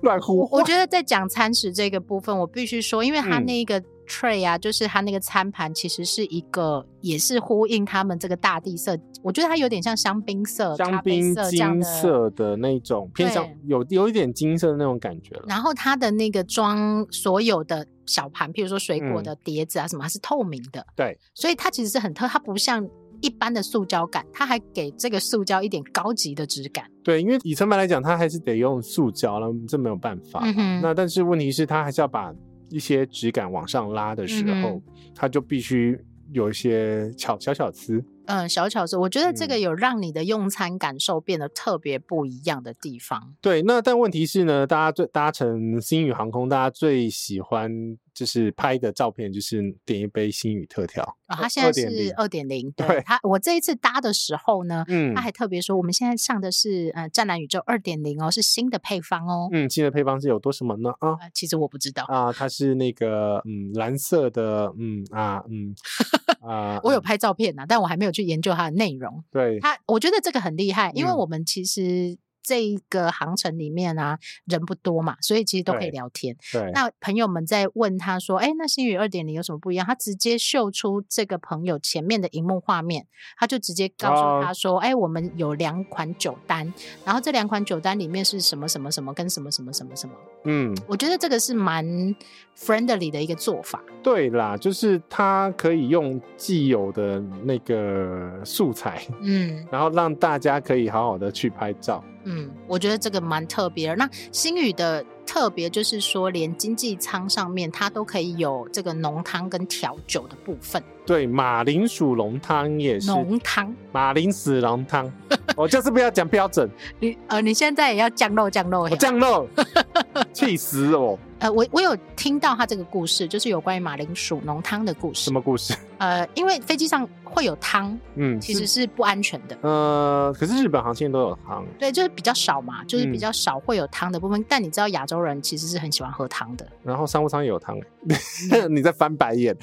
[SPEAKER 3] 乱呼
[SPEAKER 4] 我
[SPEAKER 3] 唤，
[SPEAKER 4] 觉得在讲餐食这个部分，我必须说，因为它
[SPEAKER 3] 嗯
[SPEAKER 4] 那个 tray 啊，就是它那个餐盘，其实是一个也是呼应他们这个大地色，我觉得它有点像香槟色、
[SPEAKER 3] 香
[SPEAKER 4] 咖啡
[SPEAKER 3] 槟
[SPEAKER 4] 色这样
[SPEAKER 3] 金
[SPEAKER 4] 的。
[SPEAKER 3] 色的那种偏向
[SPEAKER 4] 对
[SPEAKER 3] 有有一点金色的那种感觉了。
[SPEAKER 4] 然后它的那个装所有的小盘，譬如说水果的碟子啊什么，它是透明的，
[SPEAKER 3] 嗯对，
[SPEAKER 4] 所以它其实是很特，它不像一般的塑胶感，它还给这个塑胶一点高级的质感。
[SPEAKER 3] 对，因为以成本来讲，它还是得用塑胶了，这没有办法。
[SPEAKER 4] 嗯哼
[SPEAKER 3] 那但是问题是，它还是要把一些质感往上拉的时
[SPEAKER 4] 嗯
[SPEAKER 3] 候，它就必须有一些巧小小丝。
[SPEAKER 4] 嗯，小巧思，我觉得这个
[SPEAKER 3] 嗯
[SPEAKER 4] 有让你的用餐感受变得特别不一样的地方。
[SPEAKER 3] 对，那但问题是呢，大家最搭乘星宇航空，大家最喜欢就是拍的照片，就是点一杯星宇特调。
[SPEAKER 4] 哦，
[SPEAKER 3] 二
[SPEAKER 4] 它现在
[SPEAKER 3] 2.0
[SPEAKER 4] 是二点零，
[SPEAKER 3] 对
[SPEAKER 4] 对它，我这一次搭的时候呢，
[SPEAKER 3] 嗯
[SPEAKER 4] 他还特别说我们现在上的是呃《湛蓝宇宙二点零》哦，是新的配方哦。
[SPEAKER 3] 嗯，新的配方是有多什么呢？啊
[SPEAKER 4] 呃，其实我不知道，
[SPEAKER 3] 啊，它是那个嗯蓝色的嗯啊
[SPEAKER 4] [LAUGHS]
[SPEAKER 3] 嗯啊，
[SPEAKER 4] 我有
[SPEAKER 3] 嗯
[SPEAKER 4] 拍照片呐、但我还没有去研究它的内容。
[SPEAKER 3] 对
[SPEAKER 4] 它，我觉得这个很厉害，因为
[SPEAKER 3] 嗯
[SPEAKER 4] 我们其实。这一个航程里面啊，人不多嘛，所以其实都可
[SPEAKER 3] 对
[SPEAKER 4] 以聊天。
[SPEAKER 3] 对
[SPEAKER 4] 那朋友们在问他说：“哎，那星宇二点零有什么不一样？”他直接秀出这个朋友前面的荧幕画面，他就直接告
[SPEAKER 3] 哦
[SPEAKER 4] 诉他说：“哎、我们有两款酒单，然后这两款酒单里面是什么什么什么跟什么什么什么什么。
[SPEAKER 3] 嗯”
[SPEAKER 4] 我觉得这个是蛮 friendly 的一个做法。
[SPEAKER 3] 对啦，就是它可以用既有的那个素材，
[SPEAKER 4] 嗯
[SPEAKER 3] 然后让大家可以好好的去拍照。
[SPEAKER 4] 嗯，我觉得这个蛮特别的。那星宇的特别就是说，连经济舱上面它都可以有这个浓汤跟调酒的部分，
[SPEAKER 3] 对，马铃薯浓汤也是
[SPEAKER 4] 浓汤。
[SPEAKER 3] 马铃薯浓汤，我就是不要讲标准，
[SPEAKER 4] 你呃，你现在也要降肉降肉
[SPEAKER 3] 我
[SPEAKER 4] 嘿
[SPEAKER 3] 酱
[SPEAKER 4] [LAUGHS]
[SPEAKER 3] 肉，气死我！
[SPEAKER 4] 呃，我我有听到他这个故事，就是有关于马铃薯浓汤的故
[SPEAKER 3] 什
[SPEAKER 4] 事。
[SPEAKER 3] 么故事？
[SPEAKER 4] 呃，因为飞机上会有汤，
[SPEAKER 3] 嗯，
[SPEAKER 4] 其
[SPEAKER 3] 是
[SPEAKER 4] 实是不安全的。
[SPEAKER 3] 呃，可是日本航线都有汤，
[SPEAKER 4] 对，就是比较少嘛，就是
[SPEAKER 3] 嗯
[SPEAKER 4] 比较少会有汤的部分。但你知道亚洲人其实是很喜欢喝汤的。
[SPEAKER 3] 然后商务舱也有汤，欸 [LAUGHS]
[SPEAKER 4] 嗯
[SPEAKER 3] 你在翻白眼。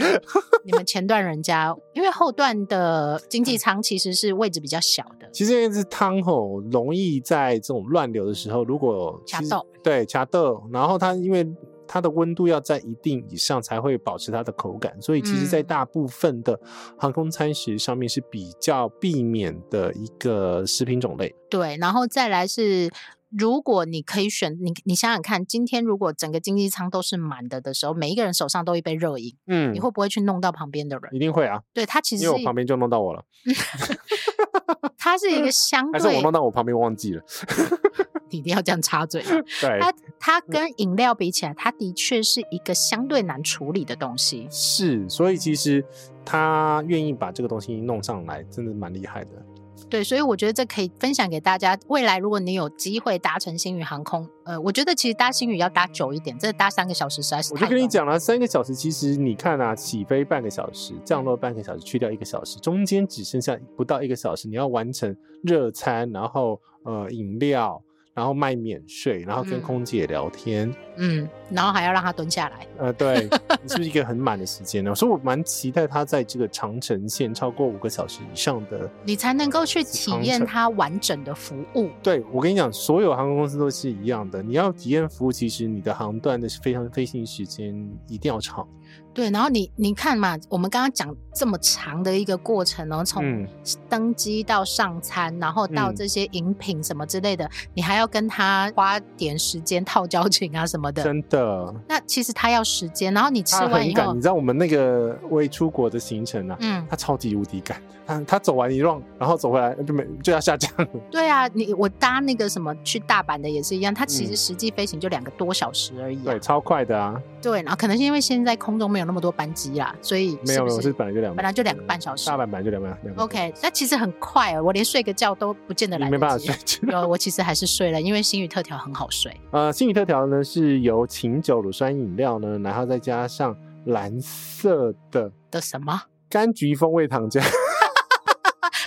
[SPEAKER 4] 你们前段人家，因为后段的经
[SPEAKER 3] 嗯
[SPEAKER 4] 济舱其实是位置比较小的，
[SPEAKER 3] 其实因为是汤吼，容易在这种乱流的时候，如果
[SPEAKER 4] 掐
[SPEAKER 3] 其实
[SPEAKER 4] 豆，
[SPEAKER 3] 对掐豆，然后它因为它的温度要在一定以上才会保持它的口感，所以其实，在
[SPEAKER 4] 嗯
[SPEAKER 3] 大部分的航空餐食上面是比较避免的一个食品种类。
[SPEAKER 4] 对，然后再来是。如果你可以选，你你想想看，今天如果整个经济舱都是满的的时候，每一个人手上都一杯热饮，
[SPEAKER 3] 嗯
[SPEAKER 4] 你会不会去弄到旁边的人？
[SPEAKER 3] 一定会啊，
[SPEAKER 4] 对，它其实
[SPEAKER 3] 因为
[SPEAKER 4] 是
[SPEAKER 3] 我
[SPEAKER 4] 一
[SPEAKER 3] 旁边就弄到我了，
[SPEAKER 4] 它是一个相
[SPEAKER 3] 嗯还是我
[SPEAKER 4] 对，
[SPEAKER 3] 弄到我旁边忘记了。 [LAUGHS]
[SPEAKER 4] 你一定要这样插嘴。
[SPEAKER 3] 对，
[SPEAKER 4] 它它
[SPEAKER 3] 嗯
[SPEAKER 4] 跟饮料比起来，它的确是一个相对难处理的东西。
[SPEAKER 3] 是，所以其实他愿意把这个东西弄上来，真的蛮厉害的。
[SPEAKER 4] 对，所以我觉得这可以分享给大家。未来如果你有机会搭乘星宇航空，呃，我觉得其实搭星宇要搭久一点，这搭三个小时实在是
[SPEAKER 3] 我
[SPEAKER 4] 太
[SPEAKER 3] 就跟你
[SPEAKER 4] 短了。
[SPEAKER 3] 讲了，三个小时，其实你看啊，起飞半个小时，降落半个小时，去掉一个小时，中间只剩下不到一个小时，你要完成热餐，然后呃饮料，然后卖免税，然后跟
[SPEAKER 4] 嗯
[SPEAKER 3] 空姐聊天，
[SPEAKER 4] 嗯，然后还要让它蹲下来。
[SPEAKER 3] 呃，对，是不是一个很满的时间呢？所以 [LAUGHS] 我蛮期待他在这个长城线超过五个小时以上的
[SPEAKER 4] 你才能够去体
[SPEAKER 3] 长
[SPEAKER 4] 验
[SPEAKER 3] 城
[SPEAKER 4] 它完整的服务，
[SPEAKER 3] 对我跟你讲，所有航空公司都是一样的。你要体验服务，其实你的航段的飞常飞行时间一定要长。
[SPEAKER 4] 对。然后你你看嘛，我们刚刚讲这么长的一个过程哦，从
[SPEAKER 3] 嗯，
[SPEAKER 4] 登机到上餐，然后到
[SPEAKER 3] 嗯
[SPEAKER 4] 这些饮品什么之类的，你还要跟他花点时间套交情啊什么的。
[SPEAKER 3] 真的，
[SPEAKER 4] 那其实他要时间，然后你吃
[SPEAKER 3] 他
[SPEAKER 4] 完
[SPEAKER 3] 很
[SPEAKER 4] 以
[SPEAKER 3] 赶。
[SPEAKER 4] 后
[SPEAKER 3] 你，知道我们那个未出国的行程啊，
[SPEAKER 4] 嗯，
[SPEAKER 3] 他超级无敌赶。他他走完一 round，然后走回来就没就要下降了。
[SPEAKER 4] 对啊，你我搭那个什么去大阪的也是一样，它其
[SPEAKER 3] 嗯
[SPEAKER 4] 实实际飞行就两个多小时而已啊、
[SPEAKER 3] 对，超快的啊。
[SPEAKER 4] 对，然后可能是因为现在空中没有那么多班机啦，所以
[SPEAKER 3] 没有没有，是
[SPEAKER 4] 是不是
[SPEAKER 3] 本来就两，
[SPEAKER 4] 本来就两个半小时
[SPEAKER 3] 大。阪本来就两个半两个
[SPEAKER 4] OK，那其实很快哦，我连睡个觉都不见得
[SPEAKER 3] 你
[SPEAKER 4] 来
[SPEAKER 3] 没办
[SPEAKER 4] 得
[SPEAKER 3] 法
[SPEAKER 4] 及
[SPEAKER 3] [LAUGHS] 睡。觉。
[SPEAKER 4] 有，我其实还是睡了，因为星宇特调很好睡。
[SPEAKER 3] 呃，星宇特调呢是由琴酒乳酸饮料呢，然后再加上蓝色的
[SPEAKER 4] 的什么
[SPEAKER 3] 柑橘风味糖浆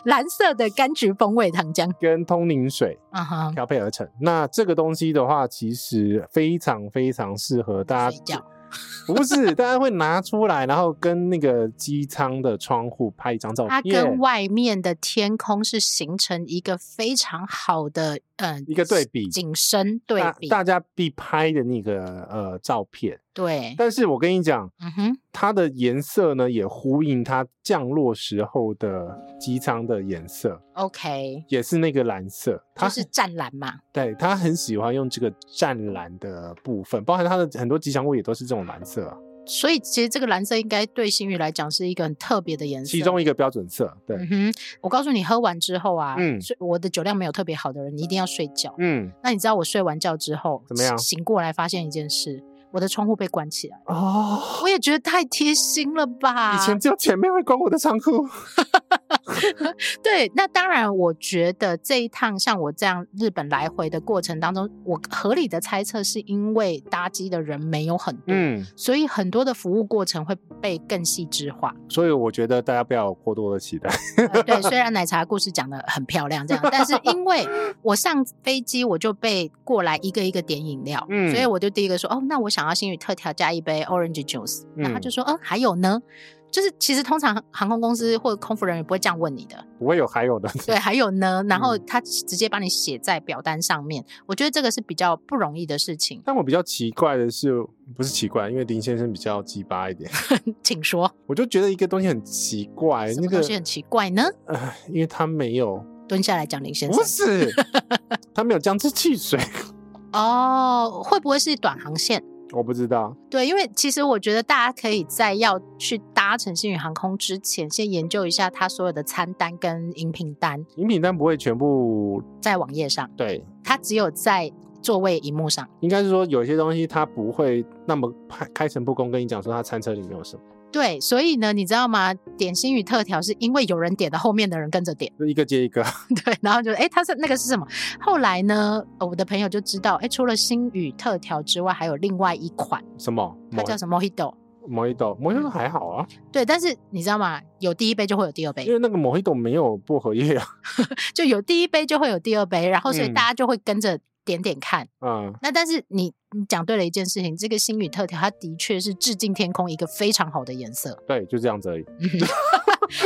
[SPEAKER 4] 蓝色的柑橘风味糖浆？
[SPEAKER 3] 跟通灵水
[SPEAKER 4] 啊哈，
[SPEAKER 3] 调配而成。那这个东西的话，其实非常非常适合大
[SPEAKER 4] 睡觉
[SPEAKER 3] 家， [LAUGHS] 不是大家会拿出来，然后跟那个机舱的窗户拍一张照
[SPEAKER 4] 它
[SPEAKER 3] 片
[SPEAKER 4] 跟，外面的天空是形成一个非常好的嗯、呃、
[SPEAKER 3] 一个对比
[SPEAKER 4] 景深对
[SPEAKER 3] 大
[SPEAKER 4] 比。
[SPEAKER 3] 大家必拍的那个呃照片。
[SPEAKER 4] 对，
[SPEAKER 3] 但是我跟你讲，
[SPEAKER 4] 嗯哼，
[SPEAKER 3] 它的颜色呢也呼应它降落时候的机舱的颜色。
[SPEAKER 4] OK，
[SPEAKER 3] 也是那个蓝色，他
[SPEAKER 4] 就是湛蓝嘛。
[SPEAKER 3] 对他很喜欢用这个湛蓝的部分，包含他的很多吉祥物也都是这种蓝色、啊，
[SPEAKER 4] 所以其实这个蓝色应该对星宇来讲是一个很特别的颜色。
[SPEAKER 3] 其中一个标准色。对
[SPEAKER 4] 嗯，哼，我告诉你，喝完之后啊，
[SPEAKER 3] 嗯
[SPEAKER 4] 睡我的酒量没有特别好的人，你一定要睡觉。
[SPEAKER 3] 嗯，
[SPEAKER 4] 那你知道我睡完觉之后
[SPEAKER 3] 怎么样
[SPEAKER 4] 醒过来发现一件事，我的窗户被关起来，
[SPEAKER 3] 哦，
[SPEAKER 4] 我也觉得太贴心了吧。
[SPEAKER 3] 以前只有前面会关我的仓库，
[SPEAKER 4] 对，那当然，我觉得这一趟像我这样日本来回的过程当中，我合理的猜测是因为搭机的人没有很多，
[SPEAKER 3] 嗯，
[SPEAKER 4] 所以很多的服务过程会被更细致
[SPEAKER 3] [LAUGHS]
[SPEAKER 4] 化。
[SPEAKER 3] 所以我觉得大家不要有过多的期待。 [LAUGHS]
[SPEAKER 4] 呃对，虽然奶茶故事讲的很漂亮，这样，但是因为我上飞机我就被过来一个一个点饮料，
[SPEAKER 3] 嗯
[SPEAKER 4] 所以我就第一个说，哦，那我想要星宇特调加一杯 orange juice，那他
[SPEAKER 3] 嗯
[SPEAKER 4] 就说，嗯，还有呢。就是其实通常航空公司或者空服人员不会这样问你的，
[SPEAKER 3] 不会有还有的，
[SPEAKER 4] 对，还有呢，然后
[SPEAKER 3] 嗯
[SPEAKER 4] 他直接帮你写在表单上面，我觉得这个是比较不容易的事情，
[SPEAKER 3] 但我比较奇怪的是，不是奇怪，因为林先生比较鸡巴一点， [LAUGHS]
[SPEAKER 4] 请说，
[SPEAKER 3] 我就觉得一个东西很奇怪，
[SPEAKER 4] 什
[SPEAKER 3] 哎那
[SPEAKER 4] 么
[SPEAKER 3] 个
[SPEAKER 4] 东西很奇怪呢？
[SPEAKER 3] 呃，因为他没有，
[SPEAKER 4] 蹲下来讲，林先生
[SPEAKER 3] 不，
[SPEAKER 4] [LAUGHS]
[SPEAKER 3] 是，他没有姜汁汽水，
[SPEAKER 4] 哦，会不会是短航线？
[SPEAKER 3] 我不知道。
[SPEAKER 4] 对，因为其实我觉得大家可以在要去搭乘星宇航空之前，先研究一下它所有的餐单跟饮品单，
[SPEAKER 3] 饮品单不会全部
[SPEAKER 4] 在网页上，
[SPEAKER 3] 对，
[SPEAKER 4] 它只有在座位荧幕上。
[SPEAKER 3] 应该是说有些东西它不会那么开开诚布公跟你讲说它餐车里面有什么，
[SPEAKER 4] 对，所以呢，你知道吗？点星宇特调是因为有人点的，后面的人跟着点，
[SPEAKER 3] 就一个接一个。
[SPEAKER 4] [LAUGHS] 对，然后就哎，它是那个是什么？后来呢，呃我的朋友就知道，哎，除了星宇特调之外，还有另外一款，
[SPEAKER 3] 什么？
[SPEAKER 4] 它叫嗯什么 Mojito。
[SPEAKER 3] 摩一豆？摩一豆还好啊，
[SPEAKER 4] 对，但是你知道吗？有第一杯就会有第二杯
[SPEAKER 3] [LAUGHS] 因，为那个摩一豆没有薄荷叶啊。
[SPEAKER 4] 就有第一杯就会有第二杯，然后所以
[SPEAKER 3] 嗯
[SPEAKER 4] 大家就会跟着点点看。
[SPEAKER 3] 嗯，
[SPEAKER 4] 那但是你你讲对了一件事情，这个星宇特调它的确是致敬天空一个非常好的颜色。
[SPEAKER 3] 对，就这样
[SPEAKER 4] [LAUGHS]
[SPEAKER 3] 子而已，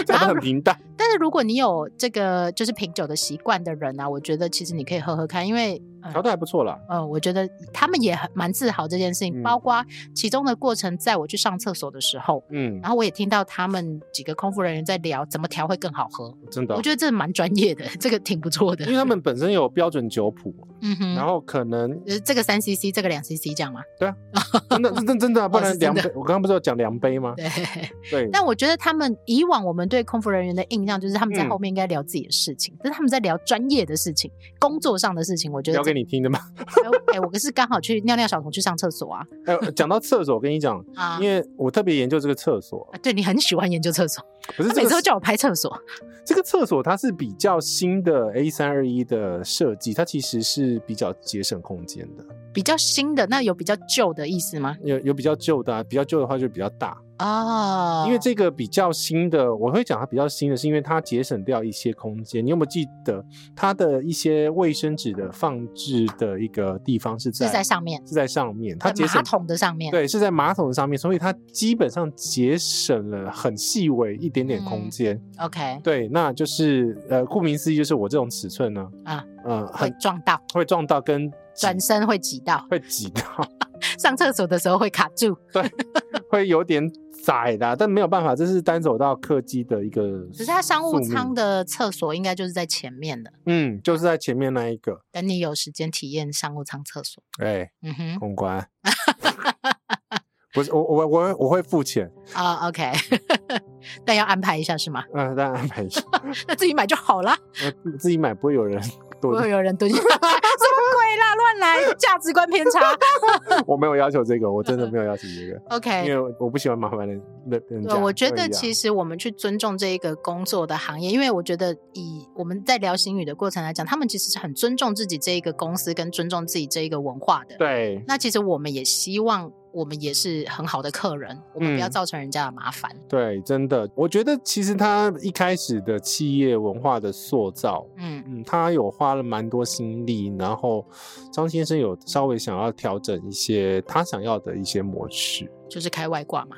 [SPEAKER 3] 讲的
[SPEAKER 4] 然后
[SPEAKER 3] 很
[SPEAKER 4] 如，
[SPEAKER 3] 平淡。
[SPEAKER 4] 但是如果你有这个就是品酒的习惯的人啊，我觉得其实你可以喝喝看，因为
[SPEAKER 3] 调的还不错啦，
[SPEAKER 4] 呃，我觉得他们也很蛮自豪这件事情。
[SPEAKER 3] 嗯
[SPEAKER 4] 包括其中的过程，在我去上厕所的时候，
[SPEAKER 3] 嗯，
[SPEAKER 4] 然后我也听到他们几个空服人员在聊怎么调会更好喝，
[SPEAKER 3] 真的
[SPEAKER 4] 我。觉得这蛮专业的，这个挺不错的。
[SPEAKER 3] 啊因为他们本身有标准酒谱，
[SPEAKER 4] 嗯哼，
[SPEAKER 3] 然后可
[SPEAKER 4] [LAUGHS]
[SPEAKER 3] 能
[SPEAKER 4] 呃这个三 CC，这个两 CC 这样吗？
[SPEAKER 3] 真的真真的啊，不
[SPEAKER 4] 哦
[SPEAKER 3] 然
[SPEAKER 4] 是真
[SPEAKER 3] 量
[SPEAKER 4] 的
[SPEAKER 3] 杯，我刚刚不是有讲量杯吗？
[SPEAKER 4] 对。
[SPEAKER 3] 对，
[SPEAKER 4] 但我觉得他们以往我们对空服人员的印象就是他们在
[SPEAKER 3] 嗯
[SPEAKER 4] 后面应该聊自己的事情，但是他们在聊专业的事情、工作上的事情。我觉得
[SPEAKER 3] 聊给
[SPEAKER 4] 你，
[SPEAKER 3] 你听的嘛。
[SPEAKER 4] 哎、我可是刚好去尿尿小童去上厕所啊
[SPEAKER 3] 哎，讲到厕所，我跟你讲，
[SPEAKER 4] 啊！
[SPEAKER 3] 因为我特别研究这个厕所，
[SPEAKER 4] 啊对你很喜欢研究厕所，
[SPEAKER 3] 可是这
[SPEAKER 4] 他啊每
[SPEAKER 3] 个
[SPEAKER 4] 次都叫我拍厕所。
[SPEAKER 3] 这个厕所它是比较新的 A 三二一的设计，它其实是比较节省空间的。
[SPEAKER 4] 比较新的那有比较旧的意思吗？
[SPEAKER 3] 有有比较旧的、啊，比较旧的话就比较大，
[SPEAKER 4] 哦，
[SPEAKER 3] 因为这个比较新的，我会讲它比较新的，是因为它节省掉一些空间。你有没有记得它的一些卫生纸的放置的一个地方是在
[SPEAKER 4] 是在上面，
[SPEAKER 3] 是在上面，它
[SPEAKER 4] 在
[SPEAKER 3] 节
[SPEAKER 4] 马
[SPEAKER 3] 省
[SPEAKER 4] 桶的上面。
[SPEAKER 3] 对，是在马桶上面，所以它基本上节省了很细微一点点空
[SPEAKER 4] 嗯
[SPEAKER 3] 间。
[SPEAKER 4] ，OK，
[SPEAKER 3] 对，那就是呃，顾名思义，就是我这种尺寸呢，
[SPEAKER 4] 啊，
[SPEAKER 3] 呃，很
[SPEAKER 4] 会撞到，
[SPEAKER 3] 会撞到跟挤
[SPEAKER 4] 转身会挤到，
[SPEAKER 3] [LAUGHS]
[SPEAKER 4] [LAUGHS]
[SPEAKER 3] 会挤到，
[SPEAKER 4] 上厕所的时候会卡住。
[SPEAKER 3] 会有点窄的啊、但没有办法，这是单走到客机的一个。
[SPEAKER 4] 可是它商务舱
[SPEAKER 3] 的，
[SPEAKER 4] 的厕所应该就是在前面的，
[SPEAKER 3] 嗯，就是在前面那一个，
[SPEAKER 4] 等你有时间体验商务舱厕所。
[SPEAKER 3] 哎，
[SPEAKER 4] 嗯哼，
[SPEAKER 3] 公关，不是我我我我会付钱，
[SPEAKER 4] 啊、o [LAUGHS] k 但要安排一下是吗？ [LAUGHS]
[SPEAKER 3] 嗯、呃，当然安排一下，
[SPEAKER 4] 那自己买就好啦。
[SPEAKER 3] 呃自己买不会有人对
[SPEAKER 4] 会有人蹲下来，什 [LAUGHS] 么鬼啦，乱来，价值观偏差。
[SPEAKER 3] 我没有要求这个，我真的没有要求这
[SPEAKER 4] [LAUGHS]
[SPEAKER 3] 个，因
[SPEAKER 4] OK，
[SPEAKER 3] 为我我不喜欢麻烦人人人
[SPEAKER 4] 哎对，
[SPEAKER 3] 家。
[SPEAKER 4] 我觉得其
[SPEAKER 3] 实
[SPEAKER 4] 实我们去尊重这一个工作的行业，因为我觉得以我们在聊行语的过程来讲，他们其实是很尊重自己这一个公司跟尊重自己这一个文化的。
[SPEAKER 3] 对
[SPEAKER 4] 那其实我们也希望我们也是很好的客人，我们不要
[SPEAKER 3] 嗯
[SPEAKER 4] 造成人家的麻烦。
[SPEAKER 3] 对，真的，我觉得其实他一开始的企业文化的塑造，
[SPEAKER 4] 嗯
[SPEAKER 3] 嗯，他有花了蛮多心力，然后张先生有稍微想要调整一些他想要的一些模式，
[SPEAKER 4] 就是开外挂嘛。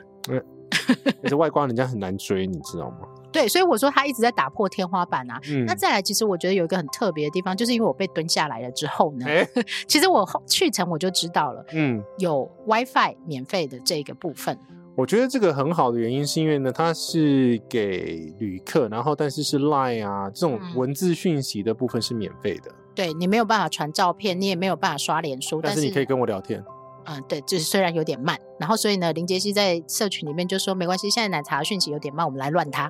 [SPEAKER 3] 可是外观人家很难追，你知道吗？
[SPEAKER 4] 对，所以我说他一直在打破天花板啊。
[SPEAKER 3] 嗯
[SPEAKER 4] 那再来，其实我觉得有一个很特别的地方，就是因为我被蹲下来了之后呢，
[SPEAKER 3] 哎，
[SPEAKER 4] [LAUGHS] 其实我后去程我就知道了
[SPEAKER 3] 嗯，
[SPEAKER 4] 有 WiFi 免费的这个部分。
[SPEAKER 3] 我觉得这个很好的原因是因为呢，它是给旅客，然后但是是 Line 啊这种
[SPEAKER 4] 嗯
[SPEAKER 3] 文字讯息的部分是免费的，
[SPEAKER 4] 对你没有办法传照片，你也没有办法刷脸书，
[SPEAKER 3] 但
[SPEAKER 4] 但
[SPEAKER 3] 是你可以跟我聊天。
[SPEAKER 4] 嗯，对，就是虽然有点慢，然后所以呢，林杰西在社群里面就说没关系，现在奶茶讯息有点慢，我们来乱它。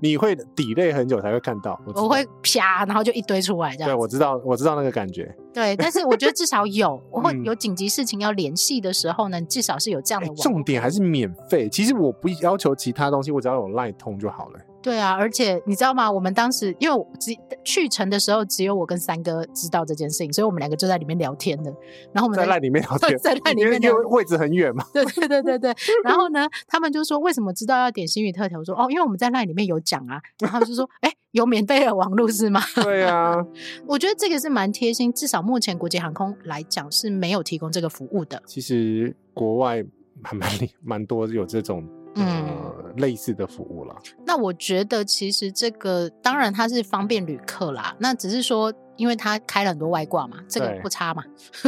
[SPEAKER 3] 你会 delay 很久才会看到。我知道
[SPEAKER 4] 我会啪，然后就一堆出来这样
[SPEAKER 3] 对，
[SPEAKER 4] 子。
[SPEAKER 3] 我知道，我知道那个感觉。
[SPEAKER 4] 对，但是我觉得至少
[SPEAKER 3] [LAUGHS]
[SPEAKER 4] 有，我会
[SPEAKER 3] 嗯
[SPEAKER 4] 有紧急事情要联系的时候呢，至少是有这样
[SPEAKER 3] 哎
[SPEAKER 4] 的网络。
[SPEAKER 3] 重点还是免费。其实我不要求其他东西，我只要有 Line 通就好了。
[SPEAKER 4] 对啊，而且你知道吗？我们当时因为我只去程的时候，只有我跟三哥知道这件事情，所以我们两个就在里面聊天的。然后我们
[SPEAKER 3] 在 Line 里面聊天，
[SPEAKER 4] [LAUGHS] 在 Line 里面
[SPEAKER 3] 因为
[SPEAKER 4] 聊
[SPEAKER 3] 因为位置很远嘛。
[SPEAKER 4] [LAUGHS] 对对对对对。然后呢，他们就说为什么知道要点心语特调？我说哦，因为我们在那里面有讲啊。然后他们就说，哎、有免费的网络是吗？
[SPEAKER 3] 对啊，
[SPEAKER 4] [LAUGHS] 我觉得这个是蛮贴心，至少目前国际航空来讲是没有提供这个服务的。
[SPEAKER 3] 其实国外还蛮蛮多有这种呃
[SPEAKER 4] 嗯
[SPEAKER 3] 类似的服务啦。
[SPEAKER 4] 那我觉得其实这个当然它是方便旅客啦，那只是说因为它开了很多外挂嘛，这个
[SPEAKER 3] 对
[SPEAKER 4] 不差嘛。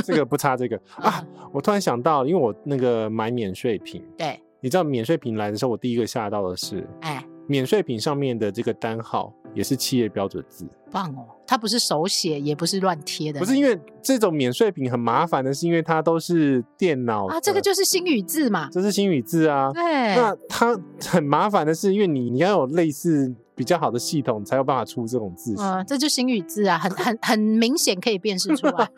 [SPEAKER 3] 这个不差这个啊！
[SPEAKER 4] 嗯
[SPEAKER 3] 我突然想到，因为我那个买免税品，
[SPEAKER 4] 对，
[SPEAKER 3] 你知道免税品来的时候，我第一个吓到的是
[SPEAKER 4] 哎，
[SPEAKER 3] 免税品上面的这个单号也是企业标准字，
[SPEAKER 4] 棒哦，它不是手写，也不是乱贴的，
[SPEAKER 3] 不是因为这种免税品很麻烦的，是因为它都是电脑
[SPEAKER 4] 啊，这
[SPEAKER 3] 的
[SPEAKER 4] 个就是新语字嘛。
[SPEAKER 3] 这是新语字啊。
[SPEAKER 4] 对，
[SPEAKER 3] 那它很麻烦的是，因为你你要有类似比较好的系统，才有办法出这种字型。
[SPEAKER 4] 嗯，这就新语字啊，很很很明显可以辨识出
[SPEAKER 3] [LAUGHS]
[SPEAKER 4] 来。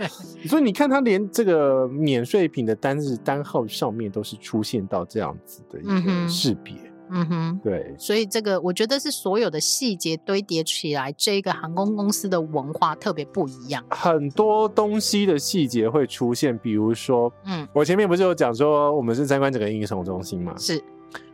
[SPEAKER 3] 所以你看，它连这个免税品的单字单号上面都是出现到这样子的一
[SPEAKER 4] 嗯
[SPEAKER 3] 个
[SPEAKER 4] 哼
[SPEAKER 3] 识别。
[SPEAKER 4] 嗯哼，
[SPEAKER 3] 对，
[SPEAKER 4] 所以这个我觉得是所有的细节堆叠起来，这个航空公司的文化特别不一样。
[SPEAKER 3] 很多东西的细节会出现，比如说，
[SPEAKER 4] 嗯，
[SPEAKER 3] 我前面不是有讲说我们是参观整个应酬中心嘛？
[SPEAKER 4] 是，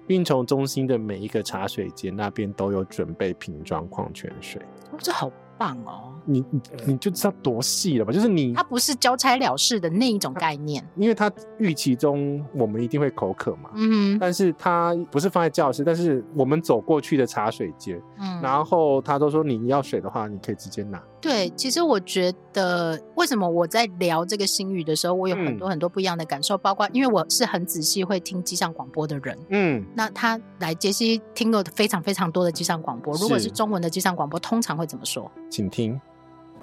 [SPEAKER 3] 应酬中心的每一个茶水间那边都有准备瓶装矿泉水，
[SPEAKER 4] 哦这好棒哦。
[SPEAKER 3] 你你你就知道多细了吧？就是你
[SPEAKER 4] 它，不是交差了事的那一种概念。
[SPEAKER 3] 因为它预期中我们一定会口渴嘛。
[SPEAKER 4] 嗯哼
[SPEAKER 3] 但是它不是放在教室，但是我们走过去的茶水间，
[SPEAKER 4] 嗯，
[SPEAKER 3] 然后他都说你要水的话，你可以直接拿。
[SPEAKER 4] 对，其实我觉得为什么我在聊这个新语的时候，我有
[SPEAKER 3] 嗯
[SPEAKER 4] 很多很多不一样的感受，包括因为我是很仔细会听机上广播的人。
[SPEAKER 3] 嗯，
[SPEAKER 4] 那他来杰西听了非常非常多的机上广播，如果
[SPEAKER 3] 是
[SPEAKER 4] 是中文的机上广播，通常会怎么说？
[SPEAKER 3] 请听。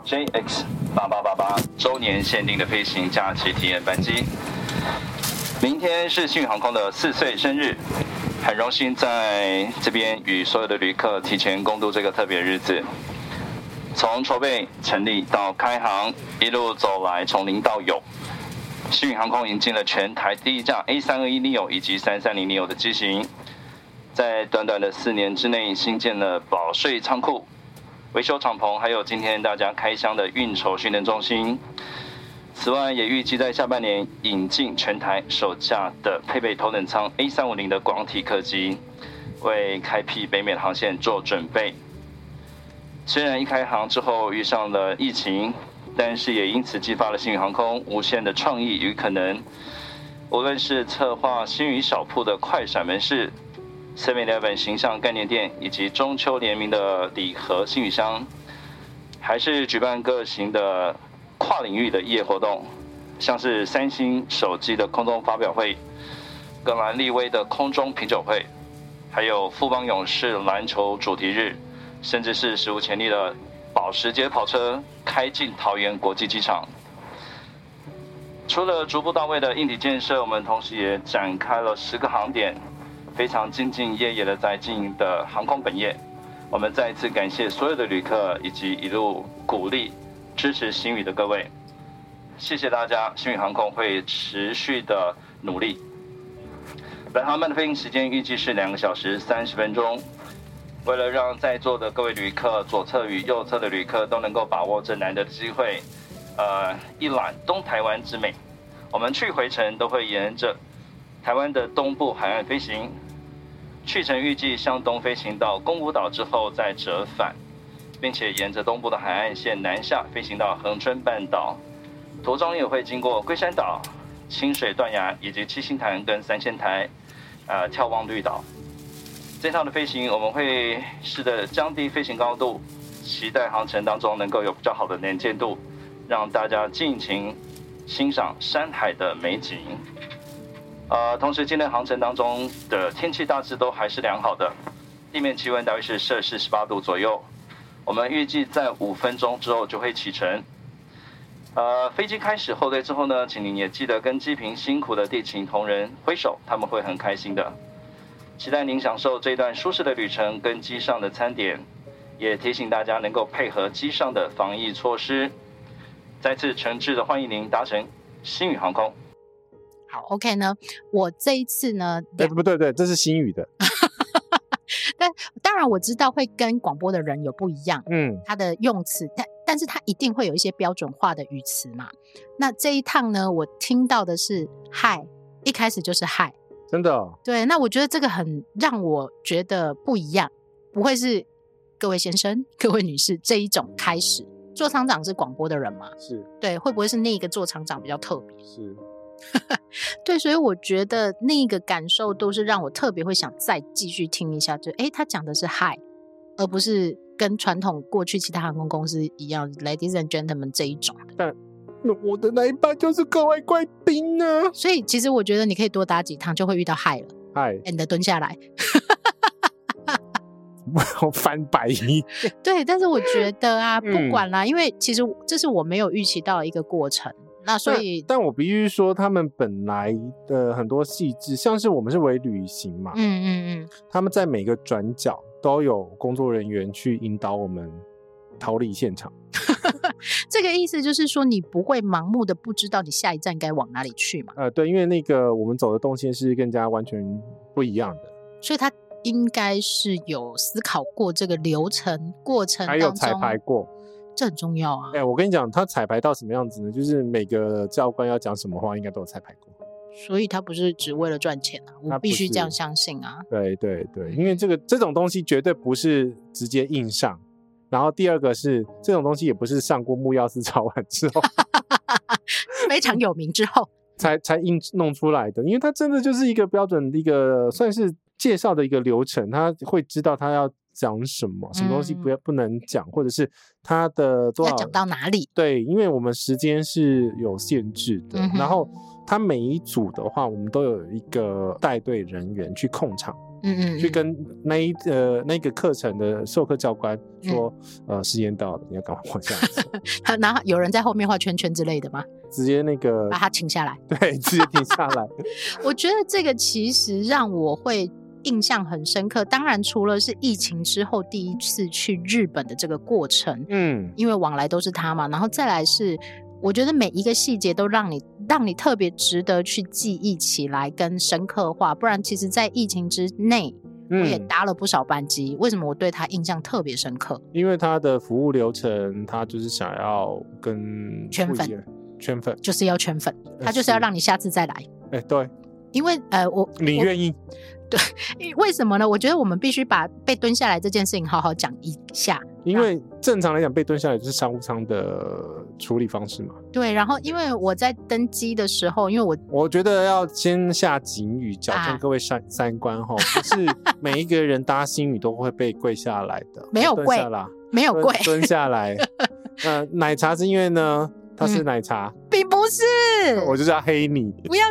[SPEAKER 2] JX 八八八八周年限定的飞行假期体验班机。明天是幸运航空的四岁生日，很荣幸在这边与所有的旅客提前共度这个特别日子。从筹备成立到开航，一路走来从零到有，幸运航空引进了全台第一架 A 三二一 neo 以及三三零 neo 的机型，在短短的四年之内新建了保税仓库、维修敞篷，还有今天大家开箱的运筹训练中心。此外，也预计在下半年引进全台首架的配备头等舱 A 三五零的广体客机，为开辟北美的航线做准备。虽然一开航之后遇上了疫情，但是也因此激发了星宇航空无限的创意与可能。无论是策划星宇小铺的快闪门市、Seven Eleven 形象概念店以及中秋联名的礼盒行李箱，还是举办各型的跨领域的夜活动，像是三星手机的空中发表会、格兰利威的空中品酒会，还有富邦勇士篮球主题日，甚至是史无前例的保时捷跑车开进桃园国际机场。除了逐步到位的硬体建设，我们同时也展开了十个航点，非常兢兢业业的在经营的航空本业，我们再一次感谢所有的旅客以及一路鼓励支持星宇的各位，谢谢大家。星宇航空会持续的努力。本航班的飞行时间预计是两个小时三十分钟。为了让在座的各位旅客，左侧与右侧的旅客都能够把握这难得的机会，呃，一览东台湾之美，我们去回程都会沿着台湾的东部海岸飞行。去程预计向东飞行到宫古岛之后再折返，并且沿着东部的海岸线南下飞行到恒春半岛，途中也会经过龟山岛、清水断崖以及七星潭跟三千台，呃，眺望绿岛。这趟的飞行，我们会试着降低飞行高度，期待航程当中能够有比较好的能见度，让大家尽情欣赏山海的美景。呃，同时今天航程当中的天气大致都还是良好的，地面气温大约是摄氏十八度左右。我们预计在五分钟之后就会启程。呃，飞机开始后退之后呢，请您也记得跟机坪辛苦的地勤同仁挥手，他们会很开心的。期待您享受这段舒适的旅程跟机上的餐点，也提醒大家能够配合机上的防疫措施。再次诚挚的欢迎您搭乘星宇航空。
[SPEAKER 4] 好，OK 呢，我这一次呢，
[SPEAKER 3] 哎，不对不对，这是新语的，
[SPEAKER 4] 但当然我知道会跟广播的人有不一样，
[SPEAKER 3] 嗯，
[SPEAKER 4] 它的用词，但但是它一定会有一些标准化的语词嘛。那这一趟呢，我听到的是嗨，一开始就是嗨，
[SPEAKER 3] 真的哦、
[SPEAKER 4] 对，那我觉得这个很让我觉得不一样，不会是各位先生、各位女士这一种开始。座舱长是广播的人嘛？
[SPEAKER 3] 是
[SPEAKER 4] 对，会不会是那一个座舱长比较特别？
[SPEAKER 3] 是，
[SPEAKER 4] 对，所以我觉得那个感受都是让我特别会想再继续听一下，就诶，他讲的是嗨，而不是跟传统过去其他航空公司一样，ladies and gentlemen 这一种的。
[SPEAKER 3] 那我的那一半就是各位贵宾呢、啊，
[SPEAKER 4] 所以其实我觉得你可以多打几趟，就会遇到嗨了
[SPEAKER 3] 哎，
[SPEAKER 4] ，and 蹲下来。
[SPEAKER 3] [LAUGHS] 我翻白 [LAUGHS] 眼，
[SPEAKER 4] 对，但是我觉得啊，
[SPEAKER 3] 嗯
[SPEAKER 4] 不管啦，因为其实这是我没有预期到的一个过程，那所以
[SPEAKER 3] 但但我必须说，他们本来的很多细致，像是我们是为旅行嘛，
[SPEAKER 4] 嗯嗯嗯，
[SPEAKER 3] 他们在每个转角都有工作人员去引导我们逃离现场。
[SPEAKER 4] 这个意思就是说你不会盲目的不知道你下一站该往哪里去嘛，
[SPEAKER 3] 呃，对，因为那个我们走的动线是更加完全不一样的，
[SPEAKER 4] 所以他应该是有思考过这个流程过程
[SPEAKER 3] 还有
[SPEAKER 4] 当
[SPEAKER 3] 彩
[SPEAKER 4] 中，
[SPEAKER 3] 排过。
[SPEAKER 4] 这很重要啊
[SPEAKER 3] 哎、，我跟你讲，他彩排到什么样子呢？就是每个教官要讲什么话，应该都有彩排过。
[SPEAKER 4] 所以他不是只为了赚钱啊，
[SPEAKER 3] 那
[SPEAKER 4] 我
[SPEAKER 3] 不
[SPEAKER 4] 必须这样
[SPEAKER 3] 是
[SPEAKER 4] 相信啊，
[SPEAKER 3] 对对对，因为这个这种东西绝对不是直接印上。然后第二个是这种东西也不是上过木曜四超完之后 [LAUGHS]
[SPEAKER 4] 非常有名之后，
[SPEAKER 3] 才才印弄出来的，因为它真的就是一个标准的一个算是介绍的一个流程，他会知道他要讲什么，什么东西不要不能讲，或者是他的多
[SPEAKER 4] 嗯要
[SPEAKER 3] 少
[SPEAKER 4] 讲到哪里？
[SPEAKER 3] 对，因为我们时间是有限制的，
[SPEAKER 4] 嗯哼
[SPEAKER 3] 然后它每一组的话，我们都有一个带队人员去控场，
[SPEAKER 4] 嗯嗯，
[SPEAKER 3] 去
[SPEAKER 4] 嗯
[SPEAKER 3] 跟那一呃那个课程的授课教官
[SPEAKER 4] 嗯
[SPEAKER 3] 说，呃，时间到了，你要赶快往下走
[SPEAKER 4] 然后有人在后面画圈圈之类的吗？
[SPEAKER 3] 直接那个
[SPEAKER 4] [LAUGHS] 把他请下来。
[SPEAKER 3] 对，直接停下
[SPEAKER 4] [LAUGHS]
[SPEAKER 3] 来。
[SPEAKER 4] 我觉得这个其实让我会印象很深刻。当然，除了是疫情之后第一次去日本的这个过程，
[SPEAKER 3] 嗯，
[SPEAKER 4] 因为往来都是他嘛，然后再来是。我觉得每一个细节都让你让你特别值得去记忆起来跟深刻化，不然其实，在疫情之内，我也
[SPEAKER 3] 嗯，
[SPEAKER 4] 搭了不少班机。为什么我对他印象特别深刻？
[SPEAKER 3] 因为他的服务流程，他就是想要跟
[SPEAKER 4] 圈
[SPEAKER 3] 不一
[SPEAKER 4] 粉
[SPEAKER 3] 样，圈粉，
[SPEAKER 4] 就是要圈粉，
[SPEAKER 3] 呃
[SPEAKER 4] 他就是要让你下次再来。
[SPEAKER 3] 哎、对
[SPEAKER 4] 因为呃，我
[SPEAKER 3] 你
[SPEAKER 4] 我
[SPEAKER 3] 愿意，
[SPEAKER 4] 为什么呢？我觉得我们必须把被蹲下来这件事情好好讲一下。
[SPEAKER 3] 因为正常来讲被蹲下来就是商务舱的处理方式嘛。
[SPEAKER 4] 对，然后因为我在登机的时候，因为我
[SPEAKER 3] 我觉得要先下警语，矫
[SPEAKER 4] 啊
[SPEAKER 3] 正各位三三观哈，不是每一个人搭新语都会被跪下来的，
[SPEAKER 4] 没有
[SPEAKER 3] 蹲
[SPEAKER 4] 跪
[SPEAKER 3] 下啦，
[SPEAKER 4] 没有
[SPEAKER 3] 蹲
[SPEAKER 4] 跪，
[SPEAKER 3] 蹲下
[SPEAKER 4] [LAUGHS]
[SPEAKER 3] 来。呃，奶茶是因为呢，它是
[SPEAKER 4] 嗯
[SPEAKER 3] 奶茶，
[SPEAKER 4] 并不
[SPEAKER 3] 我
[SPEAKER 4] 是，
[SPEAKER 3] 就是要黑你，
[SPEAKER 4] 不要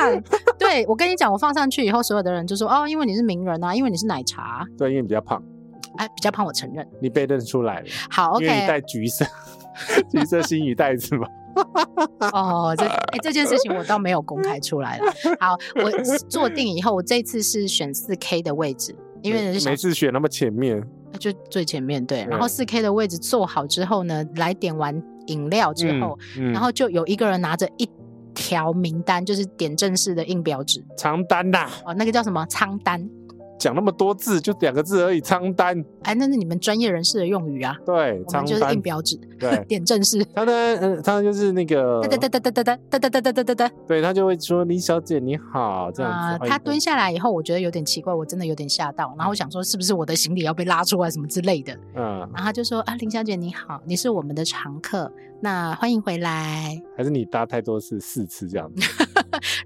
[SPEAKER 3] [LAUGHS]
[SPEAKER 4] 样。对我跟你讲，我放上去以后，所有的人就说哦，因为你是名人啊，因为你是奶茶，
[SPEAKER 3] 对，因为你比较胖，
[SPEAKER 4] 哎，比较胖，我承认。
[SPEAKER 3] 你被认出来了，
[SPEAKER 4] 好
[SPEAKER 3] 因为你
[SPEAKER 4] ，OK，
[SPEAKER 3] 戴橘色 [LAUGHS] 橘色新语袋子嘛。
[SPEAKER 4] 哦，这哎这件事情我倒没有公开出来了。好，我坐定以后，我这次是选四 K [LAUGHS] 的位置，因为
[SPEAKER 3] 每次选那么前面，
[SPEAKER 4] 就最前面对。然后
[SPEAKER 3] 嗯
[SPEAKER 4] 四 K 的位置坐好之后呢，来点完饮料之后，
[SPEAKER 3] 嗯，
[SPEAKER 4] 然后就有一个人拿着一条名单，就是点阵式的印表纸
[SPEAKER 3] 长单呐、
[SPEAKER 4] 哦，那个叫什么仓单？
[SPEAKER 3] 讲那么多字就两个字而已，仓单，
[SPEAKER 4] 哎，那是你们专业人士的用语啊，
[SPEAKER 3] 对，
[SPEAKER 4] 我
[SPEAKER 3] 仓
[SPEAKER 4] 们就是
[SPEAKER 3] 单
[SPEAKER 4] 印，表纸，，
[SPEAKER 3] 对呃
[SPEAKER 4] 点阵式。
[SPEAKER 3] 他呢，嗯，他就是那个
[SPEAKER 4] 哒，哒哒哒哒哒哒哒哒哒哒哒哒。
[SPEAKER 3] 对他就会说林小姐你好这样
[SPEAKER 4] 啊，
[SPEAKER 3] 子，哦
[SPEAKER 4] 他蹲下来以后，我觉得有点奇怪，我真的有点吓到。然后我想说，是不是我的行李要被拉出来什么之类的？
[SPEAKER 3] 嗯，
[SPEAKER 4] 然后他就说：“啊，林小姐你好，你是我们的常客，那欢迎回来。
[SPEAKER 3] 还是你搭太多次四次这样子，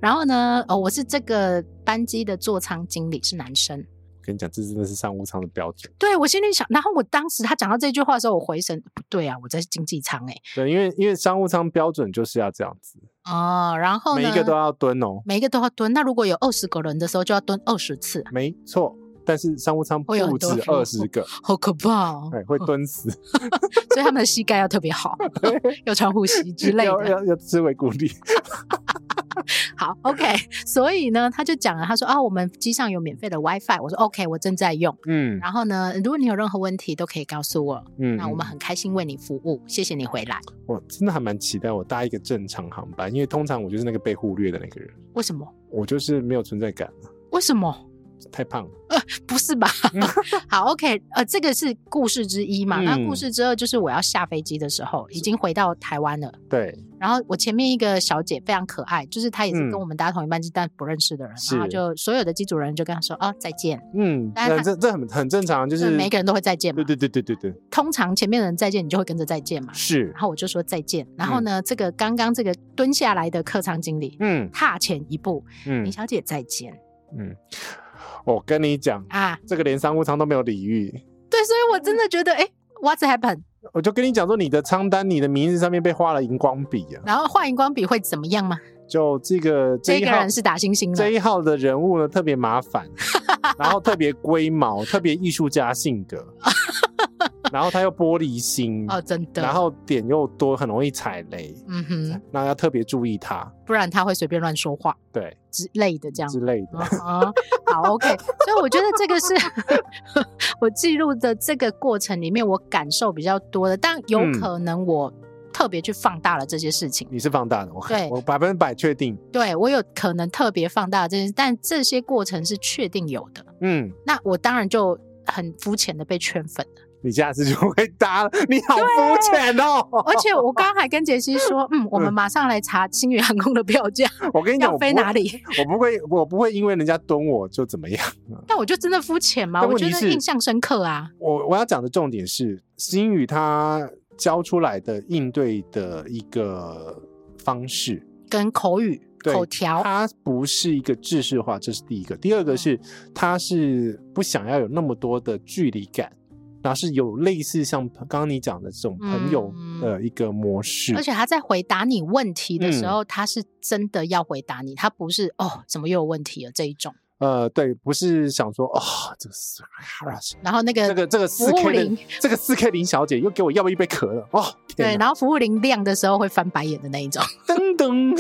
[SPEAKER 4] 然后呢，哦，我是这个班机的座舱经理，是男生。
[SPEAKER 3] 我跟你讲，这真的是商务舱的标准，
[SPEAKER 4] 对我心里想，然后我当时他讲到这句话的时候，我回神，不对啊，我在经济舱哎、
[SPEAKER 3] 对，因为因为商务舱标准就是要这样子，
[SPEAKER 4] 哦，然后呢，
[SPEAKER 3] 每一个都要蹲哦，
[SPEAKER 4] 每一个都要蹲。那如果有二十个人的时候，就要蹲二十次，
[SPEAKER 3] 没错，但是商务舱不
[SPEAKER 4] 会有很
[SPEAKER 3] 止
[SPEAKER 4] 多
[SPEAKER 3] 二十
[SPEAKER 4] [LAUGHS]
[SPEAKER 3] 个，
[SPEAKER 4] 好可怕哦！
[SPEAKER 3] 哎，会蹲死，
[SPEAKER 4] 所以他们的膝盖要特别好，要穿护膝 [LAUGHS] 之
[SPEAKER 3] [LAUGHS]
[SPEAKER 4] 类
[SPEAKER 3] 要
[SPEAKER 4] 的。
[SPEAKER 3] 要要吃维骨
[SPEAKER 4] [LAUGHS]
[SPEAKER 3] 力，
[SPEAKER 4] 好，OK。所 [LAUGHS] 以呢，他就讲了，他说啊，我们机上有免费的 WiFi。我说 OK，我正在用。
[SPEAKER 3] 嗯
[SPEAKER 4] 然后呢，如果你有任何问题都可以告诉我，
[SPEAKER 3] 嗯，
[SPEAKER 4] 那我们
[SPEAKER 3] 嗯
[SPEAKER 4] 很开心为你服务，谢谢你回来。
[SPEAKER 3] 我真的还蛮期待我搭一个正常航班，因为通常我就是那个被忽略的那个人，
[SPEAKER 4] 为什么？
[SPEAKER 3] 我就是没有存在感，
[SPEAKER 4] 为什么？
[SPEAKER 3] 太胖了，
[SPEAKER 4] 不是吧？ [LAUGHS] 好，OK，呃，这个是故事之一嘛。那故
[SPEAKER 3] 嗯嗯
[SPEAKER 4] 事之二就是我要下飞机的时候，已经回到台湾了。
[SPEAKER 3] 对，
[SPEAKER 4] 然后我前面一个小姐非常可爱，就是她也是跟
[SPEAKER 3] 嗯
[SPEAKER 4] 我们搭同一班机，但不认识的人，然后
[SPEAKER 3] 是
[SPEAKER 4] 就所有的机组人就跟她说：“哦，再见。
[SPEAKER 3] 嗯，
[SPEAKER 4] 但是
[SPEAKER 3] 那
[SPEAKER 4] 他
[SPEAKER 3] 这这很很正常，就
[SPEAKER 4] 就是
[SPEAKER 3] 是
[SPEAKER 4] 每个人都会再见嘛
[SPEAKER 3] 对对对对对对，”
[SPEAKER 4] 通常前面的人再见，你就会跟着再见嘛。
[SPEAKER 3] 是
[SPEAKER 4] 然，后我就说再见。然后呢，这个刚刚这个蹲下来的客舱经理
[SPEAKER 3] 嗯
[SPEAKER 4] 踏前一步，林
[SPEAKER 3] 嗯
[SPEAKER 4] 小姐再见
[SPEAKER 3] 嗯，我跟你讲，
[SPEAKER 4] 啊！
[SPEAKER 3] 这个连商务舱都没有礼遇，
[SPEAKER 4] 对，所以我真的觉
[SPEAKER 3] 嗯
[SPEAKER 4] 得，哎，What's happened？
[SPEAKER 3] 我就跟你讲说，你的舱单、你的名字上面被画了荧光笔啊，
[SPEAKER 4] 然后画荧光笔会怎么样吗？
[SPEAKER 3] 就这个这
[SPEAKER 4] 这
[SPEAKER 3] 一
[SPEAKER 4] 个
[SPEAKER 3] 号
[SPEAKER 4] 人是打星星
[SPEAKER 3] 这
[SPEAKER 4] 的，
[SPEAKER 3] 一号的人物呢特别麻
[SPEAKER 4] [LAUGHS]
[SPEAKER 3] 烦，然后特别龟毛，特别艺术家性
[SPEAKER 4] [LAUGHS]
[SPEAKER 3] 格，然后他又玻璃心，
[SPEAKER 4] 哦，真的。
[SPEAKER 3] 嗯然，后点又多，很容易踩雷，
[SPEAKER 4] 嗯哼，
[SPEAKER 3] 那要特别注意他，
[SPEAKER 4] 不然他会随便乱说话
[SPEAKER 3] 对
[SPEAKER 4] 之类的，这样
[SPEAKER 3] 之类的。
[SPEAKER 4] 啊，好，OK，所以我觉得这个是 [LAUGHS] 我记录的这个过程里面，我感受比较多的，但有
[SPEAKER 3] 嗯
[SPEAKER 4] 可能我特别去放大了这些事情，
[SPEAKER 3] 你是放大的，我
[SPEAKER 4] 对
[SPEAKER 3] 我百分之百确定。
[SPEAKER 4] 对我有可能特别放大了这件事，但这些过程是确定有的，
[SPEAKER 3] 嗯，
[SPEAKER 4] 那我当然就很肤浅的被圈粉了，
[SPEAKER 3] 你下次就会搭了。你好肤浅哦！
[SPEAKER 4] 而且我刚刚还跟杰西说，嗯，我们马上来查星宇航空的票价
[SPEAKER 3] 我
[SPEAKER 4] [LAUGHS]
[SPEAKER 3] 跟你讲，哎我不
[SPEAKER 4] 要飞
[SPEAKER 3] 会
[SPEAKER 4] 哪？里，
[SPEAKER 3] 我不会，我不会因为人家蹲我就怎么样。
[SPEAKER 4] 但我就真的肤浅嘛，
[SPEAKER 3] 但
[SPEAKER 4] 我
[SPEAKER 3] 问
[SPEAKER 4] 觉
[SPEAKER 3] 题
[SPEAKER 4] 得
[SPEAKER 3] 是
[SPEAKER 4] 印象深刻啊，
[SPEAKER 3] 我我要讲的重点是，新宇他教出来的应对的一个方式，
[SPEAKER 4] 跟口语、
[SPEAKER 3] 对
[SPEAKER 4] 口条，
[SPEAKER 3] 它不是一个制式化，这是第一个。第二
[SPEAKER 4] 嗯
[SPEAKER 3] 个是，它是不想要有那么多的距离感，然后是有类似像刚刚你讲的这种朋友
[SPEAKER 4] 嗯
[SPEAKER 3] 的一个模式。
[SPEAKER 4] 而且他在回答你问题的时
[SPEAKER 3] 嗯
[SPEAKER 4] 候，他是真的要回答你，他不是哦，怎么又有问题了这一种。
[SPEAKER 3] 呃，对，不是想说哦，这个是
[SPEAKER 4] 然后那个
[SPEAKER 3] 这个这个
[SPEAKER 4] 呃服
[SPEAKER 3] 四
[SPEAKER 4] 务
[SPEAKER 3] K
[SPEAKER 4] 铃
[SPEAKER 3] 的这个四 K 林小姐又给我要一杯可乐哦，
[SPEAKER 4] 对，
[SPEAKER 3] 天哪
[SPEAKER 4] 然后服务铃亮的时候会翻白眼的那一种， [LAUGHS]
[SPEAKER 3] 噔噔。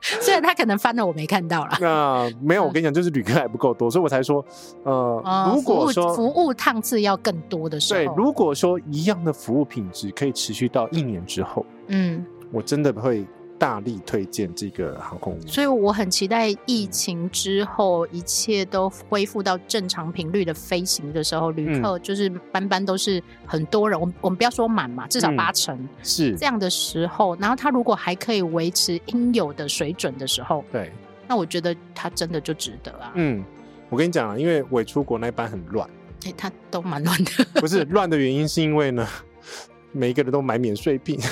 [SPEAKER 4] 虽然他可能翻了我没看到 [LAUGHS] 啦。
[SPEAKER 3] 那没有，我
[SPEAKER 4] 嗯
[SPEAKER 3] 跟你讲，就是旅客还不够多，所以我才说，
[SPEAKER 4] 哦
[SPEAKER 3] 呃，如果说
[SPEAKER 4] 服务服务趟次要更多的时
[SPEAKER 3] 对，
[SPEAKER 4] 候，
[SPEAKER 3] 如果说一样的服务品质可以持续到一年之后，
[SPEAKER 4] 嗯，
[SPEAKER 3] 我真的会大力推荐这个航空公司。
[SPEAKER 4] 所以我很期待
[SPEAKER 3] 嗯
[SPEAKER 4] 疫情之后一切都恢复到正常频率的飞行的时候，旅
[SPEAKER 3] 嗯
[SPEAKER 4] 客就是班班都是很多人，我们我们不要说满嘛，至少
[SPEAKER 3] 嗯
[SPEAKER 4] 八成，
[SPEAKER 3] 是
[SPEAKER 4] 这，样的时候，然后他如果还可以维持应有的水准的时候，
[SPEAKER 3] 对，
[SPEAKER 4] 那我觉得他真的就值得啊。
[SPEAKER 3] 嗯，我跟你讲啊，因为伪出国那班很乱，
[SPEAKER 4] 诶他都蛮乱的， [LAUGHS]
[SPEAKER 3] 不是乱的原因是因为呢， [LAUGHS] 每一个人都买免税品， [LAUGHS]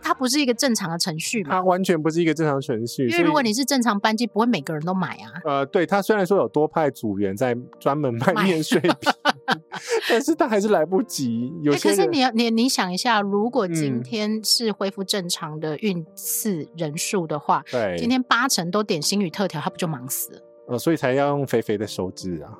[SPEAKER 4] 他不是一个正常的程序嘛
[SPEAKER 3] 它？完全不是一个正常程序。
[SPEAKER 4] 因为
[SPEAKER 3] 所以
[SPEAKER 4] 如果你是正常班机，不会每个人都买啊。
[SPEAKER 3] 呃，对他虽然说有多派组员在专门卖
[SPEAKER 4] 卖
[SPEAKER 3] 免税品， [LAUGHS] 但是他还是来不及。有
[SPEAKER 4] 诶
[SPEAKER 3] 些
[SPEAKER 4] 哎可是
[SPEAKER 3] 人
[SPEAKER 4] 你要你你想一下，如果今
[SPEAKER 3] 嗯
[SPEAKER 4] 天是恢复正常的运次人数的话，
[SPEAKER 3] 对
[SPEAKER 4] 今天八成都点星宇特调，他不就忙死了？
[SPEAKER 3] 呃，所以才要用肥肥的手指
[SPEAKER 4] [LAUGHS]
[SPEAKER 3] 啊。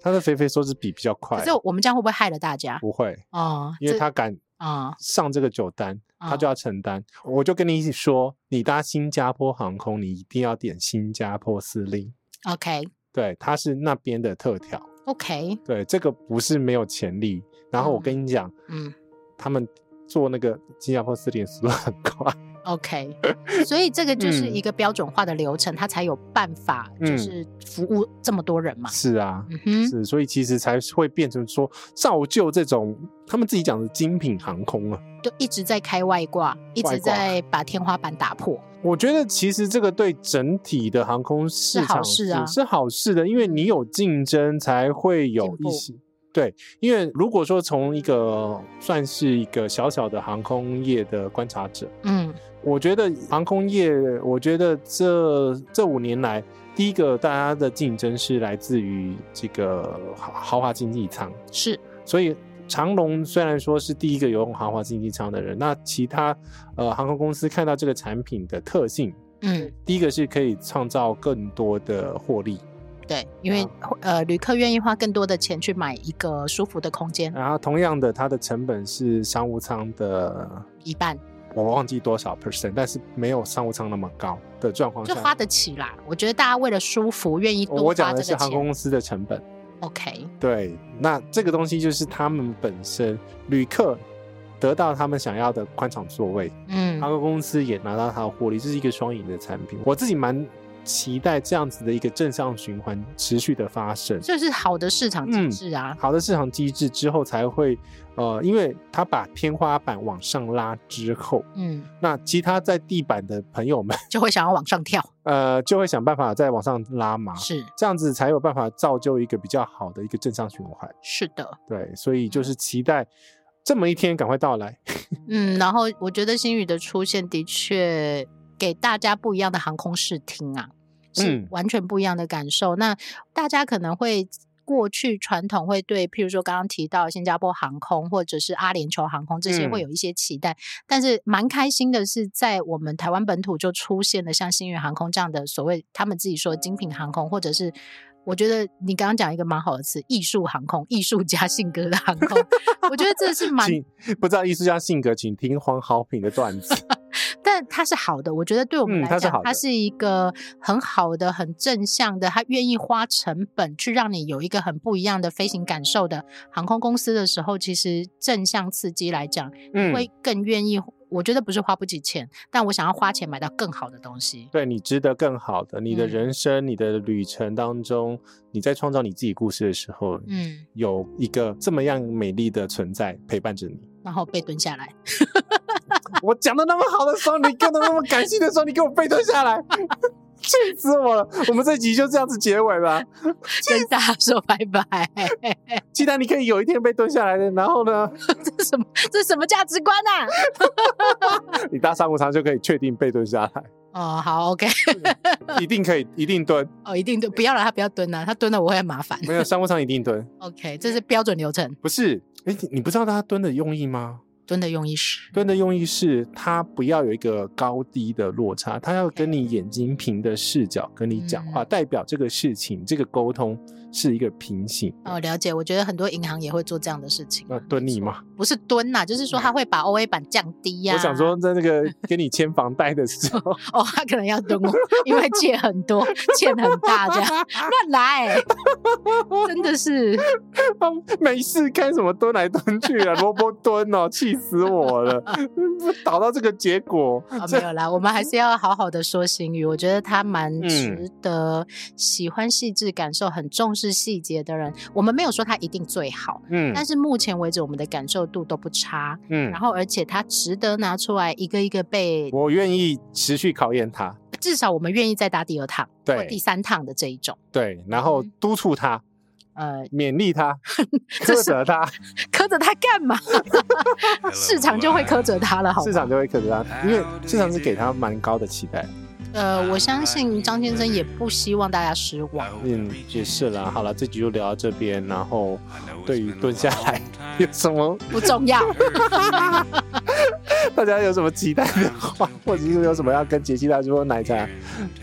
[SPEAKER 3] 他的肥肥手指比比较快
[SPEAKER 4] 可是，我们这样会不会害了大家？
[SPEAKER 3] 不会，
[SPEAKER 4] 哦，
[SPEAKER 3] 因为
[SPEAKER 4] 这
[SPEAKER 3] 他敢
[SPEAKER 4] 啊
[SPEAKER 3] 上这个酒单，
[SPEAKER 4] 啊
[SPEAKER 3] 他就要承担。我就跟你一起说，你搭新加坡航空，你一定要点新加坡司令，
[SPEAKER 4] ，OK，嗯
[SPEAKER 3] 对，它是那边的特调。
[SPEAKER 4] OK，
[SPEAKER 3] 对，这个不是没有潜力。然后我跟你讲，
[SPEAKER 4] 嗯
[SPEAKER 3] 他们做那个新加坡四点速度很
[SPEAKER 4] [LAUGHS]
[SPEAKER 3] 快，
[SPEAKER 4] ，OK，所
[SPEAKER 3] [LAUGHS]
[SPEAKER 4] 以这个就是
[SPEAKER 3] 嗯
[SPEAKER 4] 一个标准化的流程，它才有办法就
[SPEAKER 3] 嗯
[SPEAKER 4] 是服务这么多人嘛。
[SPEAKER 3] 是啊。
[SPEAKER 4] 嗯哼，
[SPEAKER 3] 是，所以其实才会变成说造就这种他们自己讲的精品航空啊。
[SPEAKER 4] 就一直在开外挂，一
[SPEAKER 3] 外
[SPEAKER 4] 直
[SPEAKER 3] 挂
[SPEAKER 4] 在把天花板打破。
[SPEAKER 3] 我觉得其实这个对整体的航空市
[SPEAKER 4] 好
[SPEAKER 3] 场
[SPEAKER 4] 事啊嗯
[SPEAKER 3] 是好事的，因为你有竞争才会有
[SPEAKER 4] 进步
[SPEAKER 3] 一些。对，因为如果说从一个算是一个小小的航空业的观察者，
[SPEAKER 4] 嗯
[SPEAKER 3] 我觉得航空业，我觉得这这五年来，第一个大家的竞争是来自于这个豪豪华经济舱，
[SPEAKER 4] 是，
[SPEAKER 3] 所以长龙虽然说是第一个有用豪华经济舱的人，那其他呃航空公司看到这个产品的特性，
[SPEAKER 4] 嗯，
[SPEAKER 3] 第一个是可以创造更多的获利，
[SPEAKER 4] 对，因为
[SPEAKER 3] 嗯
[SPEAKER 4] 呃，旅客愿意花更多的钱去买一个舒服的空间，
[SPEAKER 3] 然后同样的，它的成本是商务舱的。
[SPEAKER 4] 一半
[SPEAKER 3] 我忘记多少 percent，但是没有商务舱那么高的状况
[SPEAKER 4] 就
[SPEAKER 3] 下，
[SPEAKER 4] 花得起啦。我觉得大家为了舒服，愿意
[SPEAKER 3] 我
[SPEAKER 4] 多
[SPEAKER 3] 我
[SPEAKER 4] 花
[SPEAKER 3] 讲的
[SPEAKER 4] 这
[SPEAKER 3] 是
[SPEAKER 4] 个
[SPEAKER 3] 航空
[SPEAKER 4] 钱。
[SPEAKER 3] 公司的成本。
[SPEAKER 4] OK，
[SPEAKER 3] 对，那这个东西就是他们本身旅客得到他们想要的宽敞座位，
[SPEAKER 4] 嗯
[SPEAKER 3] 航空公司也拿到它的获利，这是一个双赢的产品。我自己蛮期待这样子的一个正向循环持续的发生。
[SPEAKER 4] 就是好的市场机
[SPEAKER 3] 嗯
[SPEAKER 4] 制啊。
[SPEAKER 3] 好的市场机制之后才会，呃，因为它把天花板往上拉之后，
[SPEAKER 4] 嗯，
[SPEAKER 3] 那其他在地板的朋友们， [LAUGHS]
[SPEAKER 4] 就会想要往上跳。
[SPEAKER 3] 呃，就会想办法再往上拉嘛，
[SPEAKER 4] 是
[SPEAKER 3] 这样子才有办法造就一个比较好的一个正向循环。
[SPEAKER 4] 是的，
[SPEAKER 3] 对，所以就是期待这么一天赶快到来。
[SPEAKER 4] 嗯，然后我觉得星宇的出现的确给大家不一样的航空视听啊，是
[SPEAKER 3] 嗯
[SPEAKER 4] 完全不一样的感受。那大家可能会。过去传统会对，譬如说刚刚提到新加坡航空或者是阿联酋航空这些会
[SPEAKER 3] 嗯
[SPEAKER 4] 有一些期待，但是蛮开心的是，在我们台湾本土就出现了像星宇航空这样的所谓他们自己说的精品航空，或者是我觉得你刚刚讲一个蛮好的词，艺术航空，艺术家性格的航空， [LAUGHS] 我觉得这是
[SPEAKER 3] [LAUGHS]
[SPEAKER 4] 蛮
[SPEAKER 3] 请不知道艺术家性格，请听黄好品的段
[SPEAKER 4] [LAUGHS]
[SPEAKER 3] 子。
[SPEAKER 4] 但它是好的，我觉得对我们
[SPEAKER 3] 嗯
[SPEAKER 4] 来
[SPEAKER 3] 它是
[SPEAKER 4] 讲，
[SPEAKER 3] 好
[SPEAKER 4] 它
[SPEAKER 3] 的
[SPEAKER 4] 是一个很好的、很正向的，它愿意花成本去让你有一个很不一样的飞行感受的航空公司的时候，其实正向刺激来讲，
[SPEAKER 3] 嗯，
[SPEAKER 4] 会更愿意。我觉得不是花不起钱，但我想要花钱买到更好的东西。
[SPEAKER 3] 对你值得更好的，你的
[SPEAKER 4] 嗯
[SPEAKER 3] 人生、你的旅程当中，你在创造你自己故事的时候，
[SPEAKER 4] 嗯，
[SPEAKER 3] 有一个这么样美丽的存在陪伴着你。
[SPEAKER 4] 然后被蹲下来，
[SPEAKER 3] 我讲的那么好的时候，你跟的那么感性的时候，你给我背对下来， [LAUGHS] 气死我了！我们这集就这样子结尾吧。
[SPEAKER 4] 跟大家说拜拜。
[SPEAKER 3] 期待你可以有一天被蹲下来的，然后呢，
[SPEAKER 4] 这什么？这什么价值观啊？
[SPEAKER 3] 你搭商务舱就可以确定被蹲下来，
[SPEAKER 4] 哦，好，OK， [LAUGHS]
[SPEAKER 3] 一定可以，一定蹲，
[SPEAKER 4] 哦，一定蹲，不要了，他不要蹲啊，他蹲了我会很麻烦。
[SPEAKER 3] 没有商务舱一定蹲。
[SPEAKER 4] OK，这是标准流程，
[SPEAKER 3] 不是，哎，你你不知道他蹲的用意吗？
[SPEAKER 4] 蹲的用意是。
[SPEAKER 3] 蹲的用意是他不要有一个高低的落差，他要跟你眼睛平的视角跟你讲话，
[SPEAKER 4] 嗯
[SPEAKER 3] 代表这个事情、这个沟通是一个平行的。
[SPEAKER 4] 哦，了解。我觉得很多银行也会做这样的事情啊。
[SPEAKER 3] 那蹲你嘛，
[SPEAKER 4] 不是蹲呐、就是说他会把 O A 板降低呀、
[SPEAKER 3] 我想说，，在那
[SPEAKER 4] [LAUGHS]
[SPEAKER 3] 个跟你签房贷的时候，
[SPEAKER 4] 哦，他可能要蹲我，因为借很多，欠很 [LAUGHS] 大，这样乱来，真的是。
[SPEAKER 3] [LAUGHS] 没事干什么蹲来蹲去
[SPEAKER 4] [LAUGHS]
[SPEAKER 3] 啊，萝卜蹲哦，气死我了，导到这个结果，
[SPEAKER 4] 哦，没有啦，我们还是要好好的说星宇。我觉得他蛮
[SPEAKER 3] 嗯
[SPEAKER 4] 值得喜欢细致感受、很重视细节的人。我们没有说他一定最好，
[SPEAKER 3] 嗯
[SPEAKER 4] 但是目前为止我们的感受度都不差。
[SPEAKER 3] 嗯
[SPEAKER 4] 然，后，而且他值得拿出来一个一个被，
[SPEAKER 3] 我愿意持续考验他，
[SPEAKER 4] 至少我们愿意再打第二趟或
[SPEAKER 3] 对
[SPEAKER 4] 第三趟的这一种。
[SPEAKER 3] 对，然后
[SPEAKER 4] 嗯
[SPEAKER 3] 督促他，
[SPEAKER 4] [LAUGHS] 呃，
[SPEAKER 3] 勉励他，
[SPEAKER 4] 这
[SPEAKER 3] 苛
[SPEAKER 4] 是
[SPEAKER 3] 责他。
[SPEAKER 4] 苛责他
[SPEAKER 3] [LAUGHS]
[SPEAKER 4] 干嘛？市场就会苛责他了，好
[SPEAKER 3] 市
[SPEAKER 4] 吗？
[SPEAKER 3] 场就会克制他，因为市场是给他蛮高的期待。
[SPEAKER 4] 呃，我相信张先生也不希望大家失
[SPEAKER 3] [LAUGHS]
[SPEAKER 4] 望。
[SPEAKER 3] 嗯，也是啦。好了，这集就聊到这边。然后对于蹲下来 [LAUGHS] 有什么，
[SPEAKER 4] 不重要， [LAUGHS]
[SPEAKER 3] 大家有什么 [LAUGHS] [LAUGHS] 期待的话，或者是有什么要跟杰西大叔或奶茶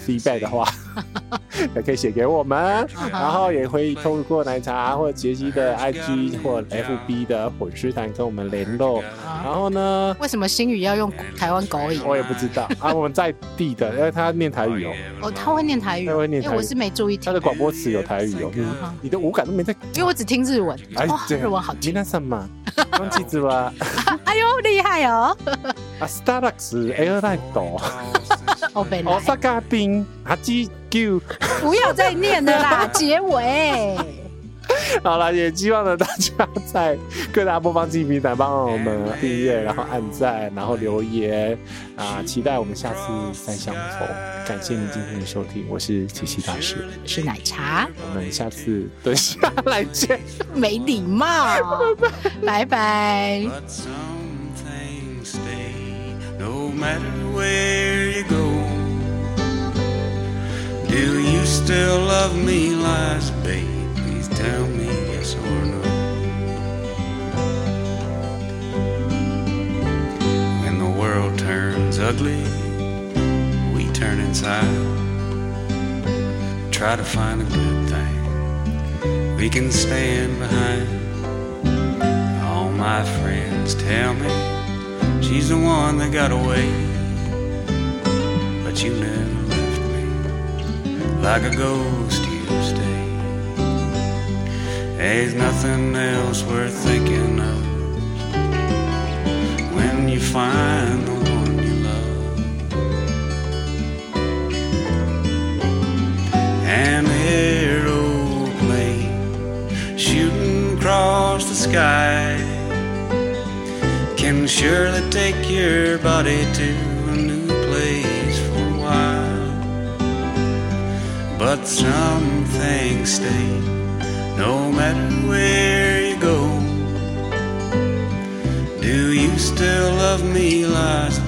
[SPEAKER 3] feedback 的话，也可以写给我们。
[SPEAKER 4] 嗯
[SPEAKER 3] 然
[SPEAKER 4] 哼
[SPEAKER 3] 后也会通过奶茶或杰西的 IG 或 FB 的粉丝团跟我们联络。
[SPEAKER 4] 啊
[SPEAKER 3] 然后呢，
[SPEAKER 4] 为什么新宇要用台湾狗语？
[SPEAKER 3] 我也不知 [LAUGHS] 道啊，我们在地的，因为他念台语哦，
[SPEAKER 4] 哦，他会念台语，
[SPEAKER 3] 他会念台语
[SPEAKER 4] 因为我是没注意
[SPEAKER 3] 他
[SPEAKER 4] 听
[SPEAKER 3] 的，广播词有台语哦，你你的五感都没在。
[SPEAKER 4] 因为我只听日文。
[SPEAKER 3] 哎
[SPEAKER 4] 哦，，
[SPEAKER 3] 这
[SPEAKER 4] 日文好
[SPEAKER 3] 皆
[SPEAKER 4] 听，
[SPEAKER 3] さん [LAUGHS] 嘛，忘记住了。
[SPEAKER 4] 哎呦，厉害哦！
[SPEAKER 3] 啊，Starbucks [LAUGHS] Air Light，
[SPEAKER 4] 哦，贝拉
[SPEAKER 3] 哦，，萨嘎冰，阿基 Q。
[SPEAKER 4] 不要再念
[SPEAKER 3] [LAUGHS]
[SPEAKER 4] 了啦，结尾。
[SPEAKER 3] 好了，也希望呢大家在各大播放器平台帮我们订阅，然后按赞，然后留言啊！期待我们下次再相逢。感谢你今天的收听，我是七七大师，
[SPEAKER 4] 我是奶茶，
[SPEAKER 3] 我们下次蹲下来见。
[SPEAKER 4] 没礼
[SPEAKER 3] [LAUGHS]
[SPEAKER 4] 貌，拜拜。
[SPEAKER 7] But some things stay no matter where you go. Do you still love me, lies, babe? Please tell me yes or no. When the world turns ugly, we turn inside. Try to find a good thing we can stand behind. All my friends tell me she's the one that got away. But you never left me like a ghost you stay. There's nothing else worth thinking of when you find the one you love. An aeroplane shooting across the sky can surely take your body to a new place for a while. But some things stay no matter where you go. Do you still love me, lies,